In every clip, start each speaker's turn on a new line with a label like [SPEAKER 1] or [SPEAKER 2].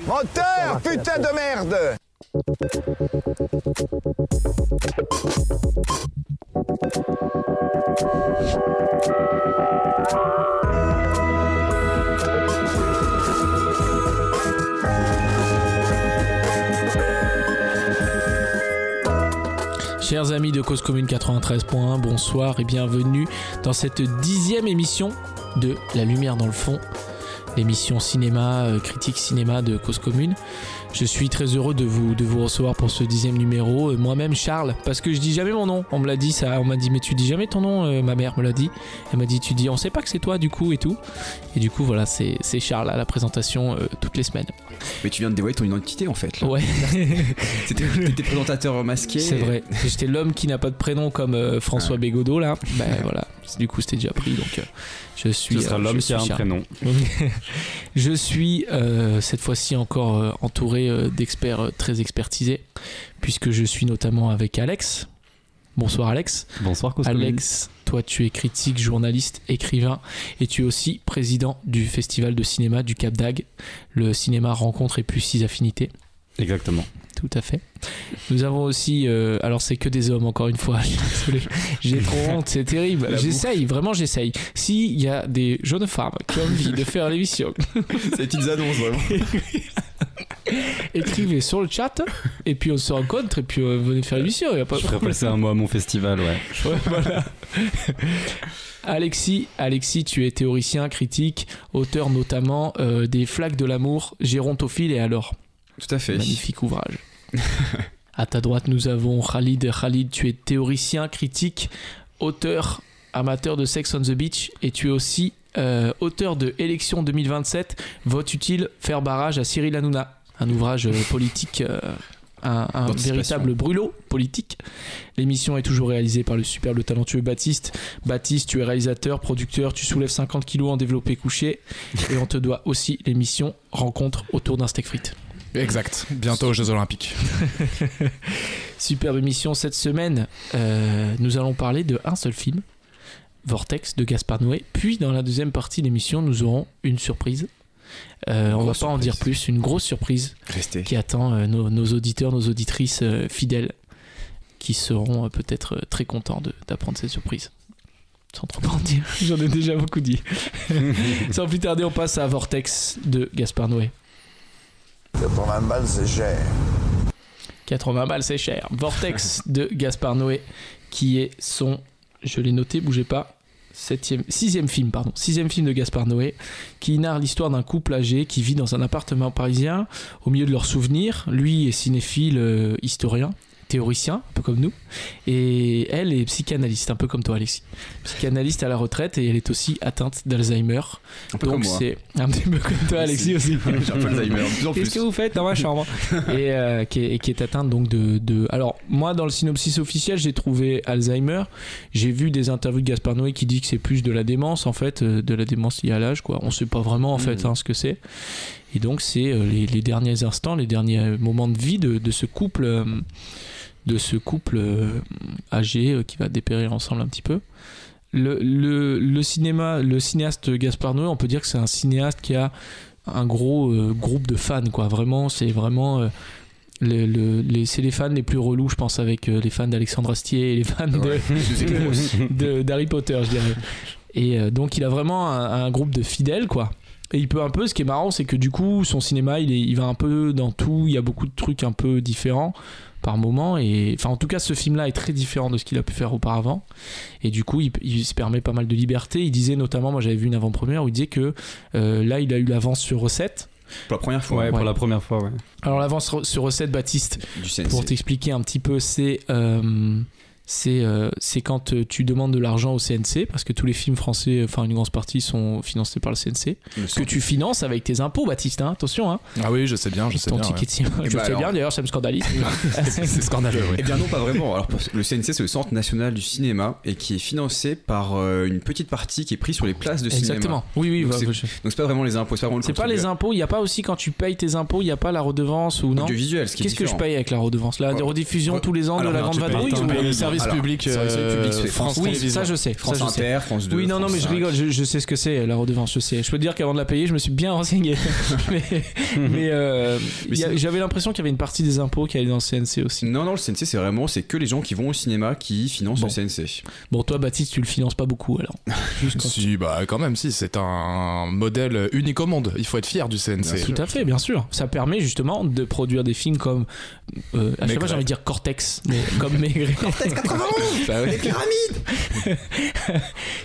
[SPEAKER 1] Moteur, putain de merde
[SPEAKER 2] Chers amis de Cause Commune 93.1, bonsoir et bienvenue dans cette dixième émission de La Lumière dans le fond, l'émission cinéma, euh, critique cinéma de Cause Commune. Je suis très heureux de vous, de vous recevoir pour ce dixième numéro. Euh, Moi-même, Charles, parce que je dis jamais mon nom. On me l'a dit, ça. On m'a dit, mais tu dis jamais ton nom. euh, ma mère me l'a dit. Elle m'a dit, tu dis, on sait pas que c'est toi, du coup, et tout. Et du coup, voilà, c'est c'est Charles à la présentation euh, toutes les semaines.
[SPEAKER 3] Mais tu viens de dévoiler ton identité en fait. là.
[SPEAKER 2] Ouais.
[SPEAKER 3] C'était t'étais présentateur masqué.
[SPEAKER 2] C'est vrai. J'étais l'homme qui n'a pas de prénom comme euh, François Bégodeau là. Ben voilà. Du coup, c'était déjà pris. Donc, euh, je suis.
[SPEAKER 4] Ce sera
[SPEAKER 2] euh,
[SPEAKER 4] l'homme
[SPEAKER 2] je
[SPEAKER 4] qui a un
[SPEAKER 2] suis Charles.
[SPEAKER 4] prénom.
[SPEAKER 2] je suis euh, cette fois-ci encore euh, entouré euh, d'experts euh, très expertisés, puisque je suis notamment avec Alex. Bonsoir Alex.
[SPEAKER 4] Bonsoir Cause
[SPEAKER 2] Alex, toi tu es critique, journaliste, écrivain et tu es aussi président du festival de cinéma du Cap d'Agde, le cinéma rencontre et puis six affinités.
[SPEAKER 4] Exactement.
[SPEAKER 2] Tout à fait. Nous avons aussi. euh, alors, c'est que des hommes, encore une fois. Je suis désolé. J'ai trop honte, c'est terrible.
[SPEAKER 3] La
[SPEAKER 2] J'essaye, vraiment, j'essaye. S'il y a des jeunes femmes qui ont envie de faire l'émission,
[SPEAKER 3] Ces petites annonces vraiment.
[SPEAKER 2] écrivez sur le chat, et puis on se rencontre, et puis euh, venez faire l'émission. Il y a pas de
[SPEAKER 4] Je ferai
[SPEAKER 2] problème.
[SPEAKER 4] passer un mot à mon festival, ouais.
[SPEAKER 2] Ouais, voilà. Alexis, Alexis, tu es théoricien, critique, auteur notamment euh, des Flaques de l'amour, Gérontophile et alors.
[SPEAKER 3] Tout à fait.
[SPEAKER 2] Magnifique ouvrage. à ta droite, nous avons Khalid. Khalid, tu es théoricien, critique, auteur, amateur de Sex on the Beach et tu es aussi euh, auteur de Élection 2027, Vote utile, faire barrage à Cyril Hanouna. Un ouvrage euh, politique, euh, un, un
[SPEAKER 3] D'anticipation.
[SPEAKER 2] véritable brûlot politique. L'émission est toujours réalisée par le superbe, le talentueux Baptiste. Baptiste, tu es réalisateur, producteur, tu soulèves 50 kilos en développé couché et on te doit aussi l'émission Rencontre autour d'un steak frites.
[SPEAKER 5] Exact. Bientôt aux Jeux Olympiques.
[SPEAKER 2] Superbe émission cette semaine. euh, nous allons parler de un seul film, Vortex de Gaspard Noé. Puis dans la deuxième partie de l'émission, nous aurons une surprise. Euh, on va pas
[SPEAKER 3] grosse
[SPEAKER 2] en
[SPEAKER 3] surprise.
[SPEAKER 2] dire plus, une grosse surprise
[SPEAKER 3] Restez.
[SPEAKER 2] qui attend euh, nos, nos auditeurs, nos auditrices euh, fidèles, qui seront euh, peut-être euh, très contents de- d'apprendre cette surprise. Sans trop en dire, j'en ai déjà beaucoup dit. Sans plus tarder, on passe à Vortex de Gaspard Noé.
[SPEAKER 1] 80 balles, c'est cher.
[SPEAKER 2] 80 balles, c'est cher. Vortex de Gaspard Noé, qui est son, je l'ai noté, bougez pas, septième, sixième film, pardon, sixième film de Gaspard Noé, qui narre l'histoire d'un couple âgé qui vit dans un appartement parisien, au milieu de leurs souvenirs. Lui est cinéphile, euh, historien, théoricien, un peu comme nous, et elle est psychanalyste, un peu comme toi, Alexis. Psychanalyste à la retraite et elle est aussi atteinte d'Alzheimer.
[SPEAKER 3] Un peu
[SPEAKER 2] Donc
[SPEAKER 3] comme moi.
[SPEAKER 2] c'est un petit peu comme toi, Alexis aussi.
[SPEAKER 3] J'ai un peu Alzheimer. De plus en
[SPEAKER 2] Qu'est-ce
[SPEAKER 3] plus.
[SPEAKER 2] que vous faites dans ma chambre et, euh, qui est, et qui est atteinte donc de, de- Alors, moi, dans le synopsis officiel, j'ai trouvé Alzheimer. J'ai vu des interviews de Gaspard Noé qui dit que c'est plus de la démence, en fait, euh, de la démence liée à l'âge, quoi. On sait pas vraiment, en fait,
[SPEAKER 3] Mhm.
[SPEAKER 2] hein, ce que c'est. Et donc, c'est euh, les, les derniers instants, les derniers moments de vie de, de ce couple. euh, de ce couple euh, âgé euh, qui va dépérir ensemble un petit peu. Le, le- le cinéma, le cinéaste Gaspard Noé, on peut dire que c'est un cinéaste qui a un gros euh, groupe de fans, quoi. Vraiment, c'est vraiment. euh, le- le- les, c'est les fans les plus relous, je pense, avec euh, les fans d'Alexandre Astier et les fans de- de- d'Harry Potter, je dirais. Et euh, donc, il a vraiment un, un groupe de fidèles, quoi. Et il peut un peu, ce qui est marrant, c'est que du coup, son cinéma, il, est- il va un peu dans tout, il y a beaucoup de trucs un peu différents par moment. Et, enfin, en tout cas, ce film-là est très différent de ce qu'il a pu faire auparavant. Et du coup, il, il se permet pas mal de liberté. Il disait notamment, moi j'avais vu une avant-première où il disait que euh, là, il a eu l'avance sur recette.
[SPEAKER 3] Pour la première
[SPEAKER 4] Ouais,
[SPEAKER 3] fois. hein,
[SPEAKER 4] pour
[SPEAKER 2] Ouais.
[SPEAKER 4] la première fois, ouais.
[SPEAKER 2] Alors, l'avance re- sur recette, Baptiste,
[SPEAKER 3] Du sens.
[SPEAKER 2] pour t'expliquer un petit peu, c'est euh, c'est euh, c'est quand euh, tu demandes de l'argent au CNC, parce que tous les films français, euh, enfin une grande partie, sont financés par le CNC,
[SPEAKER 3] Me
[SPEAKER 2] que
[SPEAKER 3] semble.
[SPEAKER 2] tu finances avec tes impôts, Baptiste. hein, attention, hein.
[SPEAKER 5] Ah oui, je sais bien, je sais
[SPEAKER 2] ton
[SPEAKER 5] bien.
[SPEAKER 2] ticket
[SPEAKER 5] ouais.
[SPEAKER 2] de cinéma.
[SPEAKER 3] Eh
[SPEAKER 2] Je
[SPEAKER 3] bah
[SPEAKER 2] sais
[SPEAKER 3] alors.
[SPEAKER 2] bien, d'ailleurs, ça me scandalise.
[SPEAKER 5] C'est scandaleux, oui.
[SPEAKER 3] Eh bien non, pas vraiment. Alors parce que le CNC, c'est le Centre National du Cinéma et qui est financé par euh, une petite partie qui est prise sur les places de cinéma.
[SPEAKER 2] Exactement. Oui, oui.
[SPEAKER 3] Donc
[SPEAKER 2] bah,
[SPEAKER 3] c'est-
[SPEAKER 2] je-
[SPEAKER 3] Donc c'est pas vraiment les impôts, c'est pas vraiment le
[SPEAKER 2] C'est pas les
[SPEAKER 3] contribuable.
[SPEAKER 2] impôts, il n'y a pas aussi quand tu payes tes impôts, il n'y a pas la redevance ou non
[SPEAKER 3] Audiovisuel, ce qui est
[SPEAKER 2] Qu'est-ce que je
[SPEAKER 3] différent.
[SPEAKER 2] paye avec la redevance La
[SPEAKER 3] Ouais.
[SPEAKER 2] rediffusion
[SPEAKER 3] Ouais.
[SPEAKER 2] tous les ans
[SPEAKER 3] Alors,
[SPEAKER 2] de la
[SPEAKER 3] non,
[SPEAKER 2] grande
[SPEAKER 3] tu payes-
[SPEAKER 2] vadrouille
[SPEAKER 3] tu
[SPEAKER 2] ou-
[SPEAKER 3] payes le
[SPEAKER 5] service service
[SPEAKER 3] Alors,
[SPEAKER 5] public,
[SPEAKER 3] service
[SPEAKER 5] euh,
[SPEAKER 3] public, c'est
[SPEAKER 5] France
[SPEAKER 2] oui,
[SPEAKER 5] Télévisions.
[SPEAKER 2] ça je sais. ça,
[SPEAKER 3] France
[SPEAKER 2] je sais.
[SPEAKER 3] Inter, France 2.
[SPEAKER 2] Oui, non, non,
[SPEAKER 3] France
[SPEAKER 2] mais je
[SPEAKER 3] 5.
[SPEAKER 2] rigole, je, je sais ce que c'est la redevance, je sais. Je peux te dire qu'avant de la payer, je me suis bien renseigné. mais mais, euh, il y a-
[SPEAKER 3] Mhm. c'est-
[SPEAKER 2] j'avais l'impression qu'il y avait une partie des impôts qui allait dans le CNC aussi.
[SPEAKER 3] Non, non, le CNC, c'est vraiment c'est que les gens qui vont au cinéma qui financent
[SPEAKER 2] Bon.
[SPEAKER 3] le CNC.
[SPEAKER 2] Bon, toi, Baptiste, tu le finances pas beaucoup alors. Juste quand-
[SPEAKER 5] Si, bah quand même, si, c'est un modèle unique au monde. Il faut être fier du
[SPEAKER 3] Bien
[SPEAKER 5] CNC.
[SPEAKER 3] sûr.
[SPEAKER 2] Tout à fait, bien sûr. Ça permet justement de produire des films comme. euh, à chaque fois,
[SPEAKER 5] Maigret.
[SPEAKER 2] j'ai envie de dire Cortex, mais comme Maigret. Cortex 91
[SPEAKER 3] Bah
[SPEAKER 2] Les pyramides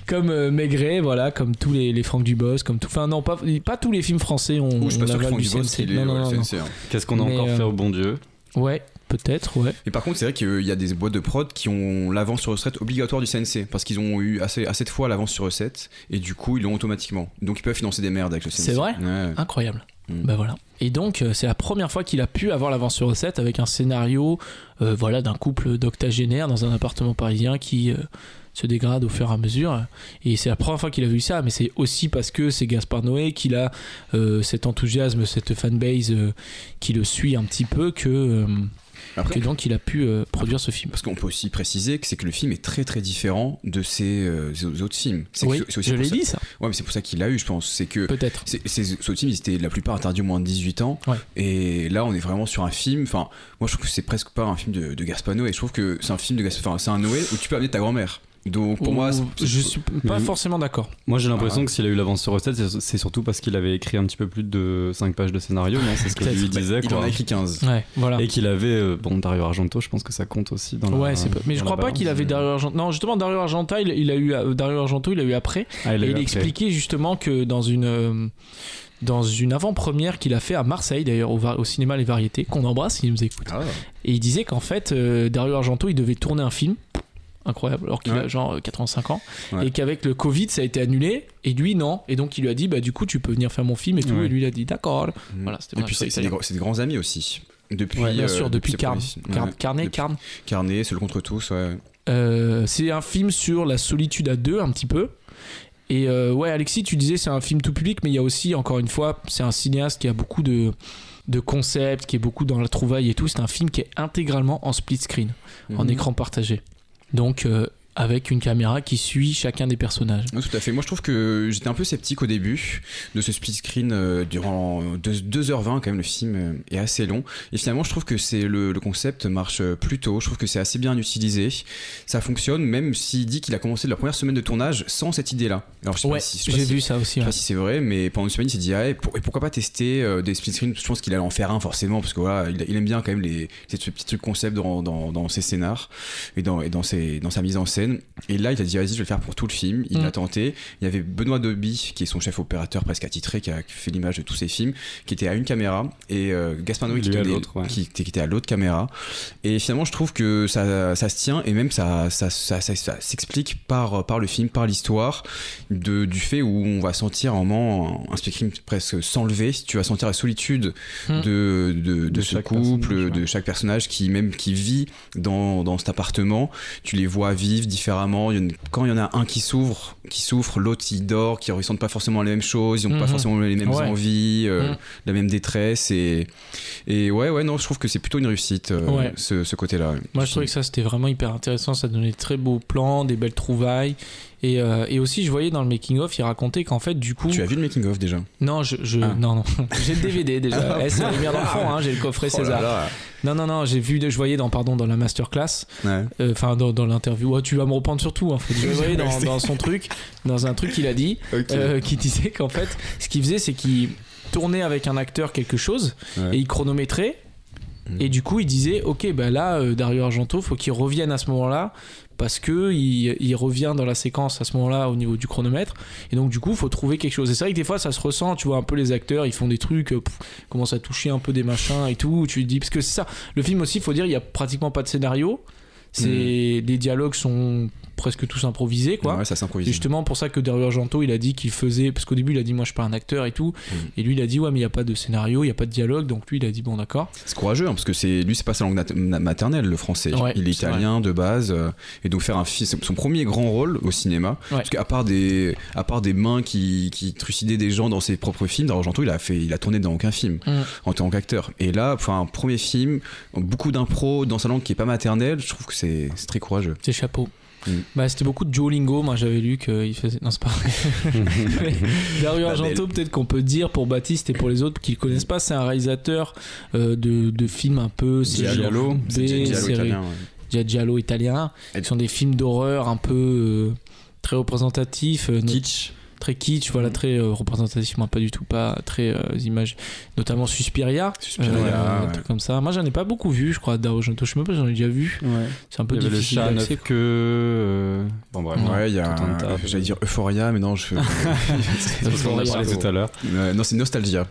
[SPEAKER 2] Comme euh, Maigret, voilà, comme tous les, les Franck Dubos, comme tout. Enfin, non, pas, pas tous les films français ont.
[SPEAKER 3] Ou je suis pas
[SPEAKER 2] ont
[SPEAKER 3] sûr qu'ils
[SPEAKER 2] l'aval
[SPEAKER 3] font
[SPEAKER 2] du
[SPEAKER 3] du boss
[SPEAKER 2] CNC.
[SPEAKER 3] qu'il est
[SPEAKER 2] Non, non,
[SPEAKER 3] ouais,
[SPEAKER 2] non,
[SPEAKER 3] le
[SPEAKER 2] non.
[SPEAKER 3] CNC. hein.
[SPEAKER 4] Qu'est-ce qu'on a
[SPEAKER 2] Mais,
[SPEAKER 4] encore
[SPEAKER 2] euh,
[SPEAKER 4] fait au bon Dieu
[SPEAKER 2] Ouais, peut-être, ouais.
[SPEAKER 3] Mais par contre, c'est vrai qu'il y a des boîtes de prod qui ont l'avance sur recette obligatoire du CNC parce qu'ils ont eu assez, assez de fois l'avance sur recette et du coup, ils l'ont automatiquement. Donc, ils peuvent financer des merdes avec le CNC.
[SPEAKER 2] C'est vrai Ah.
[SPEAKER 3] Ouais.
[SPEAKER 2] Incroyable.
[SPEAKER 3] Mm.
[SPEAKER 2] Bah voilà. Et donc, euh, c'est la première fois qu'il a pu avoir l'avance sur recette avec un scénario euh, voilà, d'un couple d'octogénaires dans un appartement parisien qui euh, se dégrade au fur et à mesure. Et c'est la première fois qu'il a vu ça, mais c'est aussi parce que c'est Gaspard Noé qu'il a euh, cet enthousiasme, cette fanbase euh, qui le suit un petit peu que, euh,
[SPEAKER 3] Après,
[SPEAKER 2] que donc il a pu euh, produire ce film.
[SPEAKER 3] Parce qu'on peut aussi préciser que c'est que le film est très très différent de ses euh, ses autres films. C'est
[SPEAKER 2] Oui,
[SPEAKER 3] que- c'est aussi
[SPEAKER 2] je
[SPEAKER 3] pour
[SPEAKER 2] l'ai
[SPEAKER 3] ça-
[SPEAKER 2] dit ça,
[SPEAKER 3] Ouais, mais c'est pour ça qu'il l'a eu, je pense. C'est que
[SPEAKER 2] peut-être.
[SPEAKER 3] c'est- ces ces autres films, ils étaient la plupart interdits au moins de 18 ans.
[SPEAKER 2] Ouais.
[SPEAKER 3] Et là, on est vraiment sur un film. Enfin, moi, je trouve que c'est presque pas un film de, de Gaspar Noé. Je trouve que c'est un film de Gaspar. Enfin, c'est un Noé où tu peux amener ta grand-mère. Donc pour moi, c'est- Mm. c'est-
[SPEAKER 2] je suis pas
[SPEAKER 4] Mais-
[SPEAKER 2] forcément d'accord.
[SPEAKER 4] Moi j'ai l'impression que s'il a eu l'avance sur recette, c'est- c'est surtout parce qu'il avait écrit un petit peu plus de 5 pages de scénario, non C'est ce que
[SPEAKER 2] Peut-être.
[SPEAKER 4] lui disait
[SPEAKER 3] il
[SPEAKER 4] quoi.
[SPEAKER 3] en a écrit 15.
[SPEAKER 2] Ouais, voilà.
[SPEAKER 4] Et qu'il avait, euh, bon, Dario Argento, je pense que ça compte aussi dans la-
[SPEAKER 2] Ouais, c'est pas... mais je
[SPEAKER 4] dans la
[SPEAKER 2] crois pas
[SPEAKER 4] balance.
[SPEAKER 2] qu'il avait Dario Argento. Non, justement Dario Argento, il, il a eu euh, Dario Argento, il a eu après.
[SPEAKER 4] Ah, il
[SPEAKER 2] et
[SPEAKER 4] a
[SPEAKER 2] il
[SPEAKER 4] eu après.
[SPEAKER 2] expliquait justement que dans une euh, dans une avant-première qu'il a fait à Marseille d'ailleurs au, va- au cinéma Les Variétés qu'on embrasse, il nous écoute.
[SPEAKER 3] Ah.
[SPEAKER 2] Et il disait qu'en fait euh, Dario Argento, il devait tourner un film incroyable alors qu'il a
[SPEAKER 3] Ouais.
[SPEAKER 2] genre euh, 85 ans
[SPEAKER 3] Ouais.
[SPEAKER 2] et qu'avec le Covid ça a été annulé et lui non et donc il lui a dit bah du coup tu peux venir faire mon film et tout
[SPEAKER 4] Ouais.
[SPEAKER 2] et lui il a dit d'accord Voilà, c'était
[SPEAKER 3] Mhm. Et
[SPEAKER 2] vrai,
[SPEAKER 3] puis
[SPEAKER 2] je savais
[SPEAKER 3] c'est c'est des,
[SPEAKER 2] italien.
[SPEAKER 3] gros- c'est des grands amis aussi. Depuis,
[SPEAKER 2] Ouais, bien
[SPEAKER 3] euh,
[SPEAKER 2] sûr depuis
[SPEAKER 3] ses
[SPEAKER 2] Carne
[SPEAKER 3] premiers-
[SPEAKER 2] Carne-
[SPEAKER 3] Ouais.
[SPEAKER 2] Carnet
[SPEAKER 3] Depuis-
[SPEAKER 2] Carne
[SPEAKER 3] Carnet, Seul contre tous. ouais.
[SPEAKER 2] Euh, c'est un film sur la solitude à deux un petit peu. Et euh, ouais, Alexis, tu disais c'est un film tout public, mais il y a aussi, encore une fois, c'est un cinéaste qui a beaucoup de, de concepts, qui est beaucoup dans la trouvaille et tout. C'est un film qui est intégralement en split screen, en
[SPEAKER 3] Mhm.
[SPEAKER 2] écran partagé. Donc, euh, avec une caméra qui suit chacun des personnages.
[SPEAKER 3] Oui, tout à fait. Moi, je trouve que j'étais un peu sceptique au début de ce split screen euh, durant deux- 2h20 quand même. Le film euh, est assez long. Et finalement, je trouve que c'est le, le concept marche euh, plutôt. Je trouve que c'est assez bien utilisé. Ça fonctionne, même s'il dit qu'il a commencé la première semaine de tournage sans cette idée-là. Alors, je sais
[SPEAKER 2] Ouais,
[SPEAKER 3] pas si, je sais pas
[SPEAKER 2] j'ai
[SPEAKER 3] si-
[SPEAKER 2] vu ça aussi.
[SPEAKER 3] Je sais
[SPEAKER 2] ouais.
[SPEAKER 3] pas si c'est vrai, mais pendant une semaine, il s'est dit ah, et, pour- et pourquoi pas tester euh, des split screens Je pense qu'il allait en faire un forcément, parce que voilà, il, il aime bien quand même les, ces petits trucs concept dans, dans, dans ses scénars et, dans, et dans, ses, dans sa mise en scène. Et là, il a dit vas-y, je vais le faire pour tout le film. Il
[SPEAKER 2] Mm.
[SPEAKER 3] l'a tenté. Il y avait Benoît Dobby, qui est son chef opérateur presque attitré, qui a fait l'image de tous ses films, qui était à une caméra, et euh, Gaspard Noé qui,
[SPEAKER 4] Lui à
[SPEAKER 3] tenait-
[SPEAKER 4] l'autre, ouais.
[SPEAKER 3] qui, était- qui était à l'autre caméra. Et finalement, je trouve que ça, ça se tient et même ça, ça, ça, ça- ça s'explique par, par le film, par l'histoire, de- du fait où on va sentir un moment un spectrum presque s'enlever. Tu vas sentir la solitude
[SPEAKER 2] Hmm.
[SPEAKER 3] de, de, de
[SPEAKER 4] De
[SPEAKER 3] ce
[SPEAKER 4] chaque
[SPEAKER 3] couple,
[SPEAKER 4] personnage, ouais.
[SPEAKER 3] de chaque personnage qui, même, qui vit dans, dans cet appartement. Tu les vois vivre différemment. Il y en- quand il y en a un qui s'ouvre, qui souffre, l'autre il dort, qui ne ressentent pas forcément les mêmes choses, ils n'ont
[SPEAKER 2] Mhm.
[SPEAKER 3] pas forcément les mêmes
[SPEAKER 2] Ouais.
[SPEAKER 3] envies, euh,
[SPEAKER 2] Mhm.
[SPEAKER 3] la même détresse. Et, et ouais, ouais, non, je trouve que c'est plutôt une réussite, euh,
[SPEAKER 2] Ouais.
[SPEAKER 3] ce, ce côté-là.
[SPEAKER 2] Moi, je trouvais que ça, c'était vraiment hyper intéressant. Ça donnait de très beaux plans, des belles trouvailles. Et, euh, et aussi, je voyais dans le making-of, il racontait qu'en fait, du coup.
[SPEAKER 3] Tu as vu le making-of déjà
[SPEAKER 2] Non, je, je-
[SPEAKER 3] Ah.
[SPEAKER 2] non, non. j'ai le DVD déjà. Eh, c'est la lumière dans le fond, hein, j'ai le
[SPEAKER 3] Oh
[SPEAKER 2] coffret César. Non, non, non, j'ai vu, je voyais dans, pardon, dans la masterclass,
[SPEAKER 3] Ouais.
[SPEAKER 2] euh, enfin dans, dans l'interview. Oh, tu vas me reprendre surtout. Hein, faut que je voyais dans,
[SPEAKER 3] C'était-
[SPEAKER 2] dans son truc, dans un truc qu'il a dit, euh, qui disait qu'en fait, ce qu'il faisait, c'est qu'il tournait avec un acteur quelque chose
[SPEAKER 3] Ouais.
[SPEAKER 2] et il chronométrait.
[SPEAKER 3] Mhm.
[SPEAKER 2] Et du coup, il disait, ok, bah là, euh, Dario Argento, faut qu'il revienne à ce moment-là parce que il, il revient dans la séquence à ce moment-là au niveau du chronomètre. Et donc, du coup, faut trouver quelque chose. Et c'est vrai que des fois, ça se ressent. Tu vois un peu les acteurs, ils font des trucs, euh, pff, commencent à toucher un peu des machins et tout. Tu te dis parce que c'est ça. Le film aussi, faut dire, il y a pratiquement pas de scénario. C'est les dialogues sont presque tous improvisés, quoi.
[SPEAKER 3] Mm. Ouais, ça s'improvise.
[SPEAKER 2] C'est justement pour ça que Dario Argento, il a dit qu'il faisait. Parce qu'au début, il a dit Moi, je suis pas un acteur et tout.
[SPEAKER 3] Mm.
[SPEAKER 2] Et lui, il a dit Ouais, mais il n'y a pas de scénario, il n'y a pas de dialogue. Donc lui, il a dit Bon, d'accord.
[SPEAKER 3] C'est courageux hein, parce que c'est lui c'est pas sa langue nat- na- maternelle le français.
[SPEAKER 2] Ouais,
[SPEAKER 3] il est
[SPEAKER 2] c'est
[SPEAKER 3] italien de base euh, et donc faire un fi- son premier grand rôle au cinéma.
[SPEAKER 2] Ouais.
[SPEAKER 3] Parce qu'à part des à part des mains qui, qui trucidaient des gens dans ses propres films, D'Argento il a fait il a tourné dans aucun film
[SPEAKER 2] Mm.
[SPEAKER 3] en tant qu'acteur. Et là enfin un premier film beaucoup d'impro dans sa langue qui est pas maternelle, je trouve que c'est c'est très courageux.
[SPEAKER 2] C'est chapeau.
[SPEAKER 3] Mm.
[SPEAKER 2] Bah, c'était beaucoup de Duolingo. Moi, j'avais lu qu'il faisait. Non, c'est pas vrai. Mais Dario Argento, peut-être qu'on peut dire pour Baptiste et pour les autres qui le connaissent pas, c'est un réalisateur euh, de, de films un peu.
[SPEAKER 3] Giallo,
[SPEAKER 2] B,
[SPEAKER 3] c'est Giallo
[SPEAKER 2] série-
[SPEAKER 3] italien, ouais.
[SPEAKER 2] Gia- Giallo italien.
[SPEAKER 3] Et-
[SPEAKER 2] Qui sont des films d'horreur un peu. euh, Très représentatifs euh,
[SPEAKER 3] Kitsch. Mm.
[SPEAKER 2] très kitsch, voilà, très euh, représentatif, mais pas du tout, pas très euh, images, notamment Suspiria, Euh,
[SPEAKER 3] Suspiria,
[SPEAKER 2] un
[SPEAKER 3] ouais.
[SPEAKER 2] truc comme ça. Moi, j'en ai pas beaucoup vu, je crois, Dao Junto, je sais même pas si j'en ai déjà vu,
[SPEAKER 4] Ouais.
[SPEAKER 2] c'est un peu
[SPEAKER 4] Il y avait le
[SPEAKER 2] difficile
[SPEAKER 4] chat à
[SPEAKER 2] d'accès.
[SPEAKER 4] neuf
[SPEAKER 2] quoi.
[SPEAKER 4] queues. euh, Bon, bref.
[SPEAKER 2] Ouais,
[SPEAKER 3] Ouais, il y a
[SPEAKER 4] tout un tas.
[SPEAKER 3] j'allais dire Euphoria mais non, je
[SPEAKER 4] C'est ce qu'on a
[SPEAKER 2] Euphoria.
[SPEAKER 4] parlé tout à l'heure.
[SPEAKER 3] Euh, non, c'est Nostalgia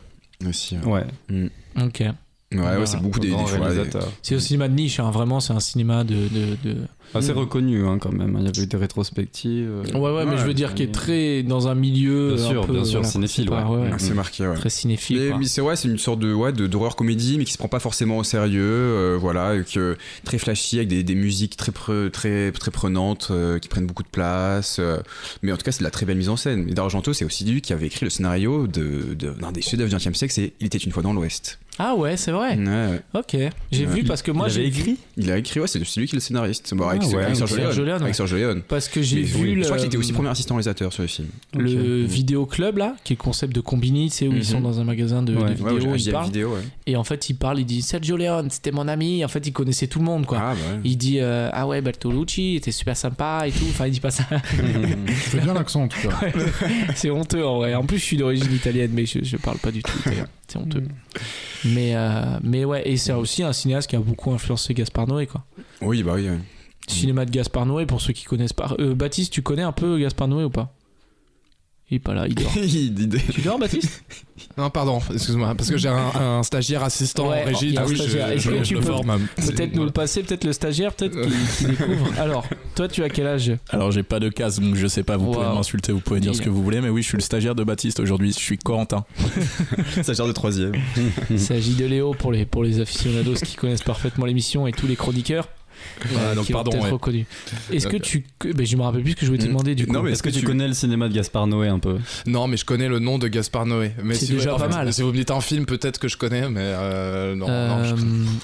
[SPEAKER 3] aussi. Ouais,
[SPEAKER 4] Ouais.
[SPEAKER 2] Ok.
[SPEAKER 3] ouais,
[SPEAKER 2] Voilà.
[SPEAKER 3] c'est beaucoup des, des
[SPEAKER 4] Grand
[SPEAKER 3] choix, des-
[SPEAKER 4] réalisateur.
[SPEAKER 2] C'est au cinéma de niche, hein, vraiment, c'est un cinéma de. de, de-
[SPEAKER 4] Assez
[SPEAKER 2] Mm.
[SPEAKER 4] reconnu hein, quand même. Il y avait eu des rétrospectives. euh,
[SPEAKER 2] Ouais, ouais, mais
[SPEAKER 3] ouais,
[SPEAKER 2] je veux dire, qui est
[SPEAKER 4] mais-
[SPEAKER 2] très dans un milieu.
[SPEAKER 4] Bien
[SPEAKER 2] un
[SPEAKER 4] sûr,
[SPEAKER 2] peu,
[SPEAKER 4] bien sûr,
[SPEAKER 2] voilà,
[SPEAKER 4] cinéphile,
[SPEAKER 2] c'est pas-
[SPEAKER 4] ouais.
[SPEAKER 3] Ah, C'est marqué, ouais.
[SPEAKER 2] Très cinéphile.
[SPEAKER 3] Mais,
[SPEAKER 2] quoi.
[SPEAKER 3] mais c'est ouais, c'est une sorte de ouais, de d'horreur comédie, mais qui se prend pas forcément au sérieux, euh, voilà, et que, très flashy avec des, des musiques très pre- très très prenantes, euh, qui prennent beaucoup de place. euh, mais en tout cas, c'est de la très belle mise en scène. Et D'Argento, c'est aussi lui qui avait écrit le scénario de de- d'un des chefs-d'œuvre du XXe siècle, c'est Il était une fois dans l'Ouest.
[SPEAKER 2] Ah ouais, c'est vrai.
[SPEAKER 3] Ouais,
[SPEAKER 2] Ok. J'ai
[SPEAKER 3] Mm. Ouais.
[SPEAKER 2] vu parce que moi,
[SPEAKER 4] il
[SPEAKER 2] j'ai
[SPEAKER 4] avait
[SPEAKER 2] vu-
[SPEAKER 4] écrit
[SPEAKER 3] il a écrit, ouais, c'est c'est lui qui est le scénariste. Bon, avec,
[SPEAKER 4] Ah ouais,
[SPEAKER 3] avec
[SPEAKER 4] avec
[SPEAKER 3] Sergio
[SPEAKER 2] Sergio
[SPEAKER 3] Leone.
[SPEAKER 2] Leone, ouais.
[SPEAKER 3] Avec Sergio Leone.
[SPEAKER 2] Parce que j'ai
[SPEAKER 3] Mais
[SPEAKER 2] vu.
[SPEAKER 3] oui,
[SPEAKER 2] le... euh,
[SPEAKER 3] Je crois qu'il était aussi premier assistant réalisateur sur le film.
[SPEAKER 2] le
[SPEAKER 4] Ok. Mmh.
[SPEAKER 2] vidéo club là qui est le concept de combini tu sais où
[SPEAKER 3] Mhm.
[SPEAKER 2] ils sont dans un magasin de, de
[SPEAKER 4] Ouais.
[SPEAKER 3] Ouais,
[SPEAKER 2] vidéos
[SPEAKER 3] ouais,
[SPEAKER 2] ils
[SPEAKER 3] j'ai la
[SPEAKER 2] parlent
[SPEAKER 3] vidéo, ouais.
[SPEAKER 2] et en fait il parle il dit Sergio Leone c'était mon ami en fait il connaissait tout le monde quoi
[SPEAKER 3] Ah, bah ouais.
[SPEAKER 2] il dit euh, ah ouais Bertolucci était super sympa et tout enfin il dit pas ça
[SPEAKER 6] Je fais bien l'accent en tout cas.
[SPEAKER 2] c'est honteux en vrai en plus je suis d'origine italienne mais je, je parle pas du tout c'est-
[SPEAKER 4] Mmh.
[SPEAKER 2] c'est honteux mais euh, mais ouais et c'est aussi un cinéaste qui a beaucoup influencé Gaspard Noé quoi
[SPEAKER 3] Oui, bah oui. ouais.
[SPEAKER 4] Mmh.
[SPEAKER 2] cinéma de Gaspard Noé pour ceux qui connaissent pas Euh, Baptiste tu connais un peu Gaspard Noé ou pas il est pas là il dort
[SPEAKER 3] Il- il-
[SPEAKER 2] tu dors Baptiste
[SPEAKER 6] Non, pardon, excuse-moi, parce que j'ai un, un stagiaire assistant
[SPEAKER 2] Ouais,
[SPEAKER 6] en régie,
[SPEAKER 2] il y a
[SPEAKER 6] donc
[SPEAKER 2] un
[SPEAKER 6] je,
[SPEAKER 2] stagiaire.
[SPEAKER 6] je,
[SPEAKER 2] Est-ce que
[SPEAKER 6] je
[SPEAKER 2] tu
[SPEAKER 6] le
[SPEAKER 2] peux-
[SPEAKER 6] forme.
[SPEAKER 2] Peut-être nous le passer, peut-être le stagiaire, peut-être qui, qui découvre. Alors, toi, tu as quel âge
[SPEAKER 7] Alors j'ai pas de case, donc je sais pas, vous pouvez
[SPEAKER 2] Wow.
[SPEAKER 7] m'insulter, vous pouvez dire ce que vous voulez, mais oui, je suis le stagiaire de Baptiste aujourd'hui, je suis Corentin.
[SPEAKER 3] Ça gère de troisième.
[SPEAKER 2] Il s'agit de Léo pour les, pour les aficionados qui connaissent parfaitement l'émission et tous les chroniqueurs.
[SPEAKER 6] Ah,
[SPEAKER 2] euh,
[SPEAKER 7] donc
[SPEAKER 2] qui l'ont
[SPEAKER 7] pardon,
[SPEAKER 2] peut-être
[SPEAKER 7] ouais.
[SPEAKER 2] reconnu. Est-ce
[SPEAKER 6] Euh,
[SPEAKER 2] que tu. que- ben, je me rappelle plus ce que je voulais te
[SPEAKER 3] Mm.
[SPEAKER 2] demander du coup.
[SPEAKER 3] Non, mais
[SPEAKER 4] Est-ce que, tu connais le cinéma de Gaspard Noé un peu
[SPEAKER 6] Non, mais je connais le nom de Gaspard Noé. Mais
[SPEAKER 2] C'est
[SPEAKER 6] si vous-
[SPEAKER 2] déjà
[SPEAKER 6] en
[SPEAKER 2] pas
[SPEAKER 6] fait,
[SPEAKER 2] mal.
[SPEAKER 6] Si vous me dites un film, peut-être que je connais, mais euh, non, non,
[SPEAKER 2] Euh,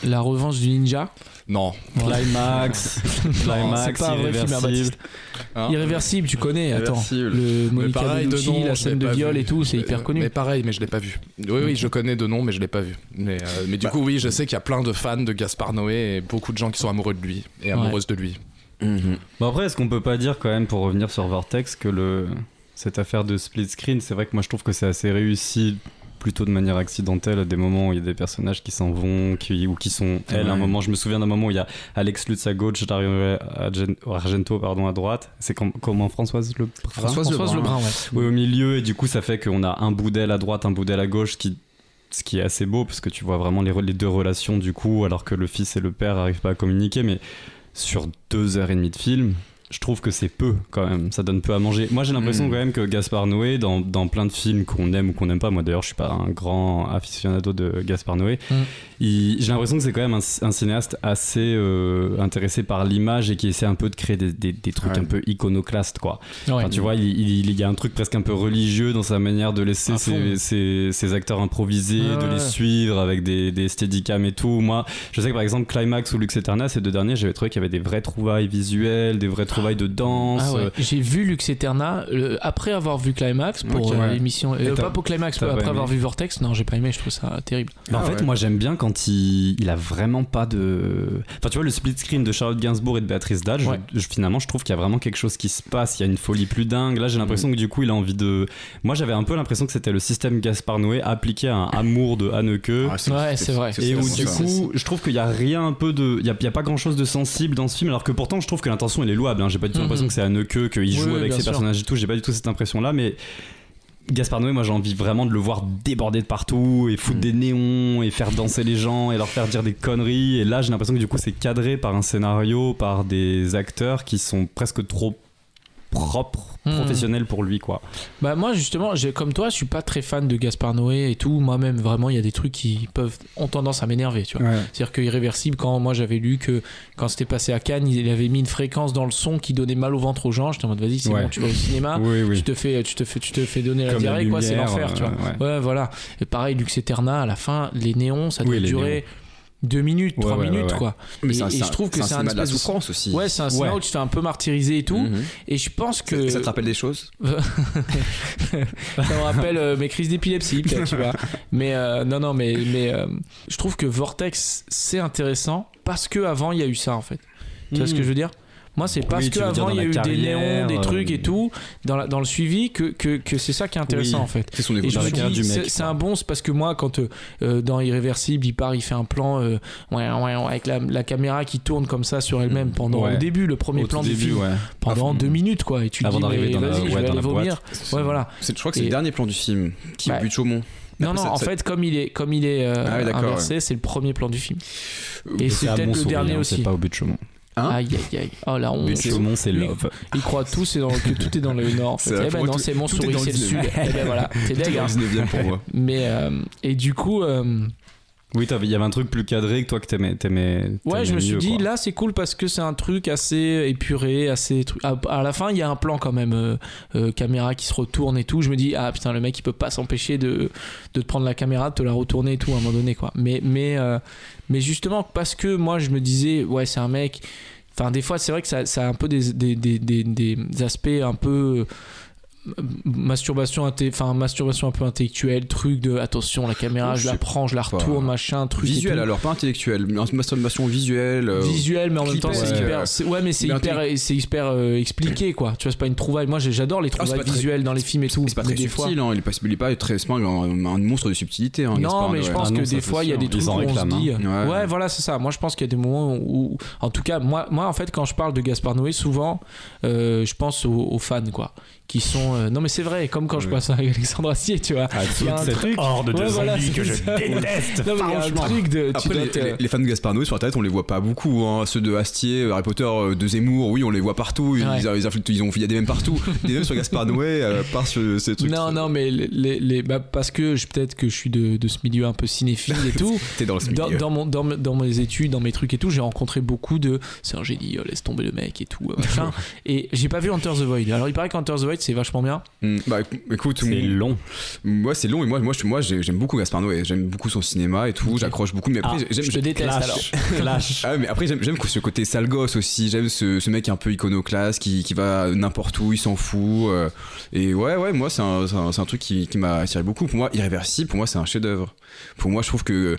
[SPEAKER 6] je-
[SPEAKER 2] la revanche du ninja.
[SPEAKER 6] non.
[SPEAKER 4] Climax,
[SPEAKER 2] c'est
[SPEAKER 4] Climax,
[SPEAKER 2] pas un vrai film, hein,
[SPEAKER 4] Irréversible.
[SPEAKER 6] Hein
[SPEAKER 2] Irréversible, tu connais. Attends. Le
[SPEAKER 6] Mais
[SPEAKER 2] Monica
[SPEAKER 6] pareil, de
[SPEAKER 2] Bellucci,
[SPEAKER 6] nom,
[SPEAKER 2] la
[SPEAKER 6] je
[SPEAKER 2] scène
[SPEAKER 6] l'ai
[SPEAKER 2] de
[SPEAKER 6] pas
[SPEAKER 2] viol
[SPEAKER 6] vu.
[SPEAKER 2] et tout, c'est
[SPEAKER 6] Mais-
[SPEAKER 2] hyper connu.
[SPEAKER 6] Mais pareil, mais je l'ai pas vu. Oui, oui, je connais de nom, mais je l'ai pas vu. Mais, euh, mais du
[SPEAKER 2] Bah.
[SPEAKER 6] coup, oui, je sais qu'il y a plein de fans de Gaspard Noé et beaucoup de gens qui sont amoureux de lui et amoureuses de lui.
[SPEAKER 2] Mhm.
[SPEAKER 4] Bon après, est-ce qu'on peut pas dire quand même, pour revenir sur Vortex, que le... cette affaire de split screen, c'est vrai que moi je trouve que c'est assez réussi plutôt de manière accidentelle à des moments où il y a des personnages qui s'en vont qui, ou qui sont elles à un
[SPEAKER 3] Ouais.
[SPEAKER 4] moment je me souviens d'un moment où il y a Alex Lutz à gauche Dario Argen- Argento pardon à droite c'est comme, comment Françoise le
[SPEAKER 3] Françoise
[SPEAKER 2] Françoise
[SPEAKER 3] Lebrun.
[SPEAKER 2] Lebrun, ouais.
[SPEAKER 4] Oui, au milieu, et du coup, ça fait qu'on a un bout d'aile à droite, un bout d'aile à gauche, qui, ce qui est assez beau, parce que tu vois vraiment les, re- les deux relations, du coup, alors que le fils et le père n'arrivent pas à communiquer, mais sur deux heures et demie de film, je trouve que c'est peu, quand même. Ça donne peu à manger. Moi, j'ai l'impression,
[SPEAKER 3] Mm.
[SPEAKER 4] quand même, que Gaspard Noé, dans, dans plein de films qu'on aime ou qu'on n'aime pas, moi d'ailleurs, je suis pas un grand aficionado de Gaspard Noé,
[SPEAKER 2] Mm.
[SPEAKER 4] il- j'ai l'impression que c'est quand même un, un cinéaste assez euh, intéressé par l'image et qui essaie un peu de créer des, des- des trucs
[SPEAKER 3] Ouais.
[SPEAKER 4] un peu iconoclastes, quoi.
[SPEAKER 2] Ouais.
[SPEAKER 4] Enfin, tu vois, il, il- il y a un truc presque un peu religieux dans sa manière de laisser
[SPEAKER 2] À fond.
[SPEAKER 4] ses, ses- ses acteurs improviser,
[SPEAKER 2] Ouais,
[SPEAKER 4] de
[SPEAKER 2] ouais.
[SPEAKER 4] les suivre avec des, des steadicam et tout. Moi, je sais que par exemple, Climax ou Lux Eterna, ces deux derniers, j'avais trouvé qu'il y avait des vraies trouvailles visuelles, des vraies trouvailles de danse.
[SPEAKER 2] Ah ouais.
[SPEAKER 4] Euh,
[SPEAKER 2] J'ai vu Lux Eterna euh, après avoir vu Climax pour
[SPEAKER 4] Ok.
[SPEAKER 2] euh,
[SPEAKER 4] Ouais.
[SPEAKER 2] l'émission.
[SPEAKER 4] Et
[SPEAKER 2] euh,
[SPEAKER 4] t'as-
[SPEAKER 2] pas pour Climax,
[SPEAKER 4] t'as pas
[SPEAKER 2] après
[SPEAKER 4] aimé.
[SPEAKER 2] avoir vu Vortex. Non, j'ai pas aimé, je trouve ça terrible.
[SPEAKER 4] bah, en
[SPEAKER 3] Ah
[SPEAKER 4] fait,
[SPEAKER 3] ouais.
[SPEAKER 4] moi, j'aime bien quand il, il a vraiment pas de. Enfin, tu vois, le split screen de Charlotte Gainsbourg et de Béatrice Dalle, je-
[SPEAKER 2] Ouais.
[SPEAKER 4] je- finalement, je trouve qu'il y a vraiment quelque chose qui se passe. Il y a une folie plus dingue. Là, j'ai l'impression que du coup, il a envie de. Moi, j'avais un peu l'impression que c'était le système Gaspard Noé appliqué à un amour de Haneke.
[SPEAKER 6] Ah,
[SPEAKER 2] Ouais, c'est vrai.
[SPEAKER 4] Et où
[SPEAKER 3] c'est-
[SPEAKER 4] du
[SPEAKER 3] c'est-
[SPEAKER 4] coup, je trouve qu'il y a rien un peu de, il y, a- il y a pas grand chose de sensible dans ce film, alors que pourtant je trouve que l'intention elle est louable. hein. J'ai pas du tout
[SPEAKER 2] Mhm.
[SPEAKER 4] l'impression que c'est à Neuqueux qu'il
[SPEAKER 2] Oui,
[SPEAKER 4] joue
[SPEAKER 2] oui,
[SPEAKER 4] avec
[SPEAKER 2] bien
[SPEAKER 4] ses
[SPEAKER 2] sûr.
[SPEAKER 4] personnages et tout. J'ai pas du tout cette impression là, mais Gaspard Noé, moi j'ai envie vraiment de le voir déborder de partout et
[SPEAKER 2] Mhm.
[SPEAKER 4] foutre des néons et faire danser les gens et leur faire dire des conneries. Et là j'ai l'impression que du coup c'est cadré par un scénario, par des acteurs qui sont presque trop propres,
[SPEAKER 2] Mm.
[SPEAKER 4] professionnels pour lui quoi.
[SPEAKER 2] Bah moi justement, j'ai- comme toi, je suis pas très fan de Gaspard Noé et tout. Moi-même, vraiment, il y a des trucs qui peuvent ont tendance à m'énerver, tu vois. C'est-à-dire que Irréversible, quand moi j'avais lu que quand c'était passé à Cannes, il avait mis une fréquence dans le son qui donnait mal au ventre aux gens. J'étais en mode vas-y, c'est
[SPEAKER 4] Ouais.
[SPEAKER 2] bon, tu vas au cinéma,
[SPEAKER 4] Oui,
[SPEAKER 2] tu te fais, tu te fais, tu te fais donner la
[SPEAKER 4] Comme la
[SPEAKER 2] diarrhée, quoi, c'est
[SPEAKER 4] lumière,
[SPEAKER 2] l'enfer, tu
[SPEAKER 4] euh,
[SPEAKER 2] vois. Ouais, voilà. Et pareil, Lux Eterna, à la fin, les néons, ça
[SPEAKER 4] Oui,
[SPEAKER 2] doit
[SPEAKER 4] les
[SPEAKER 2] durer deux minutes,
[SPEAKER 4] Ouais,
[SPEAKER 2] trois
[SPEAKER 4] ouais, ouais,
[SPEAKER 2] minutes,
[SPEAKER 4] ouais.
[SPEAKER 2] quoi.
[SPEAKER 3] Mais
[SPEAKER 2] Et-
[SPEAKER 3] c'est un-
[SPEAKER 2] et
[SPEAKER 3] c'est
[SPEAKER 2] je trouve que c'est un
[SPEAKER 3] cinéma de la
[SPEAKER 2] espèce de-
[SPEAKER 3] souffrance aussi.
[SPEAKER 2] Ouais, c'est un cinéma
[SPEAKER 4] Ouais. Mm-hmm.
[SPEAKER 2] où tu te fais un peu martyriser et tout.
[SPEAKER 3] Mhm.
[SPEAKER 2] Et je pense que
[SPEAKER 3] Ça te rappelle des choses
[SPEAKER 2] ça me rappelle euh, mes crises d'épilepsie, peut-être, tu vois. Mais euh, non, non, mais, mais euh, je trouve que Vortex, c'est intéressant parce que avant il y a eu ça, en fait. Tu vois ce que je veux dire Moi, c'est parce
[SPEAKER 4] tu
[SPEAKER 2] que
[SPEAKER 4] veux dire
[SPEAKER 2] avant
[SPEAKER 4] dans
[SPEAKER 2] il y a
[SPEAKER 4] la
[SPEAKER 2] eu des néons,
[SPEAKER 4] carrière,
[SPEAKER 2] des trucs
[SPEAKER 4] euh,
[SPEAKER 2] et tout, dans, la- dans le suivi, que, que, que c'est ça qui est intéressant,
[SPEAKER 4] Oui.
[SPEAKER 2] en fait.
[SPEAKER 3] C'est son
[SPEAKER 2] Et je
[SPEAKER 4] Dans
[SPEAKER 2] me
[SPEAKER 4] la
[SPEAKER 3] évolution.
[SPEAKER 4] carrière
[SPEAKER 2] dis,
[SPEAKER 4] du
[SPEAKER 2] c'est
[SPEAKER 4] mec,
[SPEAKER 2] c'est
[SPEAKER 4] quoi.
[SPEAKER 2] un bon, c'est parce que moi, quand euh, euh, dans Irréversible, il part, il fait un plan euh, ouais, ouais, ouais, avec la, la caméra qui tourne comme ça sur elle-même pendant
[SPEAKER 4] Ouais.
[SPEAKER 2] au début, le premier
[SPEAKER 4] Au
[SPEAKER 2] plan
[SPEAKER 4] tout
[SPEAKER 2] du film,
[SPEAKER 4] ouais.
[SPEAKER 2] pendant
[SPEAKER 4] Avant-
[SPEAKER 2] deux minutes, quoi. Et tu te
[SPEAKER 4] Avant
[SPEAKER 2] dis,
[SPEAKER 4] d'arriver
[SPEAKER 2] mais
[SPEAKER 4] dans la-
[SPEAKER 2] vas-y, je
[SPEAKER 4] ouais,
[SPEAKER 2] vais
[SPEAKER 4] dans
[SPEAKER 2] aller
[SPEAKER 4] la boîte.
[SPEAKER 2] vomir. Ouais, voilà.
[SPEAKER 3] C'est- Je crois que c'est
[SPEAKER 2] Et-
[SPEAKER 3] le dernier plan du film qui
[SPEAKER 2] Bah,
[SPEAKER 3] bute Chaumont.
[SPEAKER 2] Non, non,
[SPEAKER 3] Après, ça-
[SPEAKER 2] en
[SPEAKER 3] ça-
[SPEAKER 2] fait, comme il est, comme il est euh,
[SPEAKER 3] Ah oui, d'accord,
[SPEAKER 2] inversé, c'est le premier plan du film. Et c'est
[SPEAKER 4] à
[SPEAKER 2] peut-être le
[SPEAKER 4] Montsouris,
[SPEAKER 2] dernier
[SPEAKER 4] hein,
[SPEAKER 2] aussi.
[SPEAKER 4] C'est pas au but de Chaumont.
[SPEAKER 3] Hein
[SPEAKER 2] aïe, aïe, aïe. Oh la honte.
[SPEAKER 4] But de Chaumont, c'est
[SPEAKER 2] Lui-
[SPEAKER 4] Love.
[SPEAKER 2] Ils croient tous et dans- que tout est dans le nord. en fait.
[SPEAKER 3] C'est vrai,
[SPEAKER 2] Eh ben
[SPEAKER 3] pour moi,
[SPEAKER 2] non,
[SPEAKER 3] tout-
[SPEAKER 2] c'est
[SPEAKER 3] tout est
[SPEAKER 2] Montsouris,
[SPEAKER 3] dans le
[SPEAKER 2] c'est le sud.
[SPEAKER 3] cinéma.
[SPEAKER 2] Eh ben voilà, t'es
[SPEAKER 3] Tout est
[SPEAKER 2] deg.
[SPEAKER 3] dans
[SPEAKER 2] hein.
[SPEAKER 3] le 19e pour moi.
[SPEAKER 2] Mais, euh, et du coup. euh,
[SPEAKER 4] Oui, t'avais- il y avait un truc plus cadré que toi que t'aimais. t'aimais
[SPEAKER 2] Ouais,
[SPEAKER 4] t'aimais
[SPEAKER 2] je me suis
[SPEAKER 4] mieux,
[SPEAKER 2] dit
[SPEAKER 4] quoi.
[SPEAKER 2] là c'est cool parce que c'est un truc assez épuré, assez tru- à, à la fin il y a un plan quand même euh, euh, caméra qui se retourne et tout. Je me dis ah putain le mec il peut pas s'empêcher de de te prendre la caméra, de te la retourner et tout à un moment donné quoi. Mais mais euh, mais justement parce que moi je me disais ouais c'est un mec. Enfin des fois c'est vrai que ça, ça a un peu des des, des, des- des aspects un peu euh, masturbation inté- enfin masturbation un peu intellectuelle truc de attention la caméra
[SPEAKER 3] Oh,
[SPEAKER 2] je la
[SPEAKER 3] je sais
[SPEAKER 2] prends je la
[SPEAKER 3] pas.
[SPEAKER 2] retourne machin truc et
[SPEAKER 3] Visuel
[SPEAKER 2] tout
[SPEAKER 3] alors, pas intellectuel. mais une Masturbation visuelle. euh,
[SPEAKER 2] visuel mais en même
[SPEAKER 3] clipper,
[SPEAKER 2] temps c'est
[SPEAKER 3] ouais.
[SPEAKER 2] hyper c'est- ouais mais c'est
[SPEAKER 3] Mais
[SPEAKER 2] hyper c'est hyper euh, expliqué quoi tu vois c'est pas une trouvaille moi j'ai- j'adore
[SPEAKER 3] Ah,
[SPEAKER 2] les
[SPEAKER 3] c'est
[SPEAKER 2] trouvailles
[SPEAKER 3] pas très-
[SPEAKER 2] visuelles dans les films et tout
[SPEAKER 3] C'est pas
[SPEAKER 2] mais
[SPEAKER 3] très
[SPEAKER 2] des fois
[SPEAKER 3] subtil, hein, il est pas, il est pas très, c'est pas un, un monstre de subtilité. Hein,
[SPEAKER 2] non
[SPEAKER 3] Gaspard,
[SPEAKER 2] mais je
[SPEAKER 3] ouais.
[SPEAKER 2] pense
[SPEAKER 4] Ah non,
[SPEAKER 2] que
[SPEAKER 4] ça,
[SPEAKER 2] des
[SPEAKER 4] c'est
[SPEAKER 2] fois il y a
[SPEAKER 4] sûr.
[SPEAKER 2] des
[SPEAKER 4] Ils
[SPEAKER 2] trucs où
[SPEAKER 4] en
[SPEAKER 2] on se
[SPEAKER 4] réclament,
[SPEAKER 2] dit
[SPEAKER 3] hein. Ouais.
[SPEAKER 2] ouais voilà c'est ça moi je pense qu'il y a des moments où, où- en tout cas moi moi en fait quand je parle de Gaspard Noé souvent euh, je pense aux, aux fans quoi qui sont euh, non mais c'est vrai comme quand je
[SPEAKER 4] Ouais.
[SPEAKER 2] passe avec Alexandre Assier tu vois
[SPEAKER 4] Ah,
[SPEAKER 2] Il y a un
[SPEAKER 4] toute cette
[SPEAKER 2] truc-
[SPEAKER 4] horde de
[SPEAKER 2] Ouais, voilà,
[SPEAKER 4] zombies que
[SPEAKER 2] c'est
[SPEAKER 4] je
[SPEAKER 2] ça.
[SPEAKER 4] déteste.
[SPEAKER 2] non mais il y a un
[SPEAKER 4] franchement.
[SPEAKER 2] truc de tu
[SPEAKER 3] Après,
[SPEAKER 2] dois
[SPEAKER 3] les,
[SPEAKER 2] te-
[SPEAKER 3] les- les fans de Gaspard Noé sur Internet, on les voit pas beaucoup. hein. Ceux de Astier, Harry Potter, euh, de Zemmour, oui, on les voit partout. Ils,
[SPEAKER 2] Ouais.
[SPEAKER 3] ils, ils influent- ils ont, il y a des mêmes partout. des mêmes sur Gaspard Noé, euh, part sur ces trucs.
[SPEAKER 2] non non mais les, les- les- bah, parce que je peut-être que je suis de- de ce milieu un peu cinéphile et tout
[SPEAKER 3] T'es dans le
[SPEAKER 2] dans,
[SPEAKER 3] milieu.
[SPEAKER 2] dans, mon, dans, mes- dans mes études, dans mes trucs et tout, j'ai rencontré beaucoup de c'est un génie, euh, laisse tomber le mec et tout, euh, machin. et j'ai pas vu Hunter the Void. Alors il paraît qu'Hunter the Void c'est vachement bien.
[SPEAKER 3] Mm, Bah éc- écoute,
[SPEAKER 4] C'est
[SPEAKER 3] m-
[SPEAKER 4] long.
[SPEAKER 3] moi c'est long et moi, moi, je- moi j'ai- j'aime beaucoup Gaspard Noé. J'aime beaucoup son cinéma et tout.
[SPEAKER 2] Ok.
[SPEAKER 3] J'accroche beaucoup. Mais après,
[SPEAKER 2] Ah,
[SPEAKER 3] j'aime.
[SPEAKER 2] je te déteste alors.
[SPEAKER 4] Clash. Clash.
[SPEAKER 3] Ah ouais, mais après j'aime j'aime ce côté sale gosse aussi, j'aime ce, ce mec un peu iconoclaste qui, qui va n'importe où, il s'en fout. euh, et ouais ouais moi c'est un, c'est un- c'est un truc qui, qui m'a attiré beaucoup. Pour moi Irréversible, pour moi c'est un chef d'œuvre. Pour moi je trouve que euh,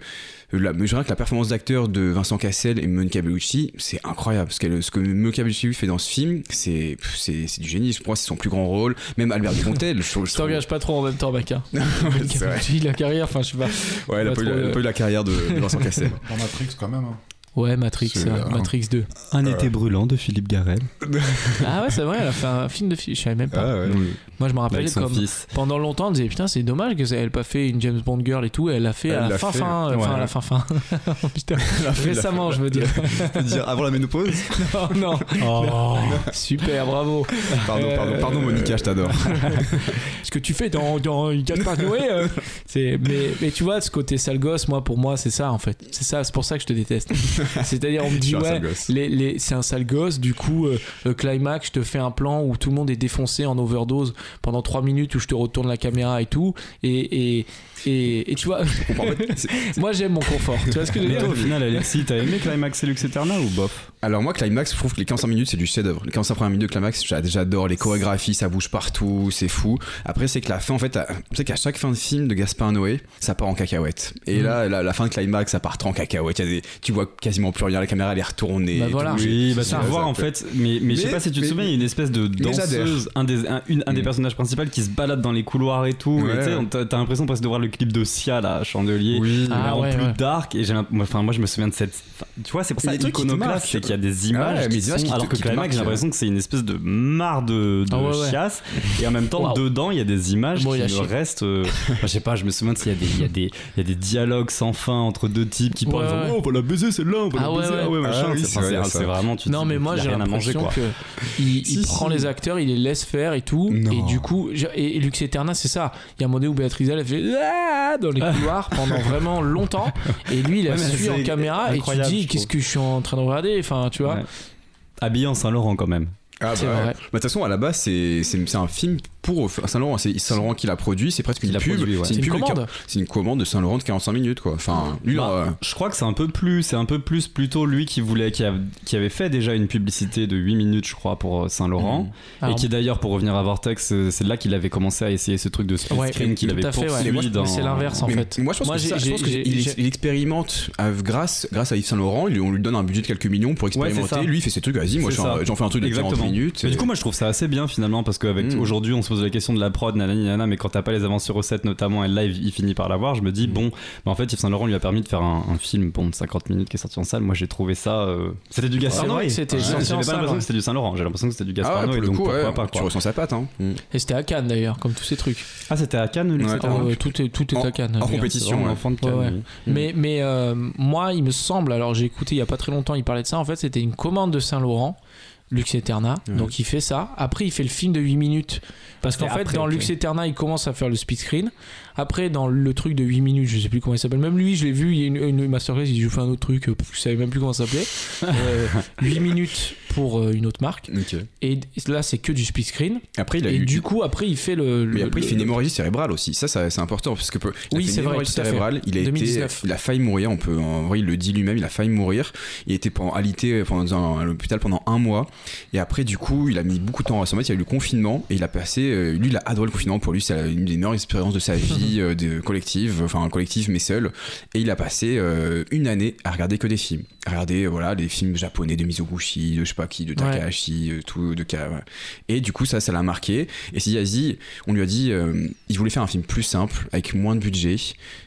[SPEAKER 3] la, mais je dirais que la performance d'acteur de Vincent Cassel et Monica Bellucci c'est incroyable. Parce que ce que Monica Bellucci fait dans ce film c'est pff, c'est c'est du génie, je crois que c'est son plus grand rôle. Même Albert Dupontel, je trouve... je
[SPEAKER 2] Je
[SPEAKER 3] trouve-
[SPEAKER 2] t'engage pas trop en même temps, mec. hein.
[SPEAKER 3] c'est vrai.
[SPEAKER 2] la carrière, enfin je sais pas.
[SPEAKER 3] Ouais, elle a
[SPEAKER 2] Pas
[SPEAKER 3] pas, eu, la- elle
[SPEAKER 2] trop, Ah,
[SPEAKER 3] a
[SPEAKER 2] euh.
[SPEAKER 3] pas eu la carrière de, de Vincent Cassel.
[SPEAKER 8] Dans Matrix, quand même. hein.
[SPEAKER 2] Ouais, Matrix,
[SPEAKER 8] C'est,
[SPEAKER 2] euh,
[SPEAKER 8] euh,
[SPEAKER 2] Matrix 2.
[SPEAKER 4] Un été brûlant de Philippe Garel.
[SPEAKER 3] hein.
[SPEAKER 2] Ah ouais, c'est vrai, elle a fait un film de film, je savais même pas.
[SPEAKER 3] Ah ouais.
[SPEAKER 2] Moi je me rappelle
[SPEAKER 4] Avec son
[SPEAKER 2] comme
[SPEAKER 4] fils.
[SPEAKER 2] pendant longtemps on disait putain, c'est dommage que ça- elle ait pas fait une James Bond girl et tout, elle l'a fait
[SPEAKER 3] Elle
[SPEAKER 2] à la
[SPEAKER 3] l'a
[SPEAKER 2] fin
[SPEAKER 3] fait.
[SPEAKER 2] fin, euh,
[SPEAKER 4] Ouais.
[SPEAKER 2] enfin à la fin fin. putain, récemment, je veux dire.
[SPEAKER 3] dire avant la ménopause
[SPEAKER 2] non, non. Oh, Super, bravo.
[SPEAKER 3] Pardon,
[SPEAKER 2] Euh,
[SPEAKER 3] pardon, pardon Monica, je t'adore.
[SPEAKER 2] ce que tu fais dans, dans Gaspard Noé. euh, c'est, mais, mais tu vois, ce côté sale gosse, moi, pour moi, c'est ça, en fait. C'est ça, c'est pour ça que je te déteste. C'est-à-dire, on me
[SPEAKER 3] Je
[SPEAKER 2] dit,
[SPEAKER 3] suis un
[SPEAKER 2] ouais,
[SPEAKER 3] sale gosse.
[SPEAKER 2] les, les- c'est un sale gosse, du coup, euh, euh, climax, je te fais un plan où tout le monde est défoncé en overdose pendant 3 minutes, où je te retourne la caméra et tout. Et, et, et, et tu vois,
[SPEAKER 3] Je comprends pas. C'est-
[SPEAKER 2] moi, j'aime mon confort. Tu vois ce que je veux
[SPEAKER 4] Mais
[SPEAKER 2] dire
[SPEAKER 4] toi, au final, Alexis, t'as aimé Climax et Lux Eterna ou bof
[SPEAKER 3] Alors moi, Climax, je trouve que les 15 minutes, c'est du chef-d'œuvre. Les 15 premières minutes de Climax, j'a- j'adore les chorégraphies, ça bouge partout, c'est fou. Après, c'est que la fin, en fait, à- c'est qu'à chaque fin de film de Gaspard Noé, ça part en cacahuète. Et
[SPEAKER 2] Mm.
[SPEAKER 3] là, la, la fin de Climax, ça part trop en cacahuète. Il y a des- tu vois quasiment plus rien, la caméra elle est retournée.
[SPEAKER 2] Bah
[SPEAKER 3] et
[SPEAKER 2] voilà.
[SPEAKER 3] tout.
[SPEAKER 4] Oui, bah
[SPEAKER 3] c'est
[SPEAKER 4] tu vas
[SPEAKER 3] vrai,
[SPEAKER 4] voir
[SPEAKER 3] ça
[SPEAKER 4] en
[SPEAKER 3] peut-
[SPEAKER 4] fait, mais, mais je sais
[SPEAKER 3] Mais-
[SPEAKER 4] pas si tu te
[SPEAKER 3] mais-
[SPEAKER 4] souviens, il y a une espèce de
[SPEAKER 3] mais j'adhère.
[SPEAKER 4] danseuse, un des, un, une- un des
[SPEAKER 3] Mm.
[SPEAKER 4] personnages principaux qui se balade dans les couloirs et tout.
[SPEAKER 3] Ouais.
[SPEAKER 4] Et tu sais, on- t'as t'as l'impression presque de voir le clip de Sia là, Chandelier.
[SPEAKER 3] Oui.
[SPEAKER 4] Mais
[SPEAKER 2] Ah
[SPEAKER 4] en
[SPEAKER 2] ouais,
[SPEAKER 4] plus
[SPEAKER 2] ouais.
[SPEAKER 4] dark et j'ai l'imp- moi, enfin moi je me souviens de cette enfin, Tu vois, c'est pour
[SPEAKER 3] Il y
[SPEAKER 4] ça
[SPEAKER 3] a des trucs qui te
[SPEAKER 4] iconoclaste,
[SPEAKER 3] marquent.
[SPEAKER 4] c'est qu'il y a des images,
[SPEAKER 3] Ouais, mais
[SPEAKER 4] qui
[SPEAKER 3] des images
[SPEAKER 4] sont-
[SPEAKER 3] qui te-
[SPEAKER 4] alors que
[SPEAKER 3] qui te
[SPEAKER 4] Climax, j'ai
[SPEAKER 3] marquent.
[SPEAKER 4] l'impression que c'est une espèce de mare de, de
[SPEAKER 2] Ah ouais, ouais.
[SPEAKER 4] chiasse, et en même temps,
[SPEAKER 2] Waouh.
[SPEAKER 4] dedans, il y a des images
[SPEAKER 2] Bon, il
[SPEAKER 4] qui
[SPEAKER 2] a
[SPEAKER 4] me
[SPEAKER 2] chié.
[SPEAKER 4] restent. euh, enfin, je sais pas, je me souviens s'il y a des, il y a des, il y a des dialogues sans fin entre deux types qui parlent,
[SPEAKER 2] Ouais,
[SPEAKER 4] ils disent,
[SPEAKER 2] ouais.
[SPEAKER 4] oh, on va la baiser celle-là, on va
[SPEAKER 2] Ah
[SPEAKER 4] la
[SPEAKER 2] ouais,
[SPEAKER 4] baiser,
[SPEAKER 2] ouais.
[SPEAKER 4] ah ouais,
[SPEAKER 3] Ah
[SPEAKER 4] machin.
[SPEAKER 3] oui,
[SPEAKER 4] C'est-
[SPEAKER 3] c'est
[SPEAKER 4] enfin,
[SPEAKER 3] vrai,
[SPEAKER 4] c'est-
[SPEAKER 3] ça.
[SPEAKER 4] c'est vraiment, tu te
[SPEAKER 2] Non
[SPEAKER 4] dis,
[SPEAKER 2] mais
[SPEAKER 4] il
[SPEAKER 2] moi
[SPEAKER 4] a
[SPEAKER 2] j'ai
[SPEAKER 4] rien à manger,
[SPEAKER 2] l'impression
[SPEAKER 4] quoi.
[SPEAKER 2] que il,
[SPEAKER 4] Si,
[SPEAKER 2] il
[SPEAKER 4] si.
[SPEAKER 2] prend les acteurs, il les laisse faire et tout,
[SPEAKER 3] Non.
[SPEAKER 2] et du coup je- et, et Lux Eterna c'est ça. Il y a un moment donné où Béatrice elle fait Ah dans les couloirs pendant vraiment longtemps et lui il a
[SPEAKER 4] Ouais, mais
[SPEAKER 2] suivi en
[SPEAKER 4] c'est
[SPEAKER 2] caméra et tu
[SPEAKER 4] incroyable, je
[SPEAKER 2] dis
[SPEAKER 4] trouve.
[SPEAKER 2] qu'est-ce que je suis en train de regarder enfin tu vois
[SPEAKER 4] Ouais. Habillé en Saint-Laurent, quand même.
[SPEAKER 3] Ah
[SPEAKER 2] c'est
[SPEAKER 3] bah ouais.
[SPEAKER 2] vrai.
[SPEAKER 3] Bah, De toute façon, à la base, c'est c'est- c'est un film pour Saint Laurent. C'est Saint Laurent qui l'a produit. C'est presque
[SPEAKER 4] Il
[SPEAKER 3] une
[SPEAKER 4] l'a
[SPEAKER 3] pub.
[SPEAKER 4] produit, ouais.
[SPEAKER 2] C'est une
[SPEAKER 3] pub de
[SPEAKER 2] commande.
[SPEAKER 3] quar- C'est une commande de Saint Laurent de 45 minutes, quoi. Enfin, lui,
[SPEAKER 4] Bah,
[SPEAKER 3] euh,
[SPEAKER 4] Je crois que c'est un peu plus, c'est un peu plus plutôt lui qui voulait, qui, a- qui avait fait déjà une publicité de 8 minutes, je crois, pour euh,
[SPEAKER 3] Mm.
[SPEAKER 4] Saint-Laurent. Et
[SPEAKER 2] Alors,
[SPEAKER 4] qui d'ailleurs, pour revenir à Vortex, euh, c'est là qu'il avait commencé à essayer ce truc de split
[SPEAKER 2] Ouais,
[SPEAKER 4] screen qu'il
[SPEAKER 2] tout
[SPEAKER 4] avait
[SPEAKER 2] à fait, ouais.
[SPEAKER 4] poursuivi
[SPEAKER 2] Mais moi, je-
[SPEAKER 4] dans...
[SPEAKER 2] c'est l'inverse, en
[SPEAKER 3] mais
[SPEAKER 2] fait.
[SPEAKER 3] Moi, je pense
[SPEAKER 2] Moi,
[SPEAKER 3] que
[SPEAKER 2] j'ai-
[SPEAKER 3] ça- je
[SPEAKER 2] j'ai-
[SPEAKER 3] pense que
[SPEAKER 2] j'ai-
[SPEAKER 3] il,
[SPEAKER 2] j'ai-
[SPEAKER 3] il expérimente à- grâce, grâce à Yves Saint Laurent. On lui donne un budget de quelques millions pour
[SPEAKER 4] Ouais, c'est
[SPEAKER 3] expérimenter.
[SPEAKER 4] ça.
[SPEAKER 3] lui, il fait ses trucs. Vas-y, moi,
[SPEAKER 4] C'est
[SPEAKER 3] j'en
[SPEAKER 4] ça.
[SPEAKER 3] j'en fais un truc de 40
[SPEAKER 4] Exactement.
[SPEAKER 3] minutes.
[SPEAKER 4] Mais
[SPEAKER 3] et-
[SPEAKER 4] du coup, moi, je trouve ça assez bien finalement parce qu'avec
[SPEAKER 3] Mm.
[SPEAKER 4] aujourd'hui, on se pose la question de la prod, nanani, nanana, mais quand t'as pas les avances sur recettes notamment et le live, il finit par l'avoir. Je me
[SPEAKER 3] Hmm.
[SPEAKER 4] dis, bon, bah, en fait, Yves Saint Laurent lui a permis de faire un, un film bon, de 50 minutes qui est sorti en salle. Moi, j'ai trouvé ça. euh, C'était du
[SPEAKER 2] C'est
[SPEAKER 4] Gaspar
[SPEAKER 2] vrai que c'était
[SPEAKER 4] J'avais
[SPEAKER 2] sorti en salle,
[SPEAKER 4] pas
[SPEAKER 2] hein.
[SPEAKER 4] l'impression
[SPEAKER 2] ouais.
[SPEAKER 4] que c'était du Saint Laurent, j'ai l'impression que c'était du
[SPEAKER 3] Ah ouais,
[SPEAKER 4] Gaspar
[SPEAKER 3] pour le
[SPEAKER 4] donc
[SPEAKER 3] coup,
[SPEAKER 4] pourquoi
[SPEAKER 3] ouais,
[SPEAKER 4] pas
[SPEAKER 3] tu
[SPEAKER 4] quoi.
[SPEAKER 3] ressens sa patte. Hein.
[SPEAKER 2] et c'était à Cannes d'ailleurs comme tous ces trucs.
[SPEAKER 4] Ah, c'était à Cannes, lui,
[SPEAKER 3] Ouais.
[SPEAKER 4] c'était
[SPEAKER 3] Ah
[SPEAKER 4] un-
[SPEAKER 2] Ouais, ouais, Euh, tout est tout est à Cannes.
[SPEAKER 3] en
[SPEAKER 2] d'ailleurs.
[SPEAKER 3] compétition,
[SPEAKER 4] C'est vraiment
[SPEAKER 3] ouais.
[SPEAKER 4] l'enfant de Cannes,
[SPEAKER 2] Ouais, ouais.
[SPEAKER 4] lui.
[SPEAKER 2] Mais, mais euh, moi, il me semble, alors j'ai écouté il y a pas très longtemps, il parlait de ça. En fait, c'était une commande de Saint-Laurent, Lux Eterna. Donc il fait ça. Après, il fait le film de 8 minutes. Parce qu'en
[SPEAKER 4] Et
[SPEAKER 2] fait,
[SPEAKER 4] après,
[SPEAKER 2] dans
[SPEAKER 4] ok.
[SPEAKER 2] Lux Eterna, il commence à faire le speed screen. Après, dans le truc de 8 minutes, je sais plus comment il s'appelle. Même lui, je l'ai vu, il y a une, une masterclass, il dit Je fais un autre truc, euh, je savais même plus comment ça s'appelait. Euh, 8 minutes pour euh, une autre marque. Et là, c'est que du speed screen.
[SPEAKER 3] Après, il a
[SPEAKER 2] Et
[SPEAKER 3] eu.
[SPEAKER 2] du coup, après, il fait le.
[SPEAKER 3] Mais
[SPEAKER 2] le-
[SPEAKER 3] après, il
[SPEAKER 2] le-
[SPEAKER 3] fait une hémorragie cérébrale aussi. Ça, ça c'est important parce que peu- il a
[SPEAKER 2] Oui,
[SPEAKER 3] fait une
[SPEAKER 2] c'est vrai,
[SPEAKER 3] hémorragie
[SPEAKER 2] tout à fait.
[SPEAKER 3] cérébrale. Il a
[SPEAKER 2] 2019.
[SPEAKER 3] été, il a failli mourir. On peut, en vrai, il le dit lui-même. Il a failli mourir. Il était pendant, alité pendant, à l'hôpital pendant un mois. Et après, du coup, il a mis beaucoup de temps à s'en mettre. Il y a eu le confinement et il a passé. euh, Lui, il a adoré le confinement. Pour lui, c'est une des meilleures expériences de sa vie euh, de collective, enfin collective mais seul. Et il a passé euh, une année à regarder que des films. À regarder, euh, voilà, des films japonais de Mizoguchi, de je sais pas qui, de Takahashi, euh, tout, de Ka- ouais. Et du coup, ça, ça l'a marqué. Et si Yazi, on lui a dit, euh, il voulait faire un film plus simple, avec moins de budget,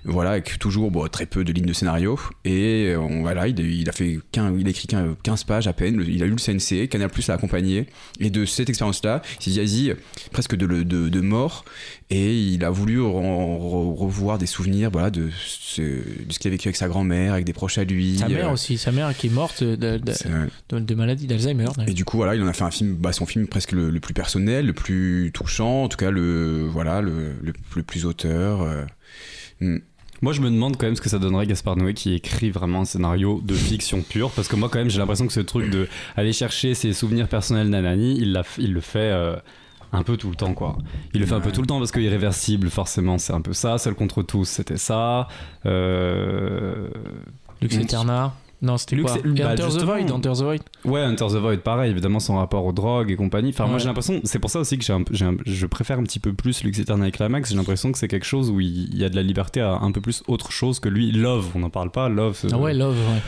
[SPEAKER 3] voilà, avec toujours bon, très peu de lignes de scénario. Et euh, on, voilà, il, a- il a fait 15, il a écrit 15, 15 pages à peine. Il a eu le CNC, Canal Plus l'a accompagné. Et de cette expérience-là, c'est Yazi presque de, le- de, de mort. Et il a voulu re- re- revoir des souvenirs, voilà, de ce, de ce qu'il a vécu avec sa grand-mère, avec des proches à lui.
[SPEAKER 2] Sa mère
[SPEAKER 3] Euh,
[SPEAKER 2] aussi, sa mère qui est morte de, de-
[SPEAKER 3] c'est un-
[SPEAKER 2] de- de maladie d'Alzheimer. d'ailleurs.
[SPEAKER 3] et du coup, voilà, il en a fait un film, bah, son film presque le, le plus personnel, le plus touchant, en tout cas le, voilà, le, le, le plus auteur. euh.
[SPEAKER 4] Moi, je me demande quand même ce que ça donnerait Gaspard Noé qui écrit vraiment un scénario de fiction pure. Parce que moi, quand même, j'ai l'impression que ce truc de aller chercher ses souvenirs personnels nanani, il, l'a- il le fait euh, un peu tout le temps, quoi. Il le fait un peu tout le temps parce que Irréversible, forcément, c'est un peu ça. Seul contre tous, c'était ça. Euh...
[SPEAKER 2] Lux
[SPEAKER 4] Mm.
[SPEAKER 2] Eterna. Non, c'était
[SPEAKER 4] Lux-
[SPEAKER 2] quoi
[SPEAKER 4] bah,
[SPEAKER 2] Enter the
[SPEAKER 4] justement. Euh,
[SPEAKER 2] Void, Enter the Void.
[SPEAKER 4] Ouais, Hunter the Void, pareil, évidemment, son rapport aux drogues et compagnie. Enfin, moi,
[SPEAKER 2] Ouais.
[SPEAKER 4] j'ai l'impression, c'est pour ça aussi que j'ai un peu- j'ai un- je préfère un petit peu plus Lux Eterna et Climax. J'ai l'impression que c'est quelque chose où il, il y a de la liberté à un peu plus autre chose que lui. Love, on n'en parle pas. Love, euh, c'est-
[SPEAKER 2] Ah ouais, Love, ouais.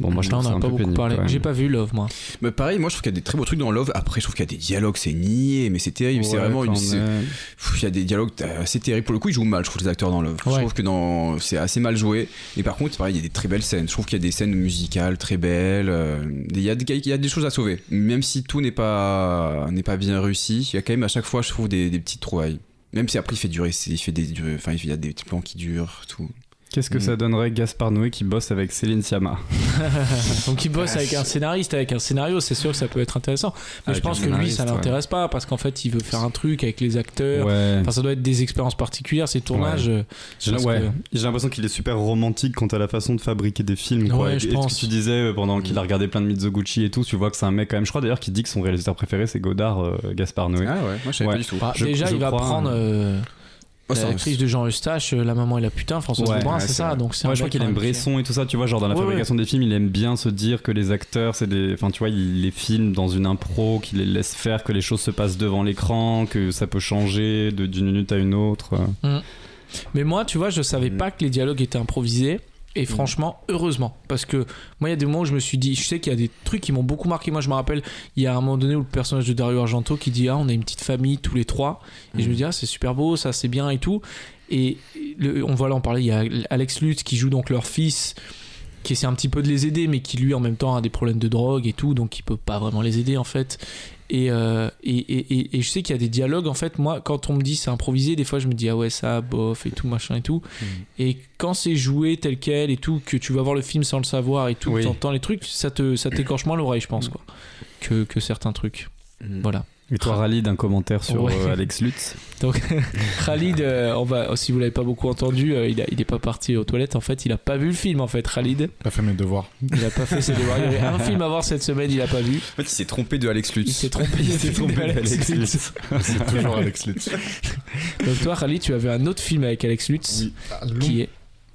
[SPEAKER 4] Bon, moi, je
[SPEAKER 2] Là, on
[SPEAKER 4] trouve
[SPEAKER 2] n'a
[SPEAKER 4] ça un
[SPEAKER 2] pas
[SPEAKER 4] peu
[SPEAKER 2] beaucoup
[SPEAKER 4] pénible,
[SPEAKER 2] parlé.
[SPEAKER 4] quand même.
[SPEAKER 2] J'ai pas vu Love, moi.
[SPEAKER 3] Mais pareil, moi je trouve qu'il y a des très beaux trucs dans Love. Après, je trouve qu'il y a des dialogues, c'est niais, mais c'est terrible. c'est
[SPEAKER 4] Ouais,
[SPEAKER 3] vraiment une.
[SPEAKER 4] quand
[SPEAKER 3] c'est-
[SPEAKER 4] même.
[SPEAKER 3] Pff, Il y a des dialogues euh, assez terribles. Pour le coup, ils jouent mal, je trouve, les acteurs dans Love. Je
[SPEAKER 2] Ouais.
[SPEAKER 3] trouve que dans... c'est assez mal joué. Et par contre, pareil, il y a des très belles scènes. Je trouve qu'il y a des scènes musicales très belles. euh, Il y, a des... il y a des choses à sauver. Même si tout n'est pas... n'est pas bien réussi, il y a quand même à chaque fois, je trouve, des, des petites trouvailles. Même si après, il fait durer. c'est- Il, fait des... du- enfin, il y a des plans qui durent, tout.
[SPEAKER 4] Qu'est-ce que
[SPEAKER 3] Mm.
[SPEAKER 4] ça donnerait Gaspard Noé qui bosse avec Céline Sciamma
[SPEAKER 2] Donc il bosse avec un scénariste, avec un scénario, c'est sûr que ça peut être intéressant. Mais
[SPEAKER 4] Avec
[SPEAKER 2] je pense
[SPEAKER 4] un
[SPEAKER 2] que lui, ça
[SPEAKER 4] scénariste,
[SPEAKER 2] l'intéresse pas parce qu'en fait, il veut faire un truc avec les acteurs.
[SPEAKER 4] Ouais.
[SPEAKER 2] Enfin, ça doit être des expériences particulières, ces tournages. euh,
[SPEAKER 4] J'ai
[SPEAKER 2] parce
[SPEAKER 4] ouais.
[SPEAKER 2] que-
[SPEAKER 4] J'ai l'impression qu'il est super romantique quant à la façon de fabriquer des films. Quoi.
[SPEAKER 2] Ouais,
[SPEAKER 4] Et-
[SPEAKER 2] je
[SPEAKER 4] et ce que
[SPEAKER 2] pense. Mm.
[SPEAKER 4] tu disais euh, pendant qu'il a regardé plein de Mizoguchi et tout, tu vois que c'est un mec quand même. Je crois d'ailleurs qu'il dit que son réalisateur préféré c'est Godard, euh, Gaspard Noé.
[SPEAKER 3] Ah ouais, moi je savais
[SPEAKER 4] Ouais.
[SPEAKER 3] pas du tout.
[SPEAKER 2] Bah,
[SPEAKER 4] Je-
[SPEAKER 2] déjà,
[SPEAKER 4] je
[SPEAKER 2] il va
[SPEAKER 4] crois,
[SPEAKER 2] prendre
[SPEAKER 4] hein.
[SPEAKER 2] euh,
[SPEAKER 3] Oh, ça-
[SPEAKER 2] l'actrice de Jean Eustache, euh, La Maman et la Putain, Françoise
[SPEAKER 4] Ouais,
[SPEAKER 2] Lebrun,
[SPEAKER 3] ouais,
[SPEAKER 2] c'est
[SPEAKER 3] c'est
[SPEAKER 2] ça.
[SPEAKER 3] vrai.
[SPEAKER 2] Donc c'est
[SPEAKER 4] Moi,
[SPEAKER 2] un
[SPEAKER 4] je crois
[SPEAKER 2] mec
[SPEAKER 4] qu'il
[SPEAKER 2] quand
[SPEAKER 4] aime
[SPEAKER 2] même qui-
[SPEAKER 4] Bresson et tout ça, tu vois, genre dans la
[SPEAKER 2] Ouais,
[SPEAKER 4] fabrication des films, il aime bien se dire que les acteurs, c'est des. Enfin, tu vois, il les filme dans une impro, qu'il les laisse faire, que les choses se passent devant l'écran, que ça peut changer de- d'une minute à une autre.
[SPEAKER 2] Mais moi, tu vois, je savais
[SPEAKER 3] Mm.
[SPEAKER 2] pas que les dialogues étaient improvisés. Et franchement, heureusement. Parce que moi, il y a des moments où je me suis dit, je sais qu'il y a des trucs qui m'ont beaucoup marqué. Moi, je me rappelle, il y a un moment donné où le personnage de Dario Argento qui dit Ah, on a une petite famille tous les trois. Et je me dis, ah, c'est super beau, ça, c'est bien et tout. Et le- on va là en parler. Il y a Alex Lutz qui joue donc leur fils qui essaie un petit peu de les aider, mais qui lui en même temps a des problèmes de drogue et tout, donc il peut pas vraiment les aider en fait. Et, euh, et, et, et- et je sais qu'il y a des dialogues en fait. Moi, quand on me dit c'est improvisé, des fois je me dis ah ouais, ça bof et tout machin et tout. Et quand c'est joué tel quel et tout, que tu vas voir le film sans le savoir et tout,
[SPEAKER 4] Oui.
[SPEAKER 2] t'entends les trucs, ça te ça t'écorche moins l'oreille, je pense quoi, que, que certains trucs. Voilà.
[SPEAKER 4] Et toi, Rally, d'un commentaire sur
[SPEAKER 2] Ouais.
[SPEAKER 4] euh, Alex Lutz
[SPEAKER 2] Donc Khalid, euh, on va, si vous l'avez pas beaucoup entendu, euh, il, a- il est pas parti aux toilettes. En fait, il a pas vu le film en fait, Khalid.
[SPEAKER 5] Pas fait mes devoirs.
[SPEAKER 2] Il a pas fait ses devoirs. Il y avait un film à voir cette semaine, il a pas vu.
[SPEAKER 3] En fait, il s'est trompé de Alex
[SPEAKER 2] Il
[SPEAKER 3] Lutz.
[SPEAKER 2] s'est trompé. Il s'est trompé d'Alex Lutz.
[SPEAKER 5] C'est toujours Alex Lutz.
[SPEAKER 2] Donc toi, Khalid, tu avais un autre film avec Alex Lutz
[SPEAKER 8] Oui, Bah, à l'om-
[SPEAKER 2] qui est.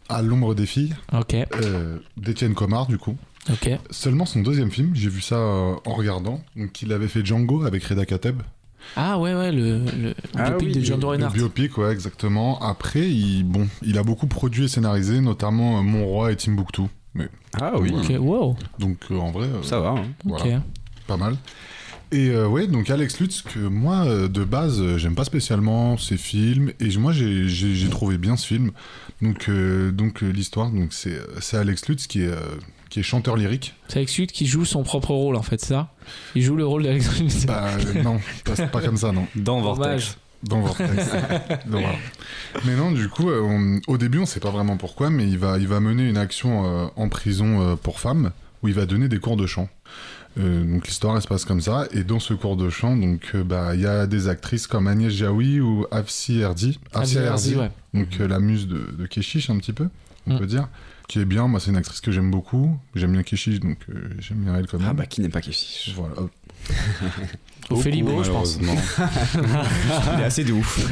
[SPEAKER 8] À l'ombre des filles,
[SPEAKER 2] Ok,
[SPEAKER 8] euh, d'Étienne Comard, du coup.
[SPEAKER 2] ok.
[SPEAKER 8] Seulement son deuxième film, j'ai vu ça euh, en regardant. Donc, il avait fait Django avec Reda Kateb.
[SPEAKER 2] Ah ouais, ouais, le, le
[SPEAKER 3] Ah
[SPEAKER 2] biopic
[SPEAKER 3] oui,
[SPEAKER 2] de John
[SPEAKER 8] Le
[SPEAKER 2] Reinhardt.
[SPEAKER 8] biopic, ouais, exactement. Après, il, bon, il a beaucoup produit et scénarisé, notamment euh, Mon Roi et Timbuktu.
[SPEAKER 3] Ah oui,
[SPEAKER 2] Ok, wow.
[SPEAKER 8] Donc, euh, en vrai, euh,
[SPEAKER 3] ça va. hein.
[SPEAKER 8] voilà.
[SPEAKER 2] Ok.
[SPEAKER 8] pas mal. Et euh, ouais, donc Alex Lutz, que moi, euh, de base, euh, j'aime pas spécialement ses films, et j- moi, j'ai- j'ai j'ai trouvé bien ce film. Donc, euh, donc euh, l'histoire, donc c'est euh, c'est Alex Lutz qui est, euh, qui est chanteur lyrique.
[SPEAKER 2] C'est Alex Lutz qui joue son propre rôle en fait, c'est ça. Il joue le rôle d'Alex Lutz.
[SPEAKER 8] Bah euh, non, pas, c'est pas comme ça, non.
[SPEAKER 4] Dans Vortex.
[SPEAKER 2] Dommage.
[SPEAKER 8] Dans Vortex. Donc, voilà. Mais non, du coup, euh, on- au début, on sait pas vraiment pourquoi, mais il va, il va mener une action euh, en prison euh, pour femmes, où il va donner des cours de chant. Euh, donc l'histoire elle se passe comme ça et dans ce cours de chant donc euh, bah il y a des actrices comme Agnès Jaoui ou Afsi Erdi Hafsi
[SPEAKER 2] Ah,
[SPEAKER 8] El Erdi,
[SPEAKER 2] Herzi, ouais.
[SPEAKER 8] donc euh, la muse de, de Keshish un petit peu on
[SPEAKER 2] Mm.
[SPEAKER 8] peut dire qui est bien moi c'est une actrice que j'aime beaucoup j'aime bien Keshish donc euh, j'aime bien elle quand même
[SPEAKER 3] Ah bah qui n'aime pas Kefish
[SPEAKER 8] voilà
[SPEAKER 2] Ophélie Beau, je pense.
[SPEAKER 3] Il est assez de ouf.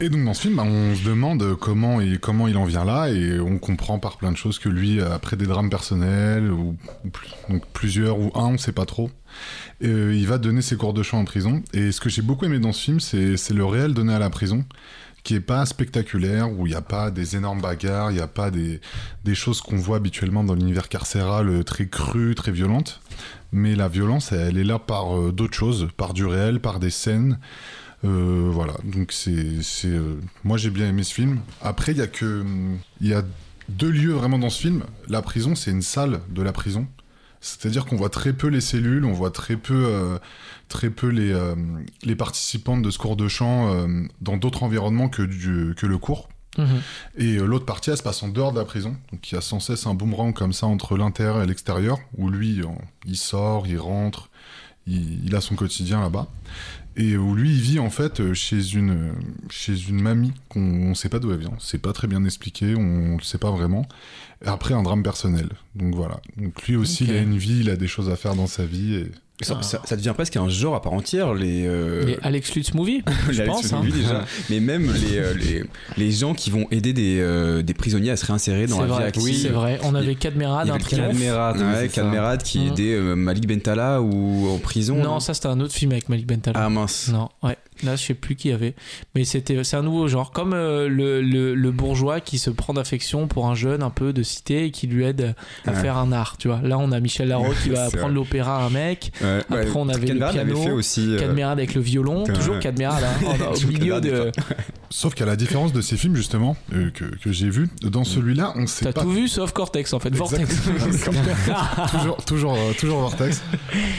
[SPEAKER 8] Et donc dans ce film, bah, on se demande comment et comment il en vient là, et on comprend par plein de choses que lui, après des drames personnels ou, ou plus- donc plusieurs ou un, on sait pas trop, euh, il va donner ses cours de chant en prison. Et ce que j'ai beaucoup aimé dans ce film, c'est c'est le réel donné à la prison, qui est pas spectaculaire, où il n'y a pas des énormes bagarres, il n'y a pas des, des choses qu'on voit habituellement dans l'univers carcéral euh, très cru, très violente. Mais la violence, elle est là par euh, d'autres choses, par du réel, par des scènes. Euh, voilà, donc c'est. c'est, euh, Moi j'ai bien aimé ce film. Après, il y a que. hum, Il y a deux lieux vraiment dans ce film. La prison, c'est une salle de la prison. C'est-à-dire qu'on voit très peu les cellules, on voit très peu, euh, très peu les, euh, les participantes de ce cours de chant euh, dans d'autres environnements que, du, que le cours.
[SPEAKER 2] Mhm.
[SPEAKER 8] Et euh, l'autre partie, elle se passe en dehors de la prison. Donc il y a sans cesse un boomerang comme ça entre l'intérieur et l'extérieur, où lui, en- il sort, il rentre, il, il a son quotidien là-bas. Et euh, où lui, il vit en fait euh, chez une, euh, chez une mamie qu'on ne sait pas d'où elle vient. C'est pas très bien expliqué, on ne le sait pas vraiment. Après un drame personnel. Donc voilà. Donc lui aussi,
[SPEAKER 2] Ok.
[SPEAKER 8] il a une vie, il a des choses à faire dans sa vie. Et...
[SPEAKER 3] Ça, ça, ça devient presque un genre à part entière, les... euh,
[SPEAKER 2] Et Alex Lutz movie,
[SPEAKER 3] les
[SPEAKER 2] je
[SPEAKER 3] Alex
[SPEAKER 2] pense.
[SPEAKER 3] Lutz
[SPEAKER 2] hein.
[SPEAKER 3] Movie, déjà. Mais même les, euh, les, les gens qui vont aider des, euh, des prisonniers à se réinsérer dans
[SPEAKER 2] C'est
[SPEAKER 3] la vie
[SPEAKER 2] vrai.
[SPEAKER 3] active.
[SPEAKER 2] Oui, c'est vrai. On avait
[SPEAKER 3] Il
[SPEAKER 2] Cadmerade,
[SPEAKER 3] y
[SPEAKER 2] un
[SPEAKER 3] avait le
[SPEAKER 2] triomphe.
[SPEAKER 4] Cadmerade, oui,
[SPEAKER 3] Ouais,
[SPEAKER 4] c'est ça.
[SPEAKER 3] Cadmerade qui
[SPEAKER 2] Mm.
[SPEAKER 3] aidait euh, Malik Bentala ou en prison.
[SPEAKER 2] Non, ça c'était un autre film avec Malik Bentala.
[SPEAKER 3] Ah mince.
[SPEAKER 2] Non, ouais. Là, je sais plus qui y avait. Mais c'était, c'est un nouveau genre. Comme euh, le, le- le bourgeois qui se prend d'affection pour un jeune un peu de cité et qui lui aide à
[SPEAKER 3] Ouais.
[SPEAKER 2] faire un art, tu vois. Là, on a Michel Larocque qui va
[SPEAKER 3] C'est
[SPEAKER 2] apprendre
[SPEAKER 3] vrai.
[SPEAKER 2] l'opéra à un mec.
[SPEAKER 3] Ouais,
[SPEAKER 2] Après,
[SPEAKER 3] ouais,
[SPEAKER 2] on avait le
[SPEAKER 3] Cadmerade
[SPEAKER 2] piano,
[SPEAKER 3] avait fait aussi... euh,
[SPEAKER 2] Cadmerade avec le violon.
[SPEAKER 3] putain,
[SPEAKER 2] Toujours
[SPEAKER 3] ouais.
[SPEAKER 2] Cadmerade, hein. Oh, non, au
[SPEAKER 3] Toujours
[SPEAKER 2] milieu de...
[SPEAKER 3] Cadmerade,
[SPEAKER 8] Sauf qu'à la différence de ces films, justement, euh, que, que j'ai vu, dans celui-là, on sait
[SPEAKER 2] Mm. T'as
[SPEAKER 8] pas
[SPEAKER 2] tout vu sauf Cortex, en fait. Vortex.
[SPEAKER 8] toujours, toujours, euh, toujours Vortex.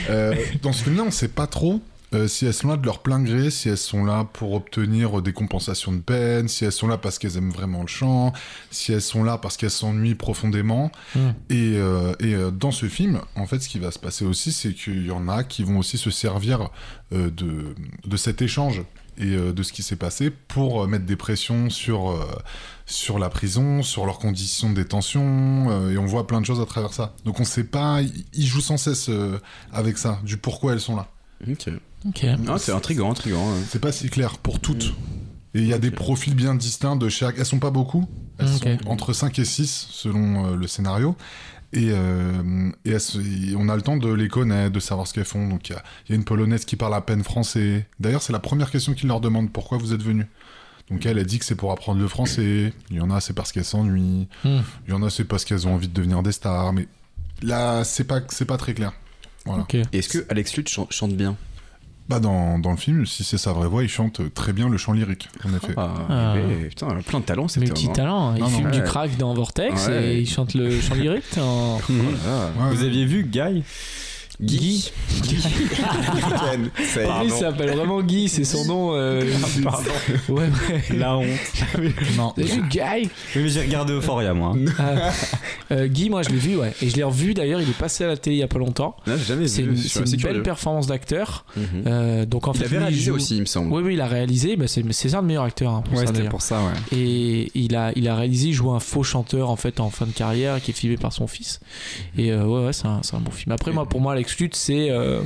[SPEAKER 8] Euh, dans ce film-là, on sait pas trop euh, si elles sont là de leur plein gré, si elles sont là pour obtenir euh, des compensations de peine, si elles sont là parce qu'elles aiment vraiment le chant, si elles sont là parce qu'elles s'ennuient profondément.
[SPEAKER 2] Mm.
[SPEAKER 8] Et, euh, et, euh, dans ce film, en fait, ce qui va se passer aussi, c'est qu'il y en a qui vont aussi se servir euh, de, de cet échange et euh, de ce qui s'est passé pour euh, mettre des pressions sur, euh, sur la prison, sur leurs conditions de détention, euh, et on voit plein de choses à travers ça. Donc on sait pas, ils ils jouent sans cesse euh, avec ça, du pourquoi elles sont là.
[SPEAKER 3] Ok.
[SPEAKER 2] Ok.
[SPEAKER 3] Ah, c'est hein. intriguant, intriguant. ouais.
[SPEAKER 8] C'est pas si clair pour
[SPEAKER 2] Mm.
[SPEAKER 8] toutes. Et il y a des profils bien distincts de chaque. Elles sont pas beaucoup. Elles
[SPEAKER 2] Ok.
[SPEAKER 8] sont entre 5 et 6 selon euh, le scénario. Et, euh, et elles se- et on a le temps de les connaître, de savoir ce qu'elles font. Donc il y, a- il y a une polonaise qui parle à peine français. D'ailleurs, c'est la première question qu'ils leur demandent pourquoi vous êtes venus. Donc elle a dit que c'est pour apprendre le français. Il y en a, c'est parce qu'elles s'ennuient.
[SPEAKER 2] Hmm.
[SPEAKER 8] Il y en a, c'est parce qu'elles ont envie de devenir des stars. Mais là, c'est pas, c'est pas très clair.
[SPEAKER 2] Ok.
[SPEAKER 3] Et Est-ce que Alex Lutz chan- chante bien
[SPEAKER 8] Bah dans, dans le film, si c'est sa vraie voix, il chante très bien le chant lyrique, en effet.
[SPEAKER 4] bah.
[SPEAKER 3] Ah,
[SPEAKER 2] Ah.
[SPEAKER 3] mais Putain, plein de talent cet homme, hein.
[SPEAKER 2] Multitalent, hein. il
[SPEAKER 8] Non, non,
[SPEAKER 2] fume du
[SPEAKER 3] ouais.
[SPEAKER 2] crack dans Vortex
[SPEAKER 3] Ouais.
[SPEAKER 2] et il chante le chant lyrique. en-
[SPEAKER 3] Mhm.
[SPEAKER 8] Ouais,
[SPEAKER 4] Vous aviez vu Guy
[SPEAKER 2] Guy.
[SPEAKER 3] Ça y est.
[SPEAKER 2] En plus, il s'appelle vraiment Guy, c'est son nom. euh, Ouais, ouais.
[SPEAKER 4] La honte.
[SPEAKER 8] non.
[SPEAKER 2] T'as vu Guy
[SPEAKER 4] Oui, mais j'ai regardé Euphoria, moi.
[SPEAKER 2] Ah, euh, Guy, moi je l'ai vu, ouais. Et je l'ai revu d'ailleurs, il est passé à la télé il y a pas longtemps.
[SPEAKER 3] Là, j'ai jamais
[SPEAKER 2] C'est
[SPEAKER 3] vu.
[SPEAKER 2] une,
[SPEAKER 3] je suis
[SPEAKER 2] c'est une
[SPEAKER 3] assez
[SPEAKER 2] belle
[SPEAKER 3] curieux.
[SPEAKER 2] performance d'acteur.
[SPEAKER 3] Mhm.
[SPEAKER 2] Euh, donc en fait,
[SPEAKER 3] Il avait
[SPEAKER 2] lui,
[SPEAKER 3] réalisé
[SPEAKER 2] joue-
[SPEAKER 3] aussi, il me semble.
[SPEAKER 2] Oui, oui, il a réalisé. Bah, c'est c'est un des meilleurs acteurs. hein, pour ça, d'ailleurs.
[SPEAKER 4] ça, ouais.
[SPEAKER 2] Et il a, il a réalisé, il joue un faux chanteur en fait en fin de carrière qui est filmé par son fils. Et euh, ouais, ouais, c'est un, c'est un bon film. Après, moi, pour moi, Alex Lutz, c'est euh,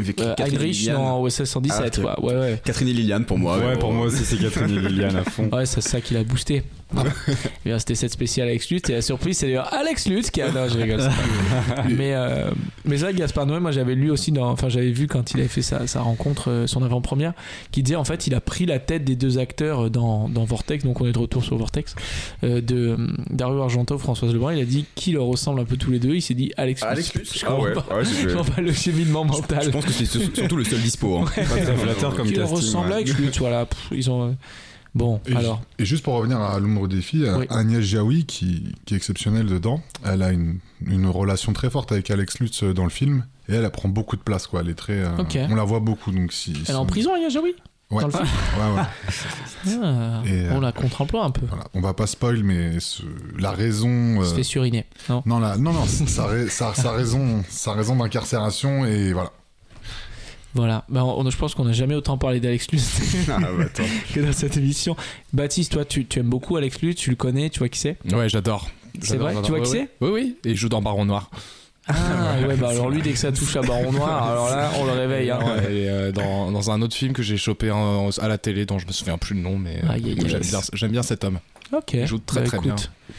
[SPEAKER 3] Avec
[SPEAKER 2] euh,
[SPEAKER 3] Catherine et
[SPEAKER 2] Heinrich
[SPEAKER 3] Liliane.
[SPEAKER 2] dans OSS 117.
[SPEAKER 3] Ah,
[SPEAKER 2] quoi. Ouais, ouais.
[SPEAKER 3] Catherine et Liliane pour moi.
[SPEAKER 4] Ouais,
[SPEAKER 3] ouais,
[SPEAKER 4] pour
[SPEAKER 3] ouais.
[SPEAKER 4] moi aussi, c'est Catherine et Liliane à fond.
[SPEAKER 2] Ouais, c'est ça qui l'a boosté. Eh bien, c'était cette spéciale Alex Lutz et la surprise, c'est d'ailleurs Alex Lutz qui a. Non, je rigole. c'est pas vrai. mais, euh, mais c'est vrai que Gaspard Noé, moi j'avais lu aussi, dans... enfin j'avais vu quand il avait fait sa, sa rencontre, euh, son avant-première, qui disait en fait il a pris la tête des deux acteurs euh, dans, dans Vortex, donc on est de retour sur Vortex, euh, de euh, Dario Argento, Françoise Lebrun. Il a dit qui leur ressemble un peu tous les deux. Il s'est dit Alex Lutz.
[SPEAKER 3] Alex Lutz
[SPEAKER 2] Je
[SPEAKER 3] Ah
[SPEAKER 2] comprends
[SPEAKER 3] ouais,
[SPEAKER 2] pas.
[SPEAKER 3] ouais, c'est-
[SPEAKER 2] Je comprends pas le cheminement mental.
[SPEAKER 3] Je pense que c'est sur- surtout le seul dispo. hein.
[SPEAKER 4] Pas très flatteur comme
[SPEAKER 2] qui leur
[SPEAKER 4] casting,
[SPEAKER 2] ressemble
[SPEAKER 4] ouais.
[SPEAKER 2] à Alex Lutz, voilà. Pff, ils ont. euh, Bon,
[SPEAKER 8] Et,
[SPEAKER 2] alors.
[SPEAKER 8] et juste pour revenir à l'ombre des filles,
[SPEAKER 2] Oui.
[SPEAKER 8] Agnès Jaoui, qui, qui est exceptionnelle dedans, elle a une, une relation très forte avec Alex Lutz euh, dans le film, et elle, elle prend beaucoup de place, quoi. Elle est très. euh,
[SPEAKER 2] Ok.
[SPEAKER 8] On la voit beaucoup, donc si. si
[SPEAKER 2] Elle est en
[SPEAKER 8] on-
[SPEAKER 2] prison, Aya Jaoui
[SPEAKER 8] Ouais.
[SPEAKER 2] dans le film
[SPEAKER 8] Ouais, ouais.
[SPEAKER 2] Ah,
[SPEAKER 8] Et, euh,
[SPEAKER 2] on la contre-emploie un peu.
[SPEAKER 8] Voilà. On va pas spoil, mais ce- la raison. euh,
[SPEAKER 2] C'était suriner. Non.
[SPEAKER 8] Non, la... non, non, sa, ra- sa- sa raison, sa raison d'incarcération, et voilà.
[SPEAKER 2] Voilà. Ben, on- je pense qu'on n'a jamais autant parlé d'Alex Lutz
[SPEAKER 3] Ah, bah, attends.
[SPEAKER 2] que dans cette émission. Baptiste, toi, tu, tu aimes beaucoup Alex Lutz, tu le connais, tu vois qui c'est
[SPEAKER 6] Ouais, j'adore.
[SPEAKER 2] C'est
[SPEAKER 6] J'adore,
[SPEAKER 2] vrai
[SPEAKER 6] j'adore.
[SPEAKER 2] Tu vois
[SPEAKER 6] Ouais,
[SPEAKER 2] qui
[SPEAKER 6] ouais. Oui, oui. Et il joue dans Baron Noir.
[SPEAKER 2] Ah, ouais, bah alors lui, dès que ça touche à Baron Noir, alors là, on le réveille. hein.
[SPEAKER 6] Ouais, et, euh, dans, dans un autre film que j'ai chopé en- à la télé, dont je me souviens plus le nom, mais euh,
[SPEAKER 2] Aïe, aïe, aïe.
[SPEAKER 6] j'aime bien, j'aime bien cet homme.
[SPEAKER 2] Ok. Bah,
[SPEAKER 6] Il joue très, très
[SPEAKER 2] écoute,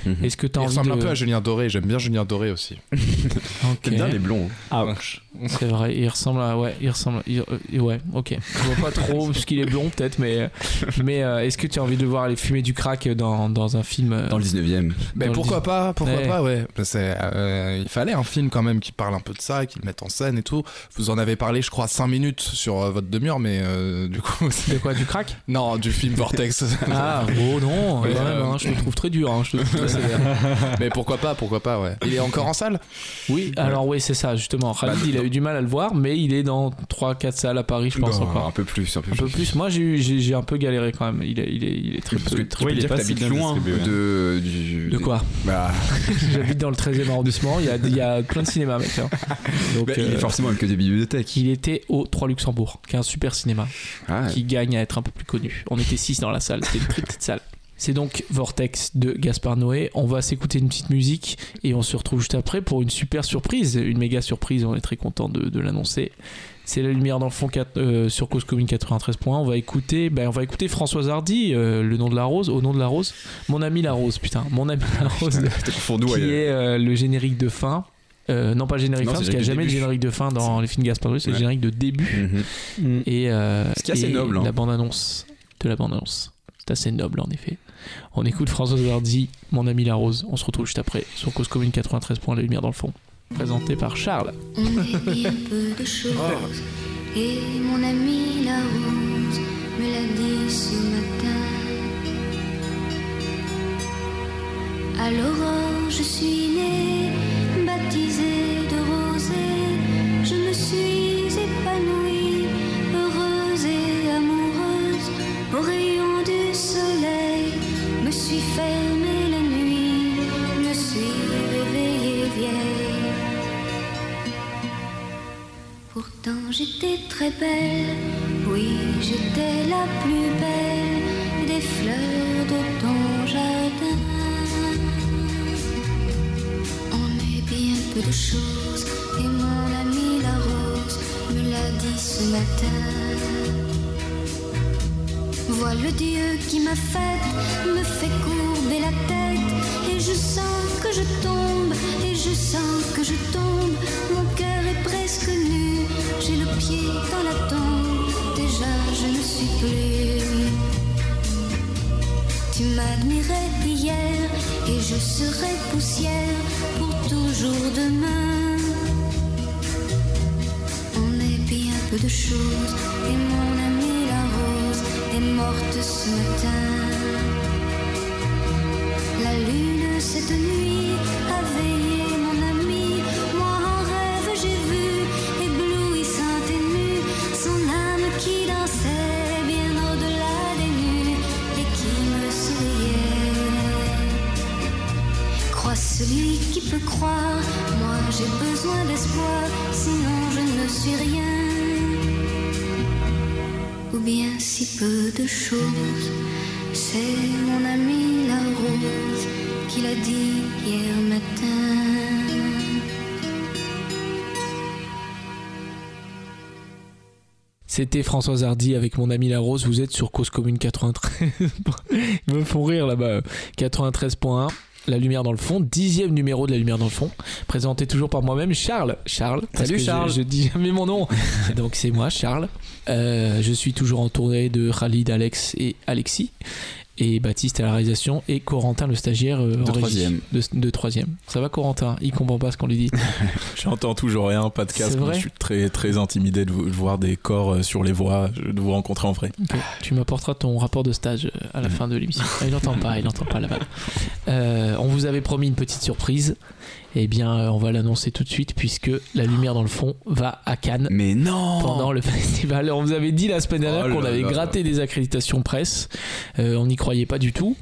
[SPEAKER 3] bien.
[SPEAKER 2] Est-ce que t'as
[SPEAKER 6] Il
[SPEAKER 2] envie
[SPEAKER 6] ressemble
[SPEAKER 2] de...
[SPEAKER 6] un peu à Julien Doré, j'aime bien Julien Doré aussi.
[SPEAKER 2] Ok.
[SPEAKER 3] T'aimes bien les blonds. hein.
[SPEAKER 4] Ah,
[SPEAKER 2] C'est vrai, il ressemble à. Ouais, il ressemble. il- euh, ouais, ok. Je vois pas trop, parce qu'il est blond peut-être, mais. Mais euh, est-ce que tu as envie de le voir aller fumer du crack dans, dans un film euh,
[SPEAKER 3] Dans le 19ème.
[SPEAKER 6] Mais
[SPEAKER 2] Dans le
[SPEAKER 6] pourquoi
[SPEAKER 2] Disney.
[SPEAKER 6] pas, pourquoi
[SPEAKER 2] Ouais.
[SPEAKER 6] pas, ouais. Parce que, euh, il fallait un film quand même qui parle un peu de ça, qui le mette en scène et tout. Vous en avez parlé, je crois, 5 minutes sur euh, votre demi-heure, mais euh, du coup, c'est-
[SPEAKER 2] De quoi, du crack
[SPEAKER 6] non, du film Vortex.
[SPEAKER 2] Ah, oh non,
[SPEAKER 6] Ouais,
[SPEAKER 2] quand même,
[SPEAKER 6] euh,
[SPEAKER 2] hein, je le trouve très dur, hein, je le trouve très sévère.
[SPEAKER 6] mais pourquoi pas, pourquoi pas, ouais. Il est encore en salle
[SPEAKER 2] Oui, alors oui, c'est ça, justement.
[SPEAKER 3] Bah,
[SPEAKER 2] Khalid, il a eu du mal à le voir, mais il est dans 3-4 salles à Paris, je pense
[SPEAKER 3] Non,
[SPEAKER 2] encore.
[SPEAKER 3] Un peu plus. Un peu
[SPEAKER 2] Un peu plus, moi j'ai eu- j'ai j'ai un peu galéré quand même. Il est, il est, il est très
[SPEAKER 3] Parce que
[SPEAKER 2] peu.
[SPEAKER 3] tu peux
[SPEAKER 4] Ouais, il est
[SPEAKER 3] dire
[SPEAKER 4] pas
[SPEAKER 3] que
[SPEAKER 4] si
[SPEAKER 3] t'habites
[SPEAKER 4] bien
[SPEAKER 3] loin
[SPEAKER 4] distribué,
[SPEAKER 3] de. du-
[SPEAKER 2] De
[SPEAKER 3] des-
[SPEAKER 2] quoi
[SPEAKER 3] Bah,
[SPEAKER 2] J'habite dans le 13e arrondissement, il y a, il y a plein de cinémas, mec. hein. Donc,
[SPEAKER 3] bah, il
[SPEAKER 2] euh,
[SPEAKER 3] est forcément avec des bibliothèques.
[SPEAKER 2] il était au 3 Luxembourg, qui est un super cinéma.
[SPEAKER 3] Ah,
[SPEAKER 2] qui gagne à être un peu plus connu. On était 6 dans la salle, c'était une très petite salle. C'est donc Vortex de Gaspard Noé. On va s'écouter une petite musique et on se retrouve juste après pour une super surprise, une méga surprise. On est très content de, de l'annoncer. C'est la lumière dans le fond quatre- euh, sur Cause Commune 93.1. On va écouter, ben, on va écouter Françoise Hardy, euh, le nom de la rose, au nom de la rose, mon ami la rose, putain, mon ami la rose,
[SPEAKER 3] T'es confondu
[SPEAKER 2] qui
[SPEAKER 3] ouais.
[SPEAKER 2] est euh, le générique de fin. Euh, non pas générique
[SPEAKER 3] Non,
[SPEAKER 2] fin parce
[SPEAKER 3] c'est
[SPEAKER 2] qu'il n'y
[SPEAKER 3] le
[SPEAKER 2] a jamais de
[SPEAKER 3] début.
[SPEAKER 2] générique de fin dans les films Gaspard Noé, c'est le
[SPEAKER 3] Ouais.
[SPEAKER 2] générique de début.
[SPEAKER 3] Mhm.
[SPEAKER 2] Et, euh,
[SPEAKER 3] Ce qui est assez
[SPEAKER 2] et
[SPEAKER 3] noble, hein.
[SPEAKER 2] La bande-annonce de la bande-annonce. C'est assez noble en effet. On écoute Françoise Hardy, mon ami la rose. On se retrouve juste après sur Cause Commune 93. La lumière dans le fond. Présenté par Charles.
[SPEAKER 9] On est bien peu de choses. Et mon ami la rose me l'a dit ce matin. À l'aurore, je suis née, baptisée de rosée. Je me suis épanouie, heureuse et amoureuse. Au rayon du soleil, me suis fermée la nuit, me suis réveillée vieille. Pourtant j'étais très belle, oui j'étais la plus belle des fleurs de ton jardin. On est bien peu de choses et mon ami la rose me l'a dit ce matin. Vois le Dieu qui m'a faite, me fait courber la tête, et je sens que je tombe, et je sens que je tombe, mon cœur est presque nu, j'ai le pied dans la tombe, déjà je ne suis plus. Tu m'admirais hier, et je serai poussière pour toujours demain. On est bien peu peu de choses. Et mon amie la rose est morte ce matin. La lune cette nuit a veillé mon ami, moi en rêve j'ai vu, éblouissante et nue, son âme qui dansait bien au-delà des nues et qui me souriait. Crois celui qui peut croire, moi j'ai besoin d'espoir, sinon je ne suis rien, ou bien si peu de choses. C'est mon ami la rose qui l'a dit hier matin.
[SPEAKER 2] C'était Françoise Hardy avec mon ami La Rose. Vous êtes sur Cause Commune 93. Ils me font rire là-bas. 93.1. La lumière dans le fond, dixième numéro de La lumière dans le fond, présenté toujours par moi-même, Charles. Charles, parce
[SPEAKER 4] Salut,
[SPEAKER 2] que je-
[SPEAKER 4] Charles.
[SPEAKER 2] Je, dis jamais mon nom. Donc c'est moi, Charles. Euh, je suis toujours en tournée de Khalid, Alex et Alexis, et Baptiste à la réalisation et Corentin le stagiaire euh, en régie.
[SPEAKER 3] troisième.
[SPEAKER 2] de, de troisième. Ça va Corentin Il comprend pas ce qu'on lui dit.
[SPEAKER 7] J'entends toujours rien, pas de casque.
[SPEAKER 2] C'est vrai
[SPEAKER 7] Je suis très, très intimidé de, vous- de voir des corps euh, sur les voies, de vous rencontrer en vrai.
[SPEAKER 2] Ok, Tu m'apporteras ton rapport de stage euh, à la fin de l'émission. Ah, Il n'entend pas, il n'entend pas la balle. on vous avait promis une petite surprise. Eh bien, euh, on va l'annoncer tout de suite puisque la lumière dans le fond va à Cannes
[SPEAKER 7] Mais non
[SPEAKER 2] pendant le festival. On vous avait dit la semaine dernière
[SPEAKER 7] Oh
[SPEAKER 2] qu'on
[SPEAKER 7] là
[SPEAKER 2] avait
[SPEAKER 7] là.
[SPEAKER 2] gratté des accréditations presse. Euh, on n'y croyait pas du tout.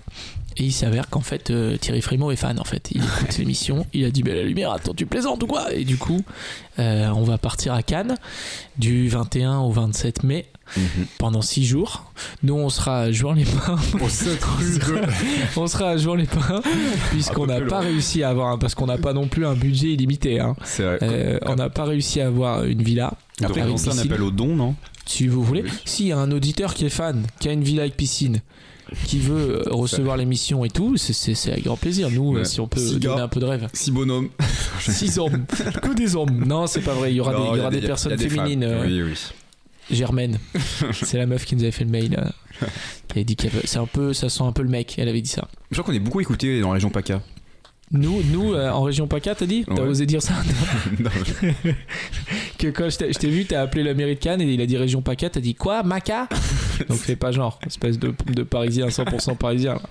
[SPEAKER 2] Et il s'avère qu'en fait, euh, Thierry Frémaux est fan. En fait, il écoute l'émission. Il a dit "Mais la lumière, attends, tu plaisantes ou quoi Et du coup, euh, on va partir à Cannes du 21 au 27 mai
[SPEAKER 7] Mhm.
[SPEAKER 2] pendant 6 jours. Nous, on sera à Jouan-les-Pins.
[SPEAKER 8] Pour cette rue de-
[SPEAKER 2] on sera à Jouan-les-Pins puisqu'on n'a pas réussi à avoir un, parce qu'on n'a pas non plus un budget illimité. hein.
[SPEAKER 4] C'est vrai.
[SPEAKER 2] Euh, on n'a pas réussi à avoir une villa.
[SPEAKER 4] On devrait
[SPEAKER 2] avec
[SPEAKER 4] lancer un
[SPEAKER 2] piscine.
[SPEAKER 4] appel au don, non
[SPEAKER 2] Si vous voulez, s'il y a un auditeur qui est fan, qui a une villa avec piscine, qui veut euh, recevoir l'émission et tout, c'est- c'est c'est avec grand plaisir. Nous,
[SPEAKER 4] Ouais.
[SPEAKER 2] euh, si on peut
[SPEAKER 4] Six gars.
[SPEAKER 2] donner un peu de rêve.
[SPEAKER 4] Si bonhomme.
[SPEAKER 2] Six hommes, que des hommes. Non, c'est pas vrai. Il y aura des,
[SPEAKER 4] Non,
[SPEAKER 2] il y
[SPEAKER 4] a
[SPEAKER 2] aura des
[SPEAKER 4] a-
[SPEAKER 2] personnes
[SPEAKER 4] il y a des
[SPEAKER 2] féminines.
[SPEAKER 4] femmes.
[SPEAKER 2] euh,
[SPEAKER 4] Oui, oui.
[SPEAKER 2] Germaine, c'est la meuf qui nous avait fait le mail. euh, qui avait dit qu'elle veut- c'est un peu, ça sent un peu le mec. Elle avait dit ça.
[SPEAKER 3] Je crois qu'on est beaucoup écouté dans la région PACA.
[SPEAKER 2] Nous, nous, euh, en région PACA, t'as dit, t'as
[SPEAKER 3] Ouais.
[SPEAKER 2] osé dire ça.
[SPEAKER 3] Non, je-
[SPEAKER 2] que quand je t'ai- je t'ai vu, t'as appelé l'américaine et il a dit région PACA, t'as dit quoi, Maca Donc fais pas genre, espèce de, de parisien, 100% parisien. là.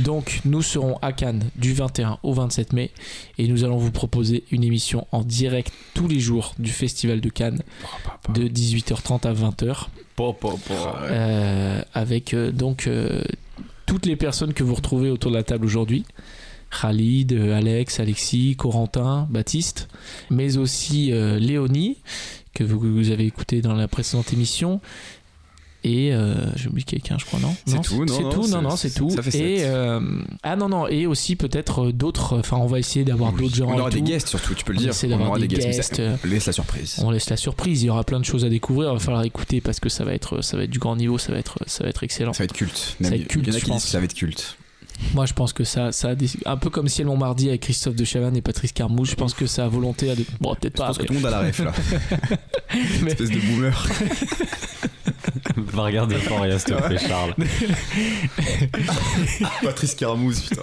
[SPEAKER 2] Donc nous serons à Cannes du 21 au 27 mai et nous allons vous proposer une émission en direct tous les jours du Festival de Cannes de 18h30 à 20h Euh, avec euh, donc euh, toutes les personnes que vous retrouvez autour de la table aujourd'hui. Khalid, euh, Alex, Alexis, Corentin, Baptiste, mais aussi euh, Léonie, que vous, vous avez écouté dans la précédente émission. Et euh, j'ai oublié quelqu'un, je crois, non
[SPEAKER 3] C'est
[SPEAKER 2] Non,
[SPEAKER 3] tout, non,
[SPEAKER 2] C'est
[SPEAKER 3] non,
[SPEAKER 2] tout,
[SPEAKER 3] c'est-
[SPEAKER 2] non, non, c'est
[SPEAKER 3] ça
[SPEAKER 2] tout.
[SPEAKER 3] fait sept.
[SPEAKER 2] et euh, ah non, non, et aussi peut-être euh, d'autres. Enfin, on va essayer d'avoir d'autres gens.
[SPEAKER 3] On
[SPEAKER 2] et
[SPEAKER 3] aura des
[SPEAKER 2] tout.
[SPEAKER 3] guests surtout, tu peux le
[SPEAKER 2] On
[SPEAKER 3] dire.
[SPEAKER 2] essaie
[SPEAKER 3] On
[SPEAKER 2] d'avoir
[SPEAKER 3] aura
[SPEAKER 2] des
[SPEAKER 3] des guests. mais ça-
[SPEAKER 2] guests, euh,
[SPEAKER 3] Laisse la surprise.
[SPEAKER 2] On laisse la surprise. Il y aura plein de choses à découvrir. Il va falloir écouter parce que ça va être, ça va être du grand niveau. Ça va être, ça va être excellent.
[SPEAKER 3] Ça va être culte.
[SPEAKER 2] va
[SPEAKER 3] Même-
[SPEAKER 2] être culte,
[SPEAKER 3] Il y en a
[SPEAKER 2] je
[SPEAKER 3] qui disent
[SPEAKER 2] pense.
[SPEAKER 3] que ça va être culte.
[SPEAKER 2] Moi, je pense que ça, ça a des- un peu comme Ciel Montmardi avec Christophe de Chavannes et Patrice Carmouche. Je pense que ça a volonté à de... bon, peut-être
[SPEAKER 3] Je
[SPEAKER 2] pas.
[SPEAKER 3] pense que
[SPEAKER 2] mais-
[SPEAKER 3] tout le monde a la ref là.
[SPEAKER 2] Mais-
[SPEAKER 3] Espèce de boomer.
[SPEAKER 4] Va regarder Euphoria, s'il te plaît, Charles.
[SPEAKER 3] Patrice Carmouze, putain.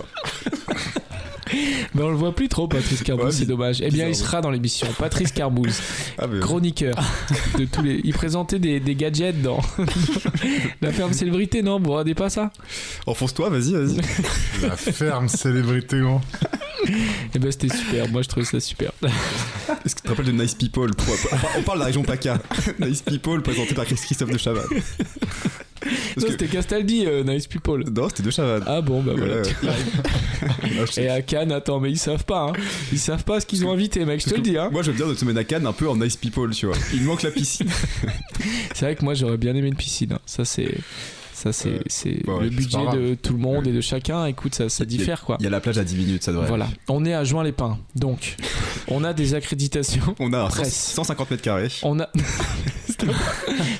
[SPEAKER 2] Mais on le voit plus trop, Patrice Carmouche.
[SPEAKER 3] Ouais,
[SPEAKER 2] c'est
[SPEAKER 3] bi-
[SPEAKER 2] dommage. Eh bien, il
[SPEAKER 3] bizarre.
[SPEAKER 2] sera dans l'émission. Patrice Carmouche,
[SPEAKER 3] Ah, mais...
[SPEAKER 2] chroniqueur de tous les. Il présentait des, des gadgets dans la ferme célébrité, non Vous regardez pas ça
[SPEAKER 3] Enfonce-toi, vas-y, vas-y.
[SPEAKER 8] La ferme célébrité, hein. gros.
[SPEAKER 2] Eh ben, c'était super. Moi, je trouvais ça super.
[SPEAKER 3] Est-ce que tu te rappelles de Nice People On parle de la région PACA. nice People présenté par Christophe de Chavannes.
[SPEAKER 2] Non,
[SPEAKER 3] que-
[SPEAKER 2] c'était Castaldi, euh, Nice People.
[SPEAKER 3] Non, c'était de Chavannes.
[SPEAKER 2] Ah bon, bah voilà.
[SPEAKER 3] Ouais,
[SPEAKER 2] Et à Cannes, attends, mais ils savent pas, hein. Ils savent pas ce qu'ils ont invité, mec, je te le dis, hein.
[SPEAKER 3] Moi, je veux bien notre semaine à Cannes un peu en Nice People, tu vois. Il manque la piscine.
[SPEAKER 2] C'est vrai que moi j'aurais bien aimé une piscine. hein. Ça c'est ça c'est
[SPEAKER 3] Euh,
[SPEAKER 2] c'est
[SPEAKER 3] bah ouais,
[SPEAKER 2] le
[SPEAKER 3] c'est
[SPEAKER 2] budget
[SPEAKER 3] pas grave.
[SPEAKER 2] de tout le monde et de chacun. Écoute, ça ça
[SPEAKER 3] Il y a-
[SPEAKER 2] diffère quoi.
[SPEAKER 3] Il y a la plage à 10 minutes, ça devrait.
[SPEAKER 2] Voilà, on est à Juin les Pins. Donc, on a des accréditations.
[SPEAKER 3] On a un
[SPEAKER 2] Presse.
[SPEAKER 3] 150 mètres carrés.
[SPEAKER 2] On a Stop.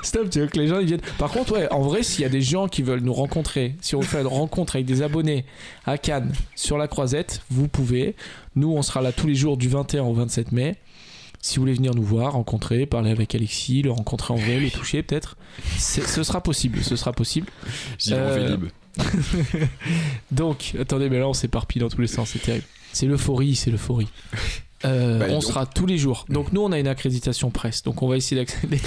[SPEAKER 2] Stop, tu veux que les gens ils viennent. Par contre, ouais, en vrai, s'il y a des gens qui veulent nous rencontrer, si on fait une rencontre avec des abonnés à Cannes sur la Croisette, vous pouvez. Nous, on sera là tous les jours du 21 au 27 mai. Si vous voulez venir nous voir, rencontrer, parler avec Alexis, le rencontrer en vrai, le toucher peut-être, c'est- ce sera possible, ce sera possible.
[SPEAKER 3] J'y vais
[SPEAKER 2] Euh,
[SPEAKER 3] en Vélib.
[SPEAKER 2] Donc, attendez, mais là on s'éparpille dans tous les sens, c'est terrible. C'est l'euphorie, c'est l'euphorie. Euh,
[SPEAKER 3] Bah,
[SPEAKER 2] on
[SPEAKER 3] donc-
[SPEAKER 2] sera tous les jours. Donc nous, on a une accréditation presse. Donc on va essayer d'accéder.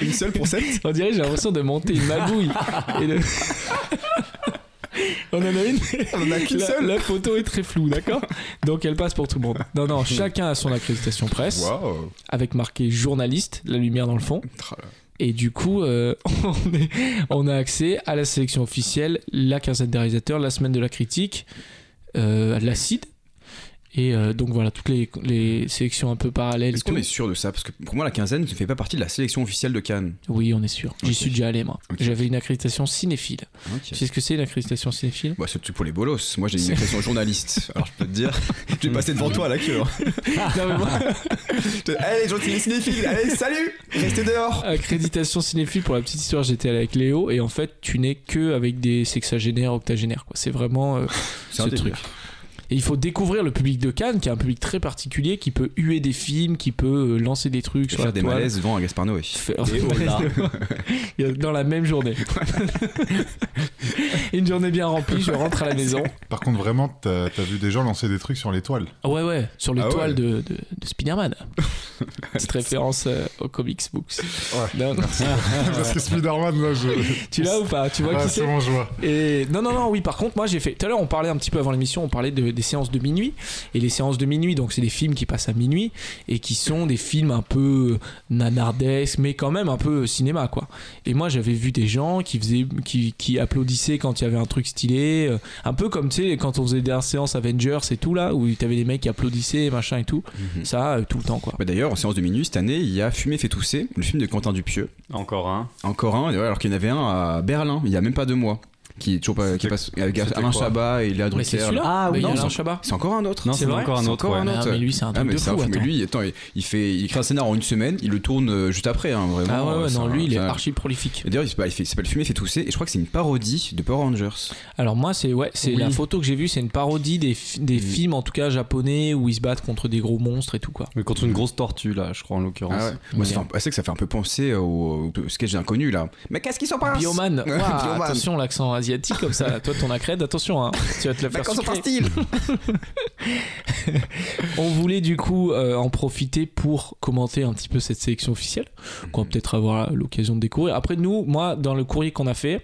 [SPEAKER 3] Une seule pour cette
[SPEAKER 2] On dirait j'ai l'impression de monter une magouille. Et de- on en a une.
[SPEAKER 3] On en a qu'une
[SPEAKER 2] la,
[SPEAKER 3] seule.
[SPEAKER 2] la photo est très floue, d'accord Donc elle passe pour tout le monde. Non, non, chacun a son accréditation presse
[SPEAKER 3] Waouh.
[SPEAKER 2] avec marqué journaliste, la lumière dans le fond. Et du coup, euh, on, est- on a accès à la sélection officielle, la quinzaine des réalisateurs, la semaine de la critique, euh, l'acide. Et euh, donc voilà, toutes les, les sélections un peu parallèles. et
[SPEAKER 3] Est-ce qu'on
[SPEAKER 2] tout.
[SPEAKER 3] est sûr de ça Parce que pour moi, la quinzaine ne fait pas partie de la sélection officielle de Cannes.
[SPEAKER 2] Oui, on est sûr. J'y
[SPEAKER 3] Ok.
[SPEAKER 2] suis déjà allé, moi.
[SPEAKER 3] Ok.
[SPEAKER 2] J'avais une accréditation cinéphile. Tu
[SPEAKER 3] Ok.
[SPEAKER 2] sais ce que c'est, une accréditation cinéphile
[SPEAKER 3] Bah, c'est tout pour les bolos. Moi, j'ai une accréditation journaliste. Alors, je peux te dire, je vais passer devant toi à la queue. hein.
[SPEAKER 2] Non, mais moi,
[SPEAKER 3] Je te- Allez, gentils cinéphiles, allez, salut Restez dehors
[SPEAKER 2] accréditation cinéphile, pour la petite histoire, j'étais allé avec Léo, et en fait, tu n'es que avec des sexagénaires, octagénaires, quoi. C'est vraiment euh,
[SPEAKER 4] C'est
[SPEAKER 2] ce
[SPEAKER 4] un délire.
[SPEAKER 2] truc. Et il faut découvrir le public de Cannes, qui est un public très particulier, qui peut huer des films, qui peut euh, lancer des trucs sur la
[SPEAKER 3] Faire des
[SPEAKER 2] toile.
[SPEAKER 3] malaises devant un Gaspar Noé.
[SPEAKER 2] Faire-
[SPEAKER 4] Et au-delà.
[SPEAKER 2] Il y a- dans la même journée. Une journée bien remplie, je rentre à la maison.
[SPEAKER 8] Par contre, vraiment, t'as t'as vu des gens lancer des trucs sur l'étoile.
[SPEAKER 2] Ah ouais, ouais, sur
[SPEAKER 3] Ah
[SPEAKER 2] l'étoile
[SPEAKER 3] ouais.
[SPEAKER 2] toile de, de, de Spider-Man. Petite référence euh, aux comics books. Non, non.
[SPEAKER 8] Parce que Spider-Man, là, je.
[SPEAKER 2] Tu l'as ou pas Tu vois
[SPEAKER 8] Ah,
[SPEAKER 2] qui
[SPEAKER 8] c'est
[SPEAKER 2] c'est
[SPEAKER 8] bon, je vois.
[SPEAKER 2] Et non, non, non, oui, par contre, moi j'ai fait. Tout à l'heure, on parlait un petit peu avant l'émission, on parlait de- des séances de minuit. Et les séances de minuit, donc c'est des films qui passent à minuit et qui sont des films un peu nanardesques, mais quand même un peu cinéma, quoi. Et moi j'avais vu des gens qui, faisaient, qui, qui applaudissaient quand il y avait un truc stylé. euh, Un peu comme, tu sais, quand on faisait des séances Avengers et tout, là, où t'avais des mecs qui applaudissaient, machin et tout.
[SPEAKER 3] Mhm.
[SPEAKER 2] Ça, euh, tout le temps, quoi.
[SPEAKER 3] Bah, D'ailleurs, en séance de minuit, cette année, il y a Fumé fait tousser, le film de Quentin Dupieux.
[SPEAKER 4] Encore un.
[SPEAKER 3] Encore un, alors qu'il y en avait un à Berlin, il y a même pas deux mois. Qui est toujours pas. Qui
[SPEAKER 4] C'était-
[SPEAKER 3] passe avec
[SPEAKER 4] c'était
[SPEAKER 3] Alain
[SPEAKER 4] quoi
[SPEAKER 3] Chabat et Léa Drucker.
[SPEAKER 2] Mais c'est celui-là
[SPEAKER 4] Ah oui,
[SPEAKER 2] Mais il y a
[SPEAKER 3] non,
[SPEAKER 2] Alain
[SPEAKER 3] c'est-
[SPEAKER 2] Chabat.
[SPEAKER 3] C'est encore un autre
[SPEAKER 4] Non,
[SPEAKER 2] C'est
[SPEAKER 4] c'est
[SPEAKER 2] vrai
[SPEAKER 4] encore un
[SPEAKER 3] C'est
[SPEAKER 4] autre.
[SPEAKER 3] encore
[SPEAKER 4] ouais.
[SPEAKER 3] un autre.
[SPEAKER 2] Ah, mais lui, c'est un
[SPEAKER 3] Ah,
[SPEAKER 2] truc
[SPEAKER 3] mais
[SPEAKER 2] de
[SPEAKER 3] c'est
[SPEAKER 2] fou.
[SPEAKER 3] un fou, mais
[SPEAKER 2] attends.
[SPEAKER 3] lui, attends, il, il fait, il crée un scénar en une semaine, il le tourne euh, juste après, hein, vraiment.
[SPEAKER 2] Ah ouais, ouais,
[SPEAKER 3] c'est
[SPEAKER 2] non,
[SPEAKER 3] un-
[SPEAKER 2] lui, il est
[SPEAKER 3] c'est un-
[SPEAKER 2] archi prolifique.
[SPEAKER 3] Et D'ailleurs, il s'appelle- il fait- il s'appelle Fumer fait tousser, et je crois que c'est une parodie de Power Rangers.
[SPEAKER 2] Alors moi, c'est ouais, c'est
[SPEAKER 4] Oui.
[SPEAKER 2] la photo que j'ai vue, c'est une parodie des, fi- des films, en tout cas japonais, où ils se battent contre des gros monstres et tout quoi.
[SPEAKER 4] Mais contre une grosse tortue, là, je crois, en l'occurrence.
[SPEAKER 3] Ah ouais. Moi, ça fait un- c'est vrai que ça fait un peu penser au, au sketch d'inconnu là. Mais qu'est-ce qui se passe
[SPEAKER 2] Bioman, Ouah,
[SPEAKER 3] Bioman.
[SPEAKER 2] attention l'accent asiatique comme ça. Toi, ton accrède, attention, hein, tu vas te la
[SPEAKER 3] Mais
[SPEAKER 2] faire
[SPEAKER 3] qu'en se
[SPEAKER 2] sucrer.
[SPEAKER 3] passe-t-il
[SPEAKER 2] On voulait du coup euh, en profiter pour commenter un petit peu cette sélection officielle, qu'on
[SPEAKER 3] Mhm.
[SPEAKER 2] va peut-être avoir l'occasion de découvrir. Après nous, moi, dans le courrier qu'on a fait.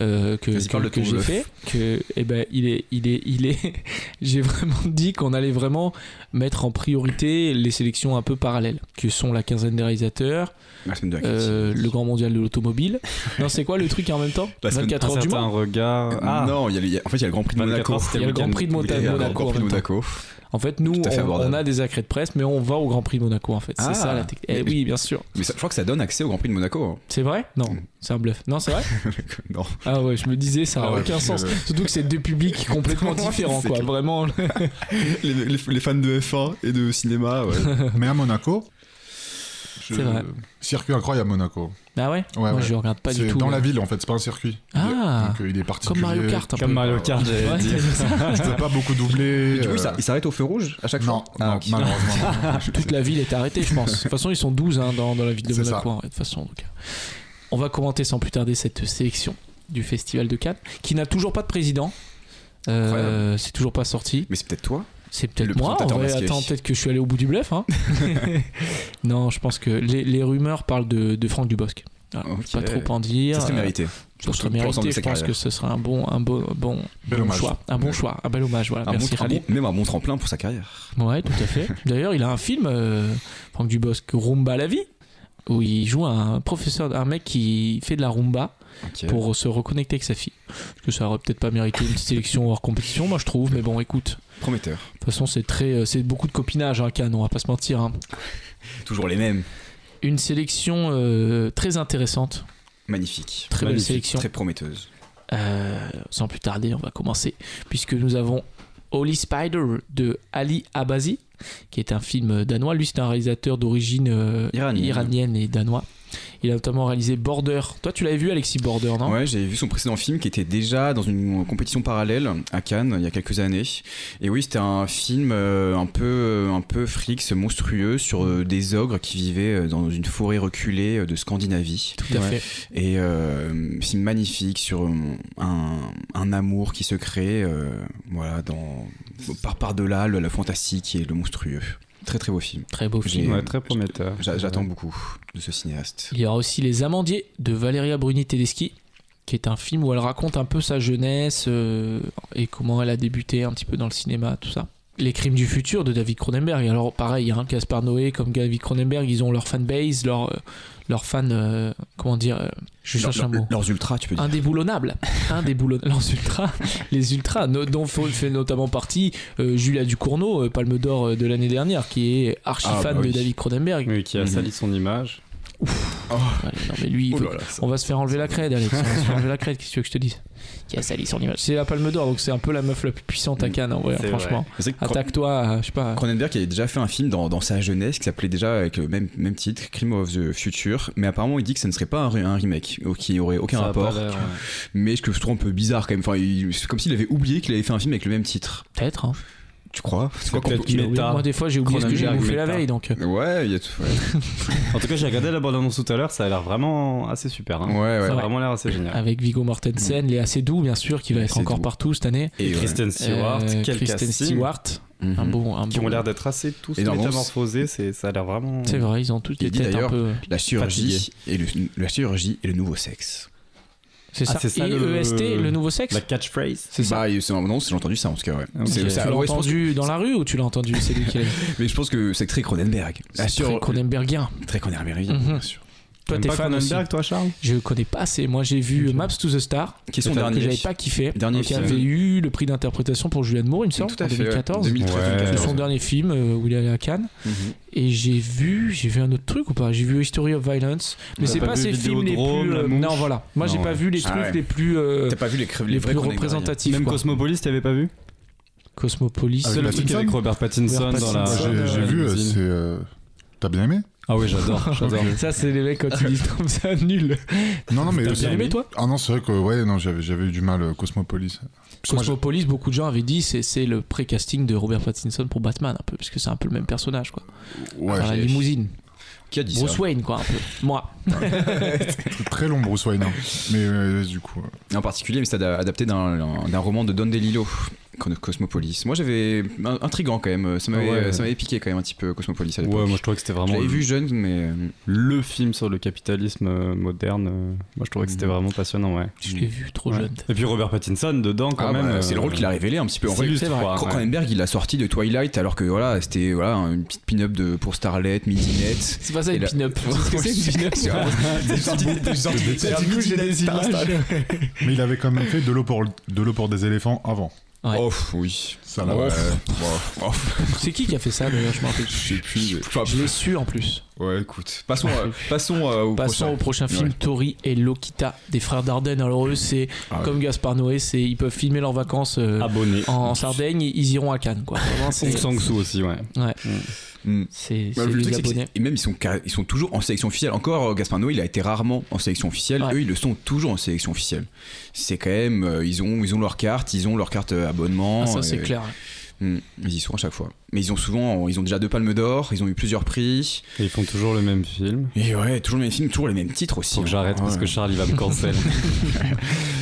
[SPEAKER 2] euh, que
[SPEAKER 3] Vas-y,
[SPEAKER 2] que-
[SPEAKER 3] parle de
[SPEAKER 2] que
[SPEAKER 3] ton
[SPEAKER 2] j'ai
[SPEAKER 3] bluff.
[SPEAKER 2] fait que eh ben il est il est il est j'ai vraiment dit qu'on allait vraiment mettre en priorité les sélections un peu parallèles que sont la quinzaine des réalisateurs
[SPEAKER 3] La semaine de la critique.
[SPEAKER 2] euh, le grand mondial de l'automobile non c'est quoi le truc en même temps
[SPEAKER 3] La semaine-
[SPEAKER 2] 24
[SPEAKER 4] Un
[SPEAKER 2] heures du
[SPEAKER 4] certain
[SPEAKER 2] monde
[SPEAKER 4] regard. Ah,
[SPEAKER 3] Euh, Non, il y a, le- il y a- en fait, il y a le Grand Prix de
[SPEAKER 4] 24
[SPEAKER 3] Monaco.
[SPEAKER 4] heures, c'était
[SPEAKER 2] Il y a le
[SPEAKER 4] week-end.
[SPEAKER 2] Grand Prix
[SPEAKER 3] Il
[SPEAKER 2] de
[SPEAKER 3] y a
[SPEAKER 2] Monaco,
[SPEAKER 3] le
[SPEAKER 2] Monaco
[SPEAKER 3] Grand
[SPEAKER 2] en
[SPEAKER 3] Prix de
[SPEAKER 2] même temps.
[SPEAKER 3] Monaco.
[SPEAKER 2] En fait, nous,
[SPEAKER 3] Tout à fait
[SPEAKER 2] on,
[SPEAKER 3] abordable.
[SPEAKER 2] on a des accrets de presse, mais on va au Grand Prix de Monaco, en fait. C'est
[SPEAKER 3] Ah.
[SPEAKER 2] ça la technique. Eh oui, bien sûr.
[SPEAKER 3] Mais ça- je crois que ça donne accès au Grand Prix de Monaco.
[SPEAKER 2] C'est vrai Non, c'est un bluff. Non, c'est vrai
[SPEAKER 3] hein. non.
[SPEAKER 2] Ah ouais, je me disais, ça n'a
[SPEAKER 8] Ah ouais,
[SPEAKER 2] aucun
[SPEAKER 8] parce
[SPEAKER 2] sens.
[SPEAKER 8] que-
[SPEAKER 2] Surtout que c'est deux publics complètement
[SPEAKER 3] Ouais,
[SPEAKER 2] différents,
[SPEAKER 3] c'est
[SPEAKER 2] quoi.
[SPEAKER 3] clair.
[SPEAKER 2] Vraiment.
[SPEAKER 3] Les, fans de F1 et de cinéma,
[SPEAKER 8] Mais à Monaco. je-
[SPEAKER 2] C'est vrai.
[SPEAKER 8] Circuit incroyable, Monaco.
[SPEAKER 2] Ah ouais,
[SPEAKER 8] Ouais,
[SPEAKER 2] Moi,
[SPEAKER 8] ouais.
[SPEAKER 2] je regarde pas
[SPEAKER 8] C'est
[SPEAKER 2] du tout.
[SPEAKER 8] dans la ville, en fait, c'est pas un circuit.
[SPEAKER 2] Ah.
[SPEAKER 8] Donc, euh, il est
[SPEAKER 2] Comme
[SPEAKER 8] particulier.
[SPEAKER 2] Mario Kart, un peu.
[SPEAKER 4] Comme Mario Kart,
[SPEAKER 2] Ouais,
[SPEAKER 4] j'allais dire.
[SPEAKER 2] c'est ça.
[SPEAKER 8] Il peut pas beaucoup doubler.
[SPEAKER 3] Du coup, il
[SPEAKER 8] euh,
[SPEAKER 3] s'ar- il s'arrête au feu rouge à chaque
[SPEAKER 8] Non,
[SPEAKER 3] fois
[SPEAKER 8] non,
[SPEAKER 3] Ah, ok.
[SPEAKER 8] malheureusement. non.
[SPEAKER 2] Toute la ville est arrêtée, je pense. De toute façon, ils sont 12 hein, dans, dans la ville de
[SPEAKER 8] C'est ça.
[SPEAKER 2] Monaco, hein, de toute façon. donc. On va commenter sans plus tarder cette sélection du Festival de Cannes, qui n'a toujours pas de président. Euh,
[SPEAKER 3] Incroyable.
[SPEAKER 2] c'est toujours pas sorti.
[SPEAKER 3] Mais c'est peut-être toi
[SPEAKER 2] C'est peut-être
[SPEAKER 3] Le
[SPEAKER 2] moi. En
[SPEAKER 3] présentateur
[SPEAKER 2] vrai,
[SPEAKER 3] masqué.
[SPEAKER 2] attends, peut-être que je suis allé au bout du bluff. hein. non, je pense que les, les rumeurs parlent de, de Franck Dubosc. Voilà,
[SPEAKER 3] Ok.
[SPEAKER 2] je vais Ah, Pas trop en dire. Euh,
[SPEAKER 3] Ça serait mérité.
[SPEAKER 2] Ça serait
[SPEAKER 3] Pour
[SPEAKER 2] mérité,
[SPEAKER 3] l'ensemble de
[SPEAKER 2] Je
[SPEAKER 3] sa
[SPEAKER 2] pense
[SPEAKER 3] carrière.
[SPEAKER 2] que ce serait un bon, un bon, bon,
[SPEAKER 8] Bel
[SPEAKER 2] bon
[SPEAKER 8] hommage.
[SPEAKER 2] choix, un bon choix, un bel hommage. Voilà,
[SPEAKER 3] Un
[SPEAKER 2] merci
[SPEAKER 3] bon- un
[SPEAKER 2] Khalid.
[SPEAKER 3] bon- même un bon tremplin pour sa carrière.
[SPEAKER 2] Ouais, tout à fait. D'ailleurs, il a un film, euh, Franck Dubosc, Rumba la vie, où il joue un professeur, un mec qui fait de la rumba pour se reconnecter avec sa fille. Parce que ça aurait peut-être pas mérité une sélection hors compétition, moi je trouve. Mais bon, écoute,
[SPEAKER 3] Prometteur.
[SPEAKER 2] de toute façon, c'est très, euh, c'est beaucoup de copinage, hein, Cannes, on va pas se mentir. hein.
[SPEAKER 3] Toujours les mêmes.
[SPEAKER 2] Une sélection euh, très intéressante,
[SPEAKER 3] Magnifique.
[SPEAKER 2] très belle
[SPEAKER 4] Magnifique,
[SPEAKER 2] sélection.
[SPEAKER 3] Très prometteuse.
[SPEAKER 2] Euh, sans plus tarder, on va commencer, puisque nous avons Holy Spider de Ali Abazi, qui est un film danois. Lui, c'est un réalisateur d'origine euh,
[SPEAKER 3] Iranienne.
[SPEAKER 2] iranienne et danois. Il a notamment réalisé Border. Toi, tu l'avais vu, Alexis Border, non
[SPEAKER 3] Ouais, j'avais vu son précédent film qui était déjà dans une compétition parallèle à Cannes il y a quelques années. Et oui, c'était un film euh, un peu un peu frix, monstrueux sur euh, des ogres qui vivaient euh, dans une forêt reculée euh, de Scandinavie.
[SPEAKER 2] Tout à fait.
[SPEAKER 3] Et euh, film magnifique sur euh, un, un amour qui se crée, euh, voilà, dans par par delà le, le fantastique et le monstrueux. Très très beau film.
[SPEAKER 2] Très beau film.
[SPEAKER 4] Ouais, très prometteur.
[SPEAKER 3] J'a- J'attends beaucoup de ce cinéaste.
[SPEAKER 2] Il y aura aussi Les Amandiers de Valeria Bruni Tedeschi, qui est un film où elle raconte un peu sa jeunesse euh, et comment elle a débuté un petit peu dans le cinéma, tout ça. Les Crimes du futur de David Cronenberg. Alors pareil, hein, Gaspard Noé comme David Cronenberg, ils ont leur fanbase, leur, euh, leur fan, euh, comment dire, euh, je cherche
[SPEAKER 3] Leur-
[SPEAKER 2] un mot.
[SPEAKER 3] leur- Leurs ultras, tu peux dire.
[SPEAKER 2] Indéboulonnable, indéboulonnable. Leurs ultras, les ultras, no- dont fo- fait notamment partie euh, Julia Ducournau, euh, Palme d'Or euh, de l'année dernière, qui est archi
[SPEAKER 3] Ah,
[SPEAKER 2] fan
[SPEAKER 3] bah oui.
[SPEAKER 2] de David Cronenberg.
[SPEAKER 4] Oui, qui a sali son image.
[SPEAKER 2] Ouais, non mais lui, il
[SPEAKER 3] Oh
[SPEAKER 2] veut-
[SPEAKER 3] là là, ça-
[SPEAKER 2] on va se faire enlever la crède, Alex. On va se faire enlever la crède. Qu'est-ce que tu veux que je te dise Qui a sali son image. C'est la Palme d'Or, donc c'est un peu la meuf la plus puissante à Cannes, en vrai,
[SPEAKER 4] Mm.
[SPEAKER 2] hein,
[SPEAKER 4] C'est
[SPEAKER 2] franchement.
[SPEAKER 3] Mais c'est que Cron-
[SPEAKER 2] Attaque-toi, à- je sais pas.
[SPEAKER 3] Cronenberg il avait déjà fait un film dans, dans sa jeunesse qui s'appelait déjà avec le même, même titre, Crime of the Future, mais apparemment il dit que ce ne serait pas un, re- un remake, au- qui aurait aucun
[SPEAKER 4] Ça a
[SPEAKER 3] rapport,
[SPEAKER 4] pas l'air, euh, ouais.
[SPEAKER 3] mais ce que je trouve un peu bizarre quand même, enfin, il- c'est comme s'il avait oublié qu'il avait fait un film avec le même titre.
[SPEAKER 2] Peut-être. hein.
[SPEAKER 3] Tu crois C'est quoi qu'on
[SPEAKER 4] peut-être
[SPEAKER 3] peut-
[SPEAKER 4] qu'il Méta.
[SPEAKER 2] Moi, des fois, j'ai oublié ce que j'ai
[SPEAKER 4] Cronenberg,
[SPEAKER 2] bouffé la
[SPEAKER 4] méta.
[SPEAKER 2] veille, donc.
[SPEAKER 3] Ouais, il y a tout. ouais.
[SPEAKER 4] En tout cas, j'ai regardé la bande-annonce tout à l'heure, ça a l'air vraiment assez super. hein.
[SPEAKER 3] Ouais, ouais.
[SPEAKER 4] Ça a
[SPEAKER 2] Ouais. Ah
[SPEAKER 4] vraiment l'air assez génial.
[SPEAKER 2] Avec Vigo Mortensen,
[SPEAKER 4] Mm.
[SPEAKER 2] Léa Seydoux, bien sûr, qui va
[SPEAKER 3] Léa
[SPEAKER 2] être encore
[SPEAKER 3] Seydoux.
[SPEAKER 2] partout cette année.
[SPEAKER 3] Et, ouais.
[SPEAKER 4] Kristen Stewart,
[SPEAKER 2] Euh,
[SPEAKER 4] quel
[SPEAKER 2] Kristen
[SPEAKER 4] casting. Mm-hmm.
[SPEAKER 2] Stewart,
[SPEAKER 3] Mhm.
[SPEAKER 2] un bon. Un
[SPEAKER 4] Qui
[SPEAKER 2] bon-
[SPEAKER 4] ont l'air d'être assez tous
[SPEAKER 3] Et dans le
[SPEAKER 4] métamorphosés, c'est- ça a l'air vraiment.
[SPEAKER 2] C'est vrai, ils ont toutes
[SPEAKER 3] Il
[SPEAKER 2] les
[SPEAKER 3] dit
[SPEAKER 2] têtes un
[SPEAKER 3] d'ailleurs-
[SPEAKER 2] peu.
[SPEAKER 3] La chirurgie, et le, la chirurgie et le nouveau sexe.
[SPEAKER 2] C'est
[SPEAKER 4] Ah,
[SPEAKER 2] ça.
[SPEAKER 4] c'est ça,
[SPEAKER 2] Et
[SPEAKER 4] le-
[SPEAKER 2] EST, le nouveau sexe
[SPEAKER 4] La catchphrase.
[SPEAKER 2] C'est ça.
[SPEAKER 3] Bah, il- c'est- non, c'est- j'ai entendu ça en tout cas, ouais.
[SPEAKER 2] Tu
[SPEAKER 3] C'est- c'est-
[SPEAKER 2] l'as
[SPEAKER 3] ouais, je pense que-
[SPEAKER 2] entendu dans la rue ou tu l'as entendu C'est lui qui l'a dit.
[SPEAKER 3] mais je pense que c'est très Cronenberg.
[SPEAKER 4] Ah,
[SPEAKER 3] La
[SPEAKER 2] C'est
[SPEAKER 3] chirur-
[SPEAKER 2] très Cronenbergien.
[SPEAKER 3] Très Cronenberg,
[SPEAKER 2] Mhm.
[SPEAKER 3] bien sûr.
[SPEAKER 2] Toi,
[SPEAKER 4] T'aimes
[SPEAKER 2] t'es
[SPEAKER 4] pas
[SPEAKER 2] fan aussi.
[SPEAKER 4] Cronenberg, toi, Charles
[SPEAKER 2] Je connais pas assez. Moi, j'ai vu Maps to the Star,
[SPEAKER 3] Qui est son
[SPEAKER 2] que
[SPEAKER 3] dernier
[SPEAKER 2] j'avais pas kiffé,
[SPEAKER 3] Dernier
[SPEAKER 2] qui
[SPEAKER 3] film.
[SPEAKER 2] avait eu le prix d'interprétation pour Julianne Moore, il me semble, en 2014.
[SPEAKER 3] ouais. 2013,
[SPEAKER 4] Ouais.
[SPEAKER 2] C'est
[SPEAKER 3] 2014.
[SPEAKER 2] son dernier film euh, où il est allé à Cannes.
[SPEAKER 3] Mhm.
[SPEAKER 2] Et j'ai vu, j'ai vu un autre truc ou pas J'ai vu History of Violence, mais
[SPEAKER 4] T'as
[SPEAKER 2] c'est
[SPEAKER 4] pas
[SPEAKER 2] pas
[SPEAKER 4] vu
[SPEAKER 2] ces films les
[SPEAKER 4] Vidéodrome,
[SPEAKER 2] plus.
[SPEAKER 4] La
[SPEAKER 2] euh,
[SPEAKER 4] Mouche
[SPEAKER 2] non, voilà. Moi, j'ai
[SPEAKER 4] Non,
[SPEAKER 2] pas
[SPEAKER 4] ouais.
[SPEAKER 2] vu les
[SPEAKER 3] Ah
[SPEAKER 2] trucs
[SPEAKER 3] ouais.
[SPEAKER 2] les plus. euh,
[SPEAKER 3] T'as pas vu les, cré-
[SPEAKER 2] les,
[SPEAKER 3] les vrais
[SPEAKER 2] plus
[SPEAKER 3] Cronenbergiens.
[SPEAKER 2] représentatifs.
[SPEAKER 4] Même
[SPEAKER 2] quoi.
[SPEAKER 4] Cosmopolis, t'avais pas vu
[SPEAKER 2] Cosmopolis.
[SPEAKER 8] Ah,
[SPEAKER 4] C'est
[SPEAKER 8] oui,
[SPEAKER 4] le
[SPEAKER 8] Pattinson.
[SPEAKER 4] truc avec Robert Pattinson
[SPEAKER 2] Robert
[SPEAKER 4] dans
[SPEAKER 8] Moi,
[SPEAKER 4] la.
[SPEAKER 2] Pattinson,
[SPEAKER 8] j'ai- j'ai
[SPEAKER 4] la
[SPEAKER 8] vu, euh,
[SPEAKER 4] limousine.
[SPEAKER 8] c'est. euh, T'as bien aimé
[SPEAKER 4] Ah oui, j'adore, j'adore.
[SPEAKER 2] Ça, c'est les mecs quand ils disent comme ça, nul.
[SPEAKER 8] Non, non, mais.
[SPEAKER 2] T'as bien aimé, toi
[SPEAKER 8] Ah non, c'est vrai que ouais, non, j'avais j'avais eu du mal euh, Cosmopolis. Parce que moi, j'ai-
[SPEAKER 2] Cosmopolis, beaucoup de gens avaient dit c'est c'est le pré-casting de Robert Pattinson pour Batman, un peu, parce que c'est un peu le même personnage, quoi.
[SPEAKER 8] Ouais,
[SPEAKER 2] Dans la
[SPEAKER 8] j'ai-
[SPEAKER 2] limousine.
[SPEAKER 3] Qui a dit
[SPEAKER 2] Bruce
[SPEAKER 3] ça
[SPEAKER 2] Wayne, quoi, un peu. Moi.
[SPEAKER 8] très long Bruce Wayne. hein. Mais euh, du coup. euh,
[SPEAKER 3] En particulier, mais c'est ada- adapté d'un d'un roman de Don DeLillo, Con- Cosmopolis. Moi, j'avais. un- Intriguant quand même. Ça m'avait
[SPEAKER 4] Ouais.
[SPEAKER 3] euh, ça m'avait piqué quand même un petit peu Cosmopolis à l'époque.
[SPEAKER 4] Ouais, moi je trouvais que c'était
[SPEAKER 3] je
[SPEAKER 4] vraiment
[SPEAKER 3] l'avais vu jeune, mais. euh,
[SPEAKER 4] le film sur le capitalisme euh, moderne. euh, Moi je trouvais que c'était vraiment passionnant, ouais.
[SPEAKER 2] Je l'ai vu trop
[SPEAKER 4] Ouais.
[SPEAKER 2] jeune.
[SPEAKER 4] Et puis Robert Pattinson dedans quand
[SPEAKER 3] ah,
[SPEAKER 4] même.
[SPEAKER 3] bah,
[SPEAKER 4] euh,
[SPEAKER 3] c'est le rôle qu'il a révélé un petit peu. En
[SPEAKER 4] c'est
[SPEAKER 3] vrai,
[SPEAKER 4] illustre,
[SPEAKER 2] c'est vrai.
[SPEAKER 4] quoi, ouais.
[SPEAKER 3] Cronenberg, il a sorti de Twilight alors que voilà, c'était voilà, une petite pin-up de, pour Starlet, Midinette.
[SPEAKER 2] C'est pas ça
[SPEAKER 3] Et
[SPEAKER 2] une
[SPEAKER 3] là-
[SPEAKER 2] pin-up. Tu sais ce que c'est une pin-up Du coup, j'ai des images.
[SPEAKER 8] Mais il avait quand même fait de l'eau pour, de l'eau pour des éléphants avant.
[SPEAKER 2] Ouais.
[SPEAKER 3] Oh oui.
[SPEAKER 8] Ça, là,
[SPEAKER 3] Ouais.
[SPEAKER 8] euh, Ah ouais.
[SPEAKER 3] Bon, oh,
[SPEAKER 2] C'est qui qui a fait ça d'ailleurs Je me rappelle.
[SPEAKER 3] je sais plus. mais-
[SPEAKER 2] Je l'ai su en plus.
[SPEAKER 3] Ouais, écoute. Passons, euh, passons euh, au
[SPEAKER 2] Passons au
[SPEAKER 3] prochain.
[SPEAKER 2] prochain film,
[SPEAKER 3] Ouais.
[SPEAKER 2] Tori et Lokita, des frères Dardenne. Alors eux,
[SPEAKER 3] Ah
[SPEAKER 2] c'est
[SPEAKER 3] ouais. Ah, bah,
[SPEAKER 2] comme Gaspard Noé, c'est ils peuvent filmer leurs vacances euh,
[SPEAKER 4] Abonné.
[SPEAKER 2] en, en Sardaigne, ils iront à Cannes, quoi. Vraiment,
[SPEAKER 4] Aung
[SPEAKER 2] c'est
[SPEAKER 4] Sang Soo aussi, ouais.
[SPEAKER 3] Mm.
[SPEAKER 2] c'est
[SPEAKER 3] Bah,
[SPEAKER 2] c'est
[SPEAKER 3] le
[SPEAKER 2] des
[SPEAKER 3] truc, c'est que
[SPEAKER 2] Japonais.
[SPEAKER 3] c'est- Et même, ils sont, car- ils sont toujours en sélection officielle. Encore, euh, Gaspard Noé, il a été rarement en sélection officielle.
[SPEAKER 2] Ouais.
[SPEAKER 3] Eux, ils le sont toujours en sélection officielle. C'est quand même. euh, ils, ont, ils ont leur carte, ils ont leur carte euh, abonnement.
[SPEAKER 2] Ah, ça c'est
[SPEAKER 3] euh,
[SPEAKER 2] clair.
[SPEAKER 3] mm, ils y sont à chaque fois. Mais ils ont souvent. Ils ont déjà deux palmes d'or, ils ont eu plusieurs prix.
[SPEAKER 4] Et ils font toujours le même film.
[SPEAKER 3] Et ouais, toujours les mêmes films, toujours les mêmes titres aussi.
[SPEAKER 4] Faut que
[SPEAKER 3] hein.
[SPEAKER 4] j'arrête parce
[SPEAKER 3] Ouais.
[SPEAKER 4] que Charles il va me cancel.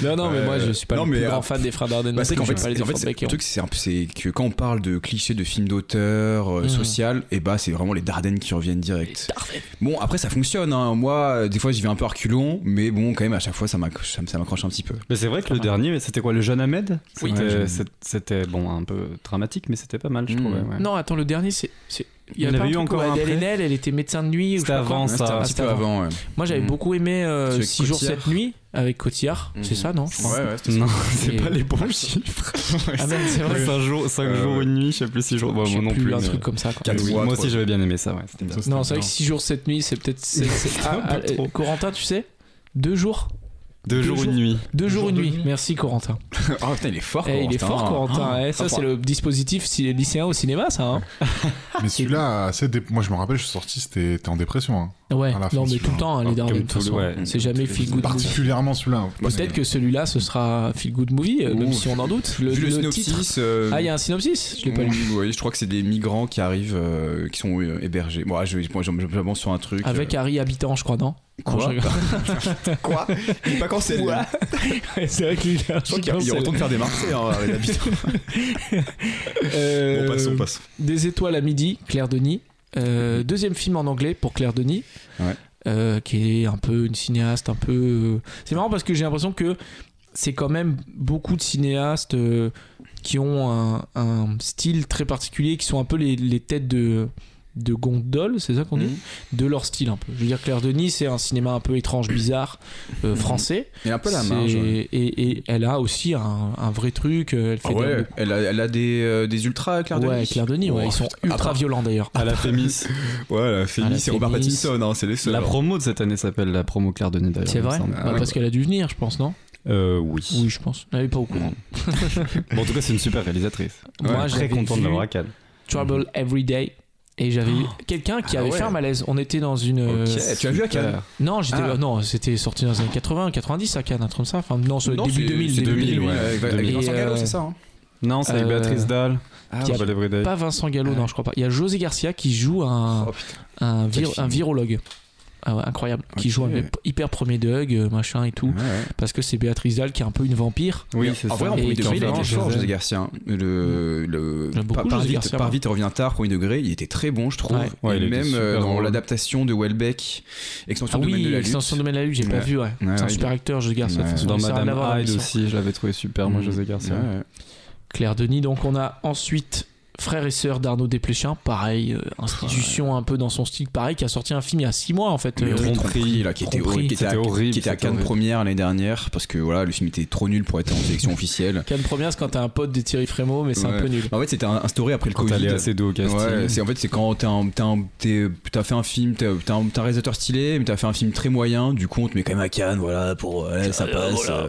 [SPEAKER 2] Non, non, mais moi je suis pas
[SPEAKER 3] non,
[SPEAKER 2] le plus
[SPEAKER 3] mais,
[SPEAKER 2] grand
[SPEAKER 3] euh,
[SPEAKER 2] fan des frères Dardenne.
[SPEAKER 3] Bah,
[SPEAKER 2] non
[SPEAKER 3] c'est
[SPEAKER 2] plus,
[SPEAKER 3] qu'en
[SPEAKER 2] je vais
[SPEAKER 3] fait,
[SPEAKER 2] pas les
[SPEAKER 3] en fait, c'est-
[SPEAKER 2] enfants
[SPEAKER 4] hein.
[SPEAKER 3] le truc c'est un peu- c'est que quand on parle de clichés de films d'auteur euh,
[SPEAKER 2] Mhm.
[SPEAKER 3] social et bah c'est vraiment les Dardennes qui reviennent direct. Bon après ça fonctionne hein. moi euh, des fois j'y vais un peu à reculons mais bon quand même à chaque fois ça m'accroche ça m- ça m'accroche un petit peu.
[SPEAKER 4] mais c'est vrai que le dernier, c'était quoi Le jeune Ahmed
[SPEAKER 3] Oui.
[SPEAKER 4] C'était-
[SPEAKER 3] Ouais, le jeune.
[SPEAKER 4] c'est- C'était bon, un peu dramatique, mais c'était pas mal, je
[SPEAKER 3] Mm.
[SPEAKER 4] trouvais. ouais.
[SPEAKER 2] Non, attends, le dernier, c'est. c'est-
[SPEAKER 4] Il y en
[SPEAKER 2] pas
[SPEAKER 4] avait
[SPEAKER 2] un
[SPEAKER 4] eu
[SPEAKER 2] truc où
[SPEAKER 4] encore un
[SPEAKER 2] Adèle
[SPEAKER 4] après
[SPEAKER 2] Haenel, elle était médecin de nuit. ou je
[SPEAKER 4] C'était Mm.
[SPEAKER 2] sais pas quoi
[SPEAKER 4] avant
[SPEAKER 3] Ah, C'était
[SPEAKER 4] ça.
[SPEAKER 3] un petit peu avant ouais.
[SPEAKER 2] Moi, j'avais
[SPEAKER 3] Mhm.
[SPEAKER 2] beaucoup aimé
[SPEAKER 3] Celui avec
[SPEAKER 2] 6 jours,
[SPEAKER 3] Cotillard.
[SPEAKER 2] 7 nuits avec Cotillard.
[SPEAKER 3] Mhm.
[SPEAKER 2] C'est ça, non je crois.
[SPEAKER 3] Ouais, ouais, c'était ça.
[SPEAKER 4] Non,
[SPEAKER 2] Et-
[SPEAKER 4] Mm. c'est pas les bons chiffres.
[SPEAKER 2] Ah, merde, c'est vrai.
[SPEAKER 4] 5 jours, cinq
[SPEAKER 3] Euh,
[SPEAKER 4] jours
[SPEAKER 3] ouais.
[SPEAKER 4] une nuit, je sais plus si jours. Bon,
[SPEAKER 2] Je sais
[SPEAKER 4] moi non
[SPEAKER 2] plus,
[SPEAKER 4] plus.
[SPEAKER 2] un
[SPEAKER 4] mais-
[SPEAKER 2] truc comme ça. quoi.
[SPEAKER 3] Quatre
[SPEAKER 4] Ah Oui,
[SPEAKER 3] mois,
[SPEAKER 4] moi
[SPEAKER 3] trois-
[SPEAKER 4] aussi j'avais bien aimé ça, ouais. c'était bien.
[SPEAKER 8] Ça, c'était
[SPEAKER 2] Non, c'est vrai
[SPEAKER 8] bien.
[SPEAKER 2] que 6 jours, 7 nuits, c'est peut-être. c'est- c'est-
[SPEAKER 4] un
[SPEAKER 2] Ah,
[SPEAKER 4] peu
[SPEAKER 2] ah,
[SPEAKER 4] trop.
[SPEAKER 2] Corentin, tu sais Deux jours
[SPEAKER 4] Deux
[SPEAKER 2] Deux
[SPEAKER 4] jours,
[SPEAKER 2] jours.
[SPEAKER 4] une nuit. Oh,
[SPEAKER 2] Deux jours, une nuit. Merci, Corentin.
[SPEAKER 3] Ah putain il est fort.
[SPEAKER 2] Eh, il est
[SPEAKER 3] Corentin,
[SPEAKER 2] fort,
[SPEAKER 3] hein.
[SPEAKER 2] Corentin. eh. Ça,
[SPEAKER 3] Ah,
[SPEAKER 2] c'est le dispositif si- lycéen au cinéma, ça. hein.
[SPEAKER 4] Ah,
[SPEAKER 8] Mais celui-là, a assez dé- moi je me rappelle, je suis sorti, c'était t'es en dépression. hein.
[SPEAKER 2] Ouais,
[SPEAKER 8] À la fin,
[SPEAKER 2] non, mais
[SPEAKER 8] celui-là.
[SPEAKER 2] tout le temps, hein, les derniers, de
[SPEAKER 4] Comme
[SPEAKER 2] toute
[SPEAKER 4] tout le-
[SPEAKER 2] façon.
[SPEAKER 4] ouais.
[SPEAKER 2] C'est jamais feel good. movie.
[SPEAKER 8] Particulièrement celui-là. hein.
[SPEAKER 2] Peut-être que celui-là, ce sera Feel Good Movie, euh, même
[SPEAKER 3] Ouh.
[SPEAKER 2] si on en doute. Le,
[SPEAKER 3] Vu le,
[SPEAKER 2] le titre.
[SPEAKER 3] synopsis euh,
[SPEAKER 2] Ah, il y a un synopsis Je l'ai pas lu.
[SPEAKER 3] oui, oui, je crois que c'est des migrants qui arrivent, euh, qui sont euh, hébergés. Bon, ah, je, moi, j'avance sur un truc.
[SPEAKER 2] Avec
[SPEAKER 3] euh,
[SPEAKER 2] Harry Habitant, je crois, non Non, je
[SPEAKER 3] Quoi
[SPEAKER 2] rigole.
[SPEAKER 3] Quoi Il est pas cancel. lui.
[SPEAKER 2] C'est vrai qu'il est
[SPEAKER 3] Je crois qu'il il retourne faire des Marseillais. hein, avec la bite.
[SPEAKER 2] Euh,
[SPEAKER 4] Bon, passons, passons.
[SPEAKER 2] Des étoiles à midi, Claire Denis. Euh, deuxième film en anglais pour Claire Denis.
[SPEAKER 3] Ouais.
[SPEAKER 2] Euh, qui est un peu une cinéaste, un peu. euh, C'est marrant parce que j'ai l'impression que c'est quand même beaucoup de cinéastes euh, qui ont un, un style très particulier, qui sont un peu les, les têtes de, de gondole, c'est ça qu'on dit
[SPEAKER 3] Mhm.
[SPEAKER 2] De leur style un peu. Je veux dire, Claire Denis, c'est un cinéma un peu étrange, bizarre, euh, français.
[SPEAKER 3] Il est un peu à Mhm. la
[SPEAKER 2] C'est-
[SPEAKER 3] marge. ouais.
[SPEAKER 2] et, et elle a aussi un, un vrai truc. euh, Elle fait
[SPEAKER 3] Ah
[SPEAKER 2] des-
[SPEAKER 3] ouais, elle a, elle a des, euh, des ultras, Claire
[SPEAKER 2] ouais,
[SPEAKER 3] Denis.
[SPEAKER 2] Claire Denis, ouais,
[SPEAKER 3] Oh,
[SPEAKER 2] ils sont ultra
[SPEAKER 3] part-
[SPEAKER 2] violents d'ailleurs.
[SPEAKER 4] À la Fémis.
[SPEAKER 3] Ouais, la
[SPEAKER 2] Ah, la
[SPEAKER 3] Fémis, c'est Robert
[SPEAKER 2] Fémis.
[SPEAKER 3] Pattinson, hein, c'est les seuls.
[SPEAKER 4] La promo de cette année s'appelle la promo Claire Denis d'ailleurs.
[SPEAKER 2] C'est
[SPEAKER 4] il me
[SPEAKER 2] vrai
[SPEAKER 4] semble.
[SPEAKER 2] Bah, Parce qu'elle a dû venir, je pense, non
[SPEAKER 4] Euh, oui.
[SPEAKER 2] Ah Oui, je pense. Elle n'est pas au courant.
[SPEAKER 4] Bon, en tout cas, c'est une super réalisatrice.
[SPEAKER 2] Moi,
[SPEAKER 4] très
[SPEAKER 2] j'avais
[SPEAKER 4] content de
[SPEAKER 2] vu
[SPEAKER 4] l'avoir à Cannes.
[SPEAKER 2] Trouble Every Day. Et j'avais eu quelqu'un qui
[SPEAKER 3] Ah
[SPEAKER 2] avait
[SPEAKER 3] ouais.
[SPEAKER 2] fait un malaise. On était dans une. euh,
[SPEAKER 3] Ok, tu as vu à Cannes
[SPEAKER 2] Non, j'étais.
[SPEAKER 3] Ah.
[SPEAKER 2] Non, c'était sorti dans les années 80, 90 à Cannes, un truc comme ça. Enfin, non, c'est
[SPEAKER 3] Non,
[SPEAKER 2] début
[SPEAKER 3] c'est-
[SPEAKER 2] 2000.
[SPEAKER 3] c'est
[SPEAKER 2] début
[SPEAKER 3] 2000,
[SPEAKER 2] 2000.
[SPEAKER 3] ouais. Avec- Avec
[SPEAKER 2] Et,
[SPEAKER 3] Vincent Gallo,
[SPEAKER 2] euh,
[SPEAKER 3] c'est ça. hein
[SPEAKER 4] Non, c'est avec
[SPEAKER 2] Euh,
[SPEAKER 4] Béatrice Dahl.
[SPEAKER 3] Ah,
[SPEAKER 2] qui a-
[SPEAKER 4] Trouble Every Day.
[SPEAKER 2] Pas Vincent Gallo, non, je crois pas. Il y a José Garcia qui joue un,
[SPEAKER 3] Oh, putain.
[SPEAKER 2] un, vir-
[SPEAKER 3] Quel film.
[SPEAKER 2] un virologue. Ah ouais, incroyable. Qui
[SPEAKER 3] Ok.
[SPEAKER 2] joue un hyper premier Doug, euh, machin et tout.
[SPEAKER 3] Ouais, ouais.
[SPEAKER 2] Parce que c'est Béatrice Dahl qui est un peu une vampire.
[SPEAKER 4] Oui, c'est ça.
[SPEAKER 3] En vrai, en
[SPEAKER 2] Et
[SPEAKER 3] premier degré,
[SPEAKER 2] Tom
[SPEAKER 3] il a été
[SPEAKER 2] Hanks,
[SPEAKER 3] fort,
[SPEAKER 2] José.
[SPEAKER 3] José Garcia. hein. Le, le,
[SPEAKER 2] J'aime beaucoup
[SPEAKER 3] par, par
[SPEAKER 2] José
[SPEAKER 3] vite,
[SPEAKER 2] Garcia,
[SPEAKER 3] par
[SPEAKER 2] moi.
[SPEAKER 3] vite, revient tard, premier degré, il était très bon, je trouve.
[SPEAKER 2] Ouais.
[SPEAKER 4] Ouais,
[SPEAKER 3] Et
[SPEAKER 4] il était
[SPEAKER 3] même
[SPEAKER 4] super
[SPEAKER 3] euh, dans
[SPEAKER 4] drôle.
[SPEAKER 3] l'adaptation de Welbeck, Extension
[SPEAKER 2] Ah
[SPEAKER 3] domaine de
[SPEAKER 2] oui,
[SPEAKER 3] la
[SPEAKER 2] Extension
[SPEAKER 3] lutte.
[SPEAKER 2] Domaine de la Lutte, j'ai pas
[SPEAKER 3] Ouais.
[SPEAKER 2] vu, ouais.
[SPEAKER 3] Ouais,
[SPEAKER 2] c'est un
[SPEAKER 3] ouais,
[SPEAKER 2] super acteur, José Garcia. de toute
[SPEAKER 3] Ouais.
[SPEAKER 2] façon,
[SPEAKER 4] Dans
[SPEAKER 2] ça a rien
[SPEAKER 4] Madame
[SPEAKER 2] à voir avec
[SPEAKER 4] Hyde
[SPEAKER 2] ça.
[SPEAKER 4] aussi, je l'avais trouvé super, moi,
[SPEAKER 3] Mm.
[SPEAKER 4] José Garcia.
[SPEAKER 3] Ouais, ouais.
[SPEAKER 2] Claire Denis, donc on a ensuite Frères et Sœurs d'Arnaud Desplechin, pareil, euh, institution un peu dans son style, pareil, qui a sorti un film il y a 6 mois en fait.
[SPEAKER 3] Mais
[SPEAKER 2] euh,
[SPEAKER 3] tromperie,
[SPEAKER 2] tromperie,
[SPEAKER 3] là, qui était,
[SPEAKER 2] tromperie.
[SPEAKER 3] horrible, qui était à-
[SPEAKER 4] C'était horrible,
[SPEAKER 3] qui était à
[SPEAKER 4] c'était
[SPEAKER 3] Cannes
[SPEAKER 4] horrible.
[SPEAKER 3] première l'année dernière, parce que voilà, le film était trop nul pour être en sélection officielle.
[SPEAKER 2] Cannes Première, c'est quand t'as un pote de Thierry Frémaux, mais c'est un
[SPEAKER 3] Ouais.
[SPEAKER 2] peu nul.
[SPEAKER 3] En fait, c'était instauré après le
[SPEAKER 4] Quand elle
[SPEAKER 3] Covid.
[SPEAKER 4] est assez dos au casting.
[SPEAKER 3] Ouais, c'est en fait c'est quand t'as un- t'as un- t'es- t'as fait un film, t'as t'as un, t'as un réalisateur stylé, mais t'as fait un film très moyen, du coup on te met quand même à Cannes, voilà, pour ouais, ça passe. euh.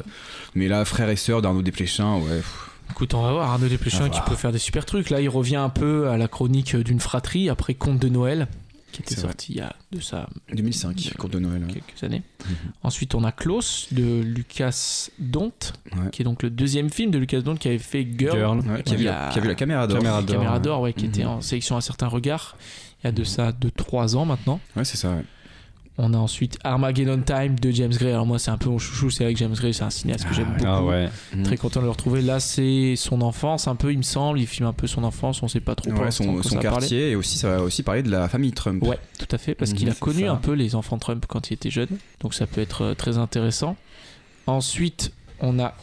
[SPEAKER 3] Mais là, frère et sœur d'Arnaud Desplechin, ouais. pff,
[SPEAKER 2] Écoute, on va voir Arnaud Desplechin
[SPEAKER 3] On va
[SPEAKER 2] qui
[SPEAKER 3] voir.
[SPEAKER 2] peut faire des super trucs. Là, il revient un peu à la chronique euh, d'une fratrie après Conte de Noël, qui était
[SPEAKER 3] C'est vrai.
[SPEAKER 2] sorti il y a de ça
[SPEAKER 3] 2005, cours de Noël. hein. ouais. Mhm.
[SPEAKER 2] quelques années. Ensuite, on a Klaus de Lucas Dont,
[SPEAKER 3] Ouais.
[SPEAKER 2] qui est donc le deuxième film de Lucas Dont qui avait fait Girl,
[SPEAKER 4] Girl.
[SPEAKER 3] Ouais, qui, a vu la, qui a vu la caméra d'or.
[SPEAKER 4] Caméra d'or.
[SPEAKER 2] Caméra d'or, ouais, qui
[SPEAKER 3] Mhm.
[SPEAKER 2] était en sélection à certains regards il y a de ça 2-3 ans maintenant.
[SPEAKER 3] Ouais, c'est ça. ouais.
[SPEAKER 2] On a ensuite Armageddon Time de James Gray. Alors, moi, c'est un peu mon chouchou, c'est vrai que James Gray, c'est un cinéaste que j'aime beaucoup.
[SPEAKER 4] Ah ouais.
[SPEAKER 2] Très content de le retrouver. Là, c'est son enfance, un peu, il me semble. Il filme un peu son enfance, on sait pas trop.
[SPEAKER 3] Ouais,
[SPEAKER 2] pour l'instant
[SPEAKER 3] son
[SPEAKER 2] quand
[SPEAKER 3] son
[SPEAKER 2] ça va parler.
[SPEAKER 3] quartier, et aussi ça va aussi parler de la famille Trump.
[SPEAKER 2] Ouais, tout à fait, parce qu'il
[SPEAKER 3] Mhm,
[SPEAKER 2] a
[SPEAKER 3] c'est
[SPEAKER 2] connu
[SPEAKER 3] ça.
[SPEAKER 2] un peu les enfants Trump quand il était jeune. Donc, ça peut être euh, très intéressant. Ensuite, on a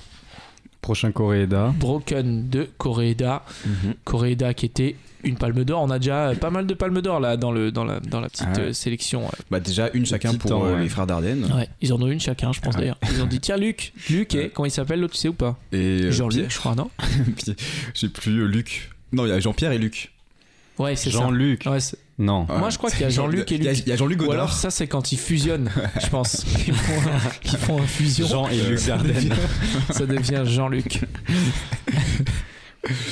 [SPEAKER 4] Prochain Coréeda.
[SPEAKER 2] Broken de Koreeda. Mhm. Koreeda qui était une palme d'or. On a déjà euh, pas mal de palmes d'or là dans, le, dans, la, dans la petite
[SPEAKER 3] Ah ouais.
[SPEAKER 2] euh, sélection. euh,
[SPEAKER 3] Bah, déjà une chacun
[SPEAKER 4] Titan,
[SPEAKER 3] pour euh,
[SPEAKER 4] ouais.
[SPEAKER 3] les frères Dardenne.
[SPEAKER 2] Ouais, Ah. ils en ont une chacun, je pense d'ailleurs. Ils ont dit tiens Luc, Luc et comment il s'appelle l'autre, tu sais ou pas
[SPEAKER 3] Et. euh,
[SPEAKER 2] Jean-Luc,
[SPEAKER 3] Pierre-
[SPEAKER 2] je crois non
[SPEAKER 3] Pierre- J'ai plus euh, Luc. Non, il y a Jean-Pierre et Luc.
[SPEAKER 2] Ouais, c'est ça.
[SPEAKER 4] Jean-Luc.
[SPEAKER 2] Ouais, c'est-
[SPEAKER 4] Non.
[SPEAKER 2] Moi, je crois qu'il y a
[SPEAKER 3] C'est
[SPEAKER 2] Jean-Luc et
[SPEAKER 3] il y a-
[SPEAKER 2] Luc.
[SPEAKER 3] Il y a Jean-Luc
[SPEAKER 2] Ou alors
[SPEAKER 3] Godard.
[SPEAKER 2] ça c'est quand ils fusionnent, je pense. Ils font, un- ils font un fusion.
[SPEAKER 4] Jean et Luc Dardenne.
[SPEAKER 2] Ça devient Jean-Luc.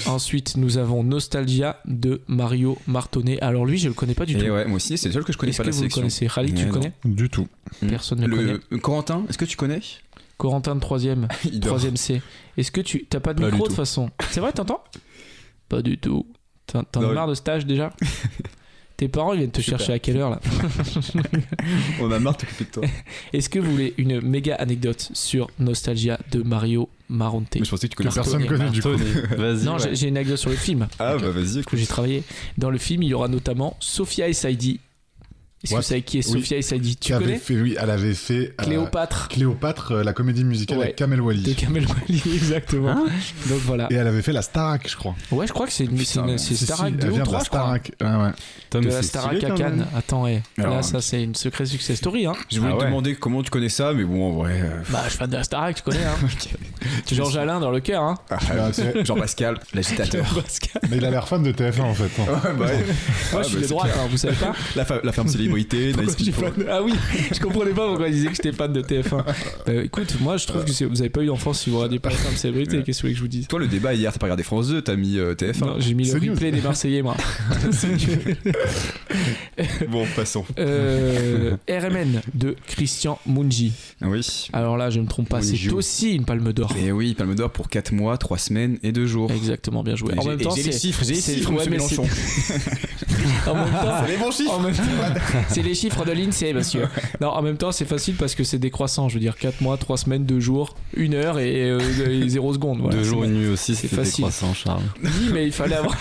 [SPEAKER 2] Ensuite, nous avons Nostalgia de Mario Martonnet. Alors lui, je le connais pas du
[SPEAKER 3] Et
[SPEAKER 2] tout.
[SPEAKER 3] Eh ouais, moi aussi, c'est le seul que je connais
[SPEAKER 2] Est-ce
[SPEAKER 3] pas
[SPEAKER 2] que
[SPEAKER 3] de la
[SPEAKER 2] vous le
[SPEAKER 3] sélection.
[SPEAKER 2] connaissez Khalid, tu
[SPEAKER 3] Mais
[SPEAKER 2] le
[SPEAKER 3] non.
[SPEAKER 2] connais
[SPEAKER 8] Du tout.
[SPEAKER 2] Personne ne le connaît.
[SPEAKER 3] Le euh, Corentin, est-ce que tu connais
[SPEAKER 2] Corentin de troisième.
[SPEAKER 3] Il dort.
[SPEAKER 2] Troisième C. Est-ce que tu t'as pas de
[SPEAKER 3] Pas du
[SPEAKER 2] micro de
[SPEAKER 3] tout.
[SPEAKER 2] toute façon C'est vrai, t'entends Pas du tout. T'en t'en as
[SPEAKER 3] Non.
[SPEAKER 2] marre de stage déjà Tes parents ils viennent te
[SPEAKER 3] Super.
[SPEAKER 2] chercher à quelle heure là
[SPEAKER 3] On a marre de t'occuper de toi.
[SPEAKER 2] Est-ce que vous voulez une méga anecdote sur Nostalgia de Mario Maronte
[SPEAKER 3] Mais je pensais que tu
[SPEAKER 8] Que
[SPEAKER 3] connais.
[SPEAKER 8] personne
[SPEAKER 2] Marteau,
[SPEAKER 8] connaît du coup.
[SPEAKER 4] Tony. Vas-y.
[SPEAKER 2] Non,
[SPEAKER 4] ouais.
[SPEAKER 2] j'ai- j'ai une anecdote sur le film.
[SPEAKER 3] Ah bah vas-y,
[SPEAKER 2] que j'ai travaillé. Dans le film, il y aura notamment Sophia et Saidi. Est-ce que
[SPEAKER 8] What
[SPEAKER 2] vous savez qui est
[SPEAKER 8] Oui.
[SPEAKER 2] Sophia et Saidi Tu
[SPEAKER 8] Elle avait
[SPEAKER 2] connais
[SPEAKER 8] fait, oui, elle avait fait euh,
[SPEAKER 2] Cléopâtre
[SPEAKER 8] Cléopâtre, euh, la comédie musicale
[SPEAKER 2] Ouais.
[SPEAKER 8] avec Kamel
[SPEAKER 2] de
[SPEAKER 8] Wally.
[SPEAKER 2] Kamel Wally, exactement. Donc voilà.
[SPEAKER 8] Et elle avait fait la Starac, je crois.
[SPEAKER 2] Ouais, je crois que c'est une- c'est
[SPEAKER 3] Putain,
[SPEAKER 2] une-
[SPEAKER 3] ouais.
[SPEAKER 2] c'est
[SPEAKER 8] Si, si,
[SPEAKER 2] Starac
[SPEAKER 8] elle
[SPEAKER 2] 2 ou
[SPEAKER 8] vient de
[SPEAKER 2] 3,
[SPEAKER 8] la
[SPEAKER 2] je crois.
[SPEAKER 8] Starac. Ouais, ouais.
[SPEAKER 4] Putain,
[SPEAKER 2] de
[SPEAKER 4] mais
[SPEAKER 2] la
[SPEAKER 4] c'est
[SPEAKER 2] Starac
[SPEAKER 4] stylé,
[SPEAKER 2] à
[SPEAKER 4] quand
[SPEAKER 2] Cannes.
[SPEAKER 4] même.
[SPEAKER 2] Attends, eh.
[SPEAKER 3] Alors,
[SPEAKER 2] là, ça, c'est une secret success story. Hein.
[SPEAKER 3] Je voulais
[SPEAKER 4] Ah
[SPEAKER 3] te
[SPEAKER 4] ouais.
[SPEAKER 3] demander comment tu connais ça, mais bon, en vrai. euh,
[SPEAKER 2] Bah, je suis fan de la Starac, tu connais. Hein. Georges Alain dans le cœur. Hein.
[SPEAKER 3] ah,
[SPEAKER 8] Bah,
[SPEAKER 3] euh,
[SPEAKER 8] c'est-
[SPEAKER 3] Jean-Pascal, l'agitateur.
[SPEAKER 2] Pascal.
[SPEAKER 8] Mais il a l'air fan de TF1 en fait. hein.
[SPEAKER 3] Ouais, bah, ouais.
[SPEAKER 2] Moi,
[SPEAKER 3] Ah,
[SPEAKER 2] je suis
[SPEAKER 3] bah,
[SPEAKER 2] de
[SPEAKER 3] c'est
[SPEAKER 2] droite,
[SPEAKER 3] clair.
[SPEAKER 2] hein, vous savez pas.
[SPEAKER 3] La, fa- la ferme célébrité, Nice
[SPEAKER 2] Pourquoi je suis
[SPEAKER 3] People.
[SPEAKER 2] fan de- Ah oui, je comprenais pas pourquoi ils disaient que j'étais fan de TF1. Bah, écoute, moi, je trouve que c'est- vous avez pas eu d'enfance si vous regardez pas comme célébrité.
[SPEAKER 3] Ouais.
[SPEAKER 2] Qu'est-ce que vous voulez que je vous dise
[SPEAKER 3] Toi, le débat hier, t'as pas regardé France 2, t'as mis euh, TF1.
[SPEAKER 2] Non, j'ai mis le
[SPEAKER 8] c'est nul.
[SPEAKER 2] replay des Marseillais, moi.
[SPEAKER 3] Bon, passons.
[SPEAKER 2] Euh, RMN de Christian Mungi.
[SPEAKER 3] Ah Oui.
[SPEAKER 2] Alors là, je me trompe pas, c'est
[SPEAKER 4] Mungiu.
[SPEAKER 2] aussi une palme d'or.
[SPEAKER 3] Et Eh oui, Palme d'Or pour 4 mois, 3 semaines et 2 jours.
[SPEAKER 2] Exactement, bien joué.
[SPEAKER 3] Et
[SPEAKER 2] En
[SPEAKER 3] j'ai-
[SPEAKER 2] même
[SPEAKER 3] et
[SPEAKER 2] temps,
[SPEAKER 3] j'ai les
[SPEAKER 2] c'est.
[SPEAKER 3] chiffres, j'ai les
[SPEAKER 2] c'est-
[SPEAKER 3] chiffres,
[SPEAKER 2] ouais,
[SPEAKER 3] monsieur
[SPEAKER 2] mais c'est-
[SPEAKER 3] Mélenchon.
[SPEAKER 2] En même temps,
[SPEAKER 3] les bons chiffres
[SPEAKER 2] En même temps, c'est les chiffres de l'INSEE, monsieur. E, Non, en même temps, c'est facile parce que c'est décroissant. Je veux dire, 4 mois, 3 semaines, 2 jours, 1 heure et, euh, et 0 seconde. Voilà,
[SPEAKER 4] Deux
[SPEAKER 2] c'est
[SPEAKER 4] jours et
[SPEAKER 2] bon.
[SPEAKER 4] une nuit aussi,
[SPEAKER 2] C'est
[SPEAKER 4] c'était
[SPEAKER 2] facile.
[SPEAKER 4] décroissant, Charles.
[SPEAKER 2] Oui, mais il fallait avoir.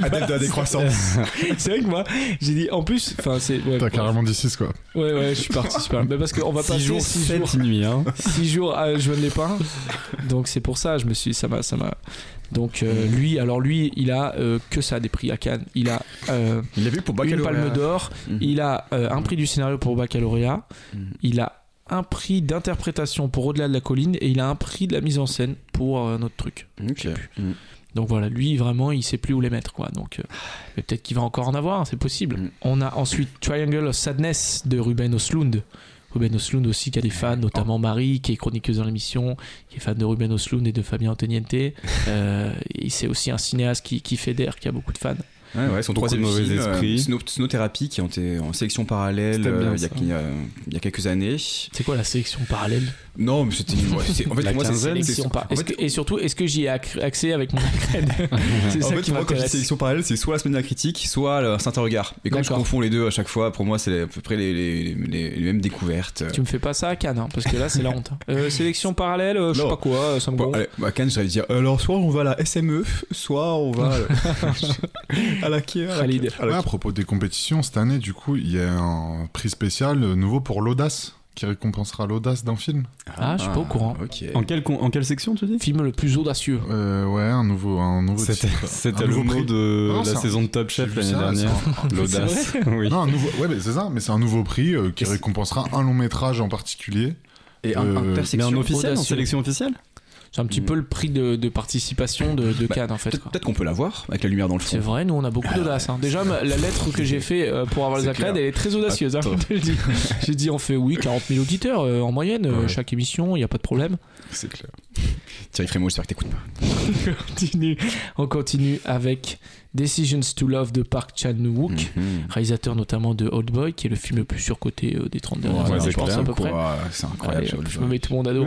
[SPEAKER 7] Adepte de la décroissance.
[SPEAKER 2] c'est vrai que moi, j'ai dit, en plus, enfin, c'est. Ouais,
[SPEAKER 8] T'as
[SPEAKER 2] ouais,
[SPEAKER 8] carrément dit 6 quoi.
[SPEAKER 2] ouais, ouais, je suis parti, super. Mais parce qu'on va passer
[SPEAKER 4] 6 jours,
[SPEAKER 2] 6 jours,
[SPEAKER 4] 7 nuits. Hein.
[SPEAKER 2] 6 jours ah, à Joanne Lépin. Donc c'est pour ça, je me suis. Ça m'a. Ça m'a... Donc euh, lui, alors lui, il a euh, que ça des prix à Cannes. Il a euh,
[SPEAKER 3] Il l'a vu pour
[SPEAKER 2] une
[SPEAKER 3] baccalauréat.
[SPEAKER 2] palme d'or,
[SPEAKER 4] Mhm.
[SPEAKER 2] il a euh, un prix du scénario pour baccalauréat,
[SPEAKER 4] Mhm.
[SPEAKER 2] il a un prix d'interprétation pour Au-delà de la colline et il a un prix de la mise en scène pour euh, notre truc.
[SPEAKER 3] Ok. Mm.
[SPEAKER 2] Donc voilà, lui vraiment, il sait plus où les mettre quoi. Donc euh, mais peut-être qu'il va encore en avoir, hein, c'est possible.
[SPEAKER 4] Mhm.
[SPEAKER 2] On a ensuite Triangle of Sadness de Ruben Oslund. Ruben Oslund aussi qui a des fans, notamment Marie qui est chroniqueuse dans l'émission, qui est fan de Ruben Oslund et de Fabien Antoniente. Euh, et c'est aussi un cinéaste qui, qui fédère, qui a beaucoup de fans.
[SPEAKER 3] Ouais, Ah ouais, son
[SPEAKER 4] Beaucoup
[SPEAKER 3] troisième
[SPEAKER 4] de mauvais
[SPEAKER 3] film, euh,
[SPEAKER 4] esprits.
[SPEAKER 3] Snow- Snowthérapie, qui était en sélection parallèle
[SPEAKER 4] C'était bien,
[SPEAKER 3] euh, il y a-
[SPEAKER 4] ça.
[SPEAKER 3] il y, a, il y a quelques années.
[SPEAKER 2] C'est quoi la sélection parallèle
[SPEAKER 3] Non, mais c'était. ouais, c'est- en fait,
[SPEAKER 4] La
[SPEAKER 3] pour moi, c'est
[SPEAKER 4] quinzaine,
[SPEAKER 3] c'est-
[SPEAKER 2] Sélection par-
[SPEAKER 3] en
[SPEAKER 2] est-ce
[SPEAKER 3] fait,
[SPEAKER 2] que- et surtout, est-ce que j'y ai acc- accès avec mon accred C'est
[SPEAKER 3] En
[SPEAKER 2] ça
[SPEAKER 3] fait, pour moi,
[SPEAKER 2] qui
[SPEAKER 3] quand je dis
[SPEAKER 2] m'intéresse.
[SPEAKER 3] sélection parallèle, c'est soit la semaine de la critique, soit le Saint-Regard. Et quand je
[SPEAKER 2] D'accord.
[SPEAKER 3] confonds les deux à chaque fois, pour moi, c'est à peu près les, les- les- les mêmes découvertes.
[SPEAKER 2] Tu me fais pas ça à Cannes, hein, parce que là, c'est la honte. hein. Euh, sélection parallèle, euh, je sais
[SPEAKER 3] Non.
[SPEAKER 2] pas quoi, euh, ça me
[SPEAKER 3] Bon,
[SPEAKER 2] gonfle.
[SPEAKER 3] allez, à Cannes, j'allais dire euh, alors, soit on va à la SME, soit on va à la- à la Kia.
[SPEAKER 2] Khalid.
[SPEAKER 8] Ouais, à propos des compétitions, cette année, du coup, il y a un prix spécial euh, nouveau pour l'audace, qui récompensera l'audace d'un film.
[SPEAKER 2] Ah, je suis pas au courant.
[SPEAKER 3] Ok.
[SPEAKER 4] En quelle, con- en quelle section tu dis
[SPEAKER 2] Film le plus audacieux.
[SPEAKER 8] Euh, ouais, un nouveau, un nouveau
[SPEAKER 4] C'était
[SPEAKER 8] titre.
[SPEAKER 4] c'était
[SPEAKER 8] Un
[SPEAKER 4] le
[SPEAKER 8] nouveau
[SPEAKER 4] mot
[SPEAKER 8] prix.
[SPEAKER 4] de
[SPEAKER 8] Non,
[SPEAKER 4] la
[SPEAKER 8] c'est un-
[SPEAKER 4] saison de Top Chef
[SPEAKER 8] J'ai
[SPEAKER 4] l'année
[SPEAKER 8] vu ça,
[SPEAKER 4] dernière. L'audace. Oui.
[SPEAKER 8] Non, un nouveau... ouais, mais c'est ça, mais c'est un nouveau prix euh, qui récompensera un long métrage en particulier.
[SPEAKER 3] Et un,
[SPEAKER 8] Euh,
[SPEAKER 4] Mais
[SPEAKER 3] intersection.
[SPEAKER 4] en officiel, en
[SPEAKER 2] audacieux.
[SPEAKER 4] sélection officielle
[SPEAKER 2] C'est un petit
[SPEAKER 3] Mm.
[SPEAKER 2] peu le prix de, de participation de, de
[SPEAKER 3] Bah,
[SPEAKER 2] Cannes, en fait.
[SPEAKER 3] Peut-être Ah
[SPEAKER 2] quoi.
[SPEAKER 3] peut-être qu'on peut l'avoir avec la lumière dans le
[SPEAKER 2] C'est
[SPEAKER 3] fond.
[SPEAKER 2] vrai, nous on a beaucoup d'audace. hein. Déjà, ma- la lettre que j'ai fait euh, pour avoir les
[SPEAKER 3] C'est
[SPEAKER 2] accrèdes,
[SPEAKER 3] clair. Ah,
[SPEAKER 2] elle est très audacieuse. hein, je te le dis. j'ai dit, on fait oui, 40 000 auditeurs euh, en moyenne, euh,
[SPEAKER 3] Ouais.
[SPEAKER 2] chaque émission, il n'y a pas de problème.
[SPEAKER 3] C'est clair. Thierry Frémaux, j'espère que t'écoutes pas.
[SPEAKER 2] continue, on continue avec Decisions to Love de Park Chan-wook,
[SPEAKER 4] Mhm.
[SPEAKER 3] Mm.
[SPEAKER 2] réalisateur notamment de Old Boy, qui est le film le plus surcoté euh, des 30 dernières
[SPEAKER 4] Ouais,
[SPEAKER 2] années,
[SPEAKER 4] c'est
[SPEAKER 2] je pense à peu près.
[SPEAKER 3] Quoi, C'est incroyable.
[SPEAKER 2] Allez,
[SPEAKER 3] ce
[SPEAKER 2] hop, je
[SPEAKER 3] jeu.
[SPEAKER 2] me mets tout mon ado.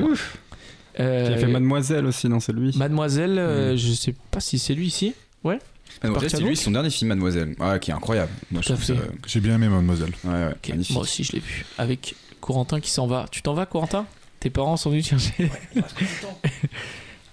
[SPEAKER 4] Qui a fait Mademoiselle aussi, non, c'est lui
[SPEAKER 2] Euh, Mademoiselle,
[SPEAKER 3] Mm.
[SPEAKER 2] euh, je sais pas si c'est lui ici.
[SPEAKER 3] Mademoiselle, c'est
[SPEAKER 2] Park
[SPEAKER 3] lui,
[SPEAKER 2] Chan-wook.
[SPEAKER 3] son dernier film, Mademoiselle. Ah, qui est incroyable. Moi, je
[SPEAKER 2] Tout à
[SPEAKER 3] trouve ça.
[SPEAKER 2] fait.
[SPEAKER 3] Ouais,
[SPEAKER 8] J'ai bien aimé, mademoiselle.
[SPEAKER 3] ouais,
[SPEAKER 2] Ok,
[SPEAKER 3] magnifique.
[SPEAKER 2] Moi aussi, je l'ai vu. Avec Corentin qui s'en va. Tu t'en vas, Corentin Tes parents sont venus te chercher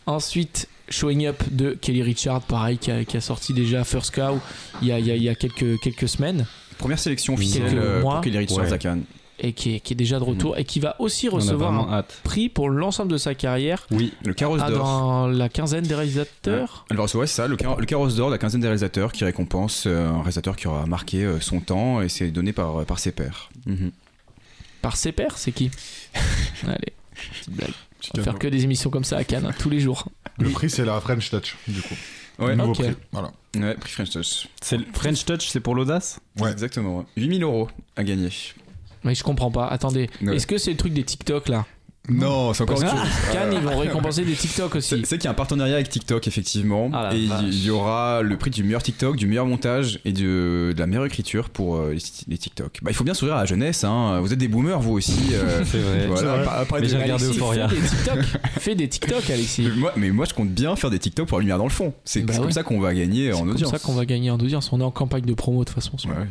[SPEAKER 2] Ensuite, Showing Up de Kelly Richard, pareil, qui a, qui a sorti déjà First Cow il y a, il y a- il y a quelques, quelques semaines.
[SPEAKER 3] Première sélection officielle
[SPEAKER 2] Quelques
[SPEAKER 3] euh,
[SPEAKER 2] mois.
[SPEAKER 3] pour Kelly Richards
[SPEAKER 4] Ouais.
[SPEAKER 3] à Cannes.
[SPEAKER 2] et qui est, qui est déjà de retour et qui va aussi
[SPEAKER 4] On a
[SPEAKER 2] recevoir hein.
[SPEAKER 4] vraiment
[SPEAKER 2] un
[SPEAKER 4] hâte.
[SPEAKER 2] prix pour l'ensemble de sa carrière
[SPEAKER 3] Oui, le carrosse
[SPEAKER 2] ah,
[SPEAKER 3] d'or.
[SPEAKER 2] dans la quinzaine des réalisateurs.
[SPEAKER 3] Elle va recevoir, c'est ça, le, car- le carrosse d'or de la quinzaine des réalisateurs qui récompense euh, un réalisateur qui aura marqué euh, son temps et c'est donné par, euh, par ses pairs. Mhm.
[SPEAKER 2] Par ses pairs, c'est qui Allez, petite blague.
[SPEAKER 8] Petit
[SPEAKER 2] On va
[SPEAKER 8] cadeau.
[SPEAKER 2] faire que des émissions comme ça à Cannes, hein, tous les jours.
[SPEAKER 8] Le prix, c'est la French Touch, du coup.
[SPEAKER 3] Ouais.
[SPEAKER 8] nouveau
[SPEAKER 2] Ok.
[SPEAKER 8] prix. Voilà.
[SPEAKER 3] Ouais, prix French Touch.
[SPEAKER 4] C'est le French Touch, c'est pour l'audace
[SPEAKER 8] Ouais.
[SPEAKER 3] Exactement. 8000 euros à gagner.
[SPEAKER 2] Mais je comprends pas. Attendez,
[SPEAKER 3] Ouais.
[SPEAKER 2] est-ce que c'est le truc des TikTok là
[SPEAKER 3] Non, c'est encore
[SPEAKER 2] Parce
[SPEAKER 3] autre chose.
[SPEAKER 2] que Cannes, Ah. ils vont récompenser des TikTok
[SPEAKER 3] C'est
[SPEAKER 2] aussi.
[SPEAKER 3] c'est qu'il y a un partenariat avec TikTok, effectivement.
[SPEAKER 2] Ah la
[SPEAKER 3] et
[SPEAKER 2] vache.
[SPEAKER 3] il y aura le prix du meilleur TikTok, du meilleur montage et de, de la meilleure écriture pour euh, les, les TikTok. Bah, il faut bien sourire à la jeunesse, hein. vous êtes des boomers, vous aussi. euh,
[SPEAKER 4] C'est vrai.
[SPEAKER 3] voilà, pas- pas
[SPEAKER 4] Mais
[SPEAKER 3] des-
[SPEAKER 4] j'ai regardé
[SPEAKER 2] Alexis,
[SPEAKER 4] Euphoria.
[SPEAKER 2] Fais des TikTok, fais des TikTok, Alexis.
[SPEAKER 3] Mais moi, mais moi, je compte bien faire des TikTok pour la lumière dans le fond. C'est
[SPEAKER 2] Bah
[SPEAKER 3] c'est
[SPEAKER 2] ouais.
[SPEAKER 3] comme ça qu'on va gagner en
[SPEAKER 2] C'est
[SPEAKER 3] audience.
[SPEAKER 2] comme ça qu'on va gagner en audience. On est en campagne de promo de toute façon.
[SPEAKER 3] Ouais, ouais.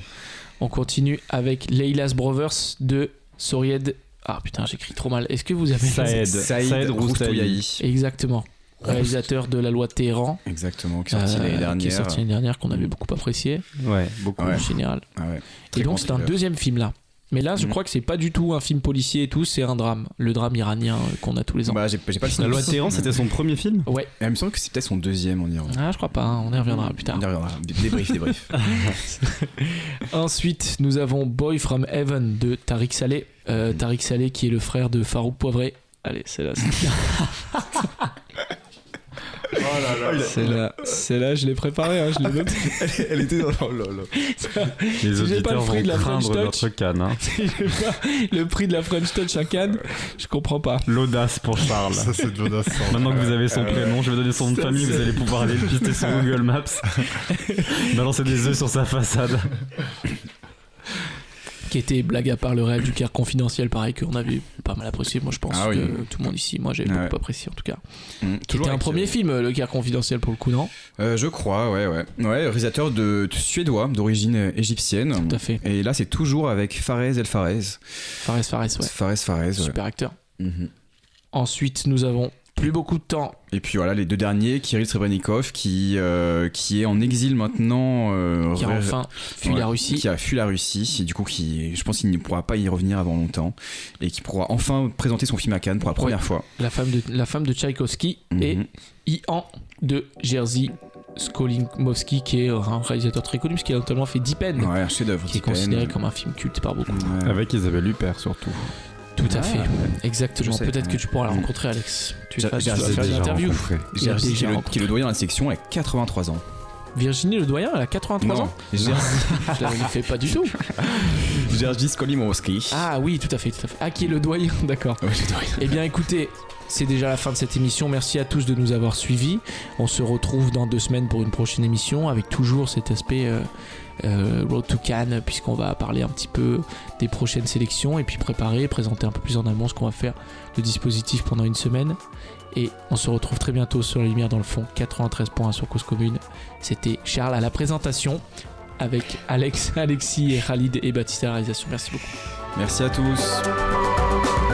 [SPEAKER 2] On continue avec Leila's Brothers de Soried. Ah putain, j'écris trop mal. Est-ce que vous avez
[SPEAKER 4] Ça aide.
[SPEAKER 3] Saïd,
[SPEAKER 4] Saïd
[SPEAKER 3] Roustaouiahi.
[SPEAKER 2] Exactement. Réalisateur de la loi de Téhéran,
[SPEAKER 3] Exactement, qui est sorti
[SPEAKER 2] euh,
[SPEAKER 3] l'année
[SPEAKER 2] qui est
[SPEAKER 3] dernière.
[SPEAKER 2] sorti l'année dernière, qu'on avait beaucoup apprécié
[SPEAKER 4] Ouais, beaucoup.
[SPEAKER 3] Ouais.
[SPEAKER 2] en général.
[SPEAKER 3] Ah ouais.
[SPEAKER 2] et
[SPEAKER 3] Très grand
[SPEAKER 2] donc c'est un
[SPEAKER 3] thriller.
[SPEAKER 2] deuxième film là. Mais là, je
[SPEAKER 3] Mhm.
[SPEAKER 2] crois que c'est pas du tout un film policier et tout, c'est un drame, le drame iranien euh, qu'on a tous les ans.
[SPEAKER 3] Bah, j'ai j'ai pas le
[SPEAKER 4] La loi de
[SPEAKER 3] synopsis.
[SPEAKER 4] Téhéran, c'était son premier film
[SPEAKER 2] Ouais,
[SPEAKER 3] Il me semble que c'est peut-être son deuxième en Iran.
[SPEAKER 2] ah, je crois pas, hein, on y reviendra plus tard.
[SPEAKER 3] On y reviendra. Débrief, débrief.
[SPEAKER 2] Ensuite, nous avons Boy from Heaven de Tariq Saleh. Euh, Tariq Saleh qui est le frère de Farouk Poivré. Allez, c'est là.
[SPEAKER 3] Oh
[SPEAKER 2] C'est là, c'est là, je l'ai préparé, hein, je l'ai noté.
[SPEAKER 3] Elle était dans le. oh
[SPEAKER 4] Les
[SPEAKER 2] Si j'ai pas le
[SPEAKER 4] auditeurs
[SPEAKER 2] fruit
[SPEAKER 4] vont
[SPEAKER 2] de la French
[SPEAKER 4] craindre
[SPEAKER 2] Touch.
[SPEAKER 4] notre canne. hein.
[SPEAKER 2] Je sais pas, le prix de la French Touch à Cannes, je comprends pas.
[SPEAKER 4] L'audace pour Charles.
[SPEAKER 8] Ça, c'est de l'audace. ça.
[SPEAKER 4] Maintenant que vous avez son prénom, je vais donner son nom de famille, vous allez pouvoir aller le pister sur Google Maps, balancer des œufs sur sa façade.
[SPEAKER 2] qui était blague à part le réel du Caire confidentiel, pareil qu'on avait pas mal apprécié. Moi, je pense
[SPEAKER 3] Ah oui.
[SPEAKER 2] que tout le monde ici, moi, j'ai
[SPEAKER 3] Ah
[SPEAKER 2] beaucoup
[SPEAKER 3] ouais.
[SPEAKER 2] apprécié en tout cas.
[SPEAKER 3] Mm.
[SPEAKER 2] Qui
[SPEAKER 3] Toujours
[SPEAKER 2] était un
[SPEAKER 3] avec,
[SPEAKER 2] premier film, euh, le Caire confidentiel pour le coup, non
[SPEAKER 3] Euh, je crois, ouais, ouais. Ouais, réalisateur de, de suédois, d'origine euh, égyptienne.
[SPEAKER 2] Tout à fait.
[SPEAKER 3] Et là, c'est toujours avec Fares El Fares.
[SPEAKER 2] Fares Fares, ouais.
[SPEAKER 3] Fares Fares, ouais.
[SPEAKER 2] Super acteur.
[SPEAKER 3] Mhm.
[SPEAKER 2] Ensuite, nous avons plus beaucoup de temps.
[SPEAKER 3] Et puis voilà, les deux derniers, Kirill Srebrenikov, qui, euh, qui est en exil maintenant. euh,
[SPEAKER 2] Qui a
[SPEAKER 3] ré-
[SPEAKER 2] enfin fui
[SPEAKER 3] Ouais,
[SPEAKER 2] la Russie.
[SPEAKER 3] Qui a fui la Russie, et du coup, qui, je pense qu'il ne pourra pas y revenir avant longtemps. Et qui pourra enfin présenter son film à Cannes pour la première fois.
[SPEAKER 2] La femme de, la femme de Tchaïkovski et
[SPEAKER 3] Mhm.
[SPEAKER 2] Ian de Jerzy Skolimowski, qui est un réalisateur très connu, parce qu'il a notamment fait Deep End,
[SPEAKER 3] Ouais, un chef-d'œuvre.
[SPEAKER 2] qui est
[SPEAKER 3] Tipen.
[SPEAKER 2] considéré comme un film culte par beaucoup.
[SPEAKER 3] Ouais.
[SPEAKER 4] Avec Isabelle Huppert surtout.
[SPEAKER 2] Tout à
[SPEAKER 3] Ah,
[SPEAKER 2] fait,
[SPEAKER 3] ouais.
[SPEAKER 2] exactement.
[SPEAKER 3] Je sais,
[SPEAKER 2] Peut-être
[SPEAKER 3] ouais.
[SPEAKER 2] que tu pourras la
[SPEAKER 3] Mhm.
[SPEAKER 2] rencontrer, Alex. Tu
[SPEAKER 3] J'ai-
[SPEAKER 2] vas
[SPEAKER 3] j'ai-
[SPEAKER 2] faire
[SPEAKER 3] j'ai
[SPEAKER 2] des
[SPEAKER 3] déjà
[SPEAKER 2] interviews.
[SPEAKER 4] rencontré.
[SPEAKER 2] Il y a
[SPEAKER 3] Jerzy, qui
[SPEAKER 2] déjà
[SPEAKER 3] est le-
[SPEAKER 2] rencontré.
[SPEAKER 3] qui est le doyen de la section, a 83 ans.
[SPEAKER 2] Virginie Le Doyen, elle a 83
[SPEAKER 3] Non,
[SPEAKER 2] ans. Je la fais pas du tout.
[SPEAKER 3] Jerzy Skolimowski.
[SPEAKER 2] Ah oui, tout à fait, tout à fait. Ah, qui est le doyen, d'accord.
[SPEAKER 3] Ouais, j'ai doré.
[SPEAKER 2] Eh bien, écoutez, c'est déjà la fin de cette émission. Merci à tous de nous avoir suivis. On se retrouve dans deux semaines pour une prochaine émission avec toujours cet aspect euh, euh, Road to Cannes, puisqu'on va parler un petit peu des prochaines sélections et puis préparer, présenter un peu plus en amont ce qu'on va faire, le dispositif pendant une semaine. Et on se retrouve très bientôt sur La Lumière dans le fond, 93.1 sur Cause Commune. C'était Charles à la présentation avec Alex, Alexis et Khalid et Baptiste à la réalisation. Merci beaucoup.
[SPEAKER 3] Merci à tous.
[SPEAKER 9] Thank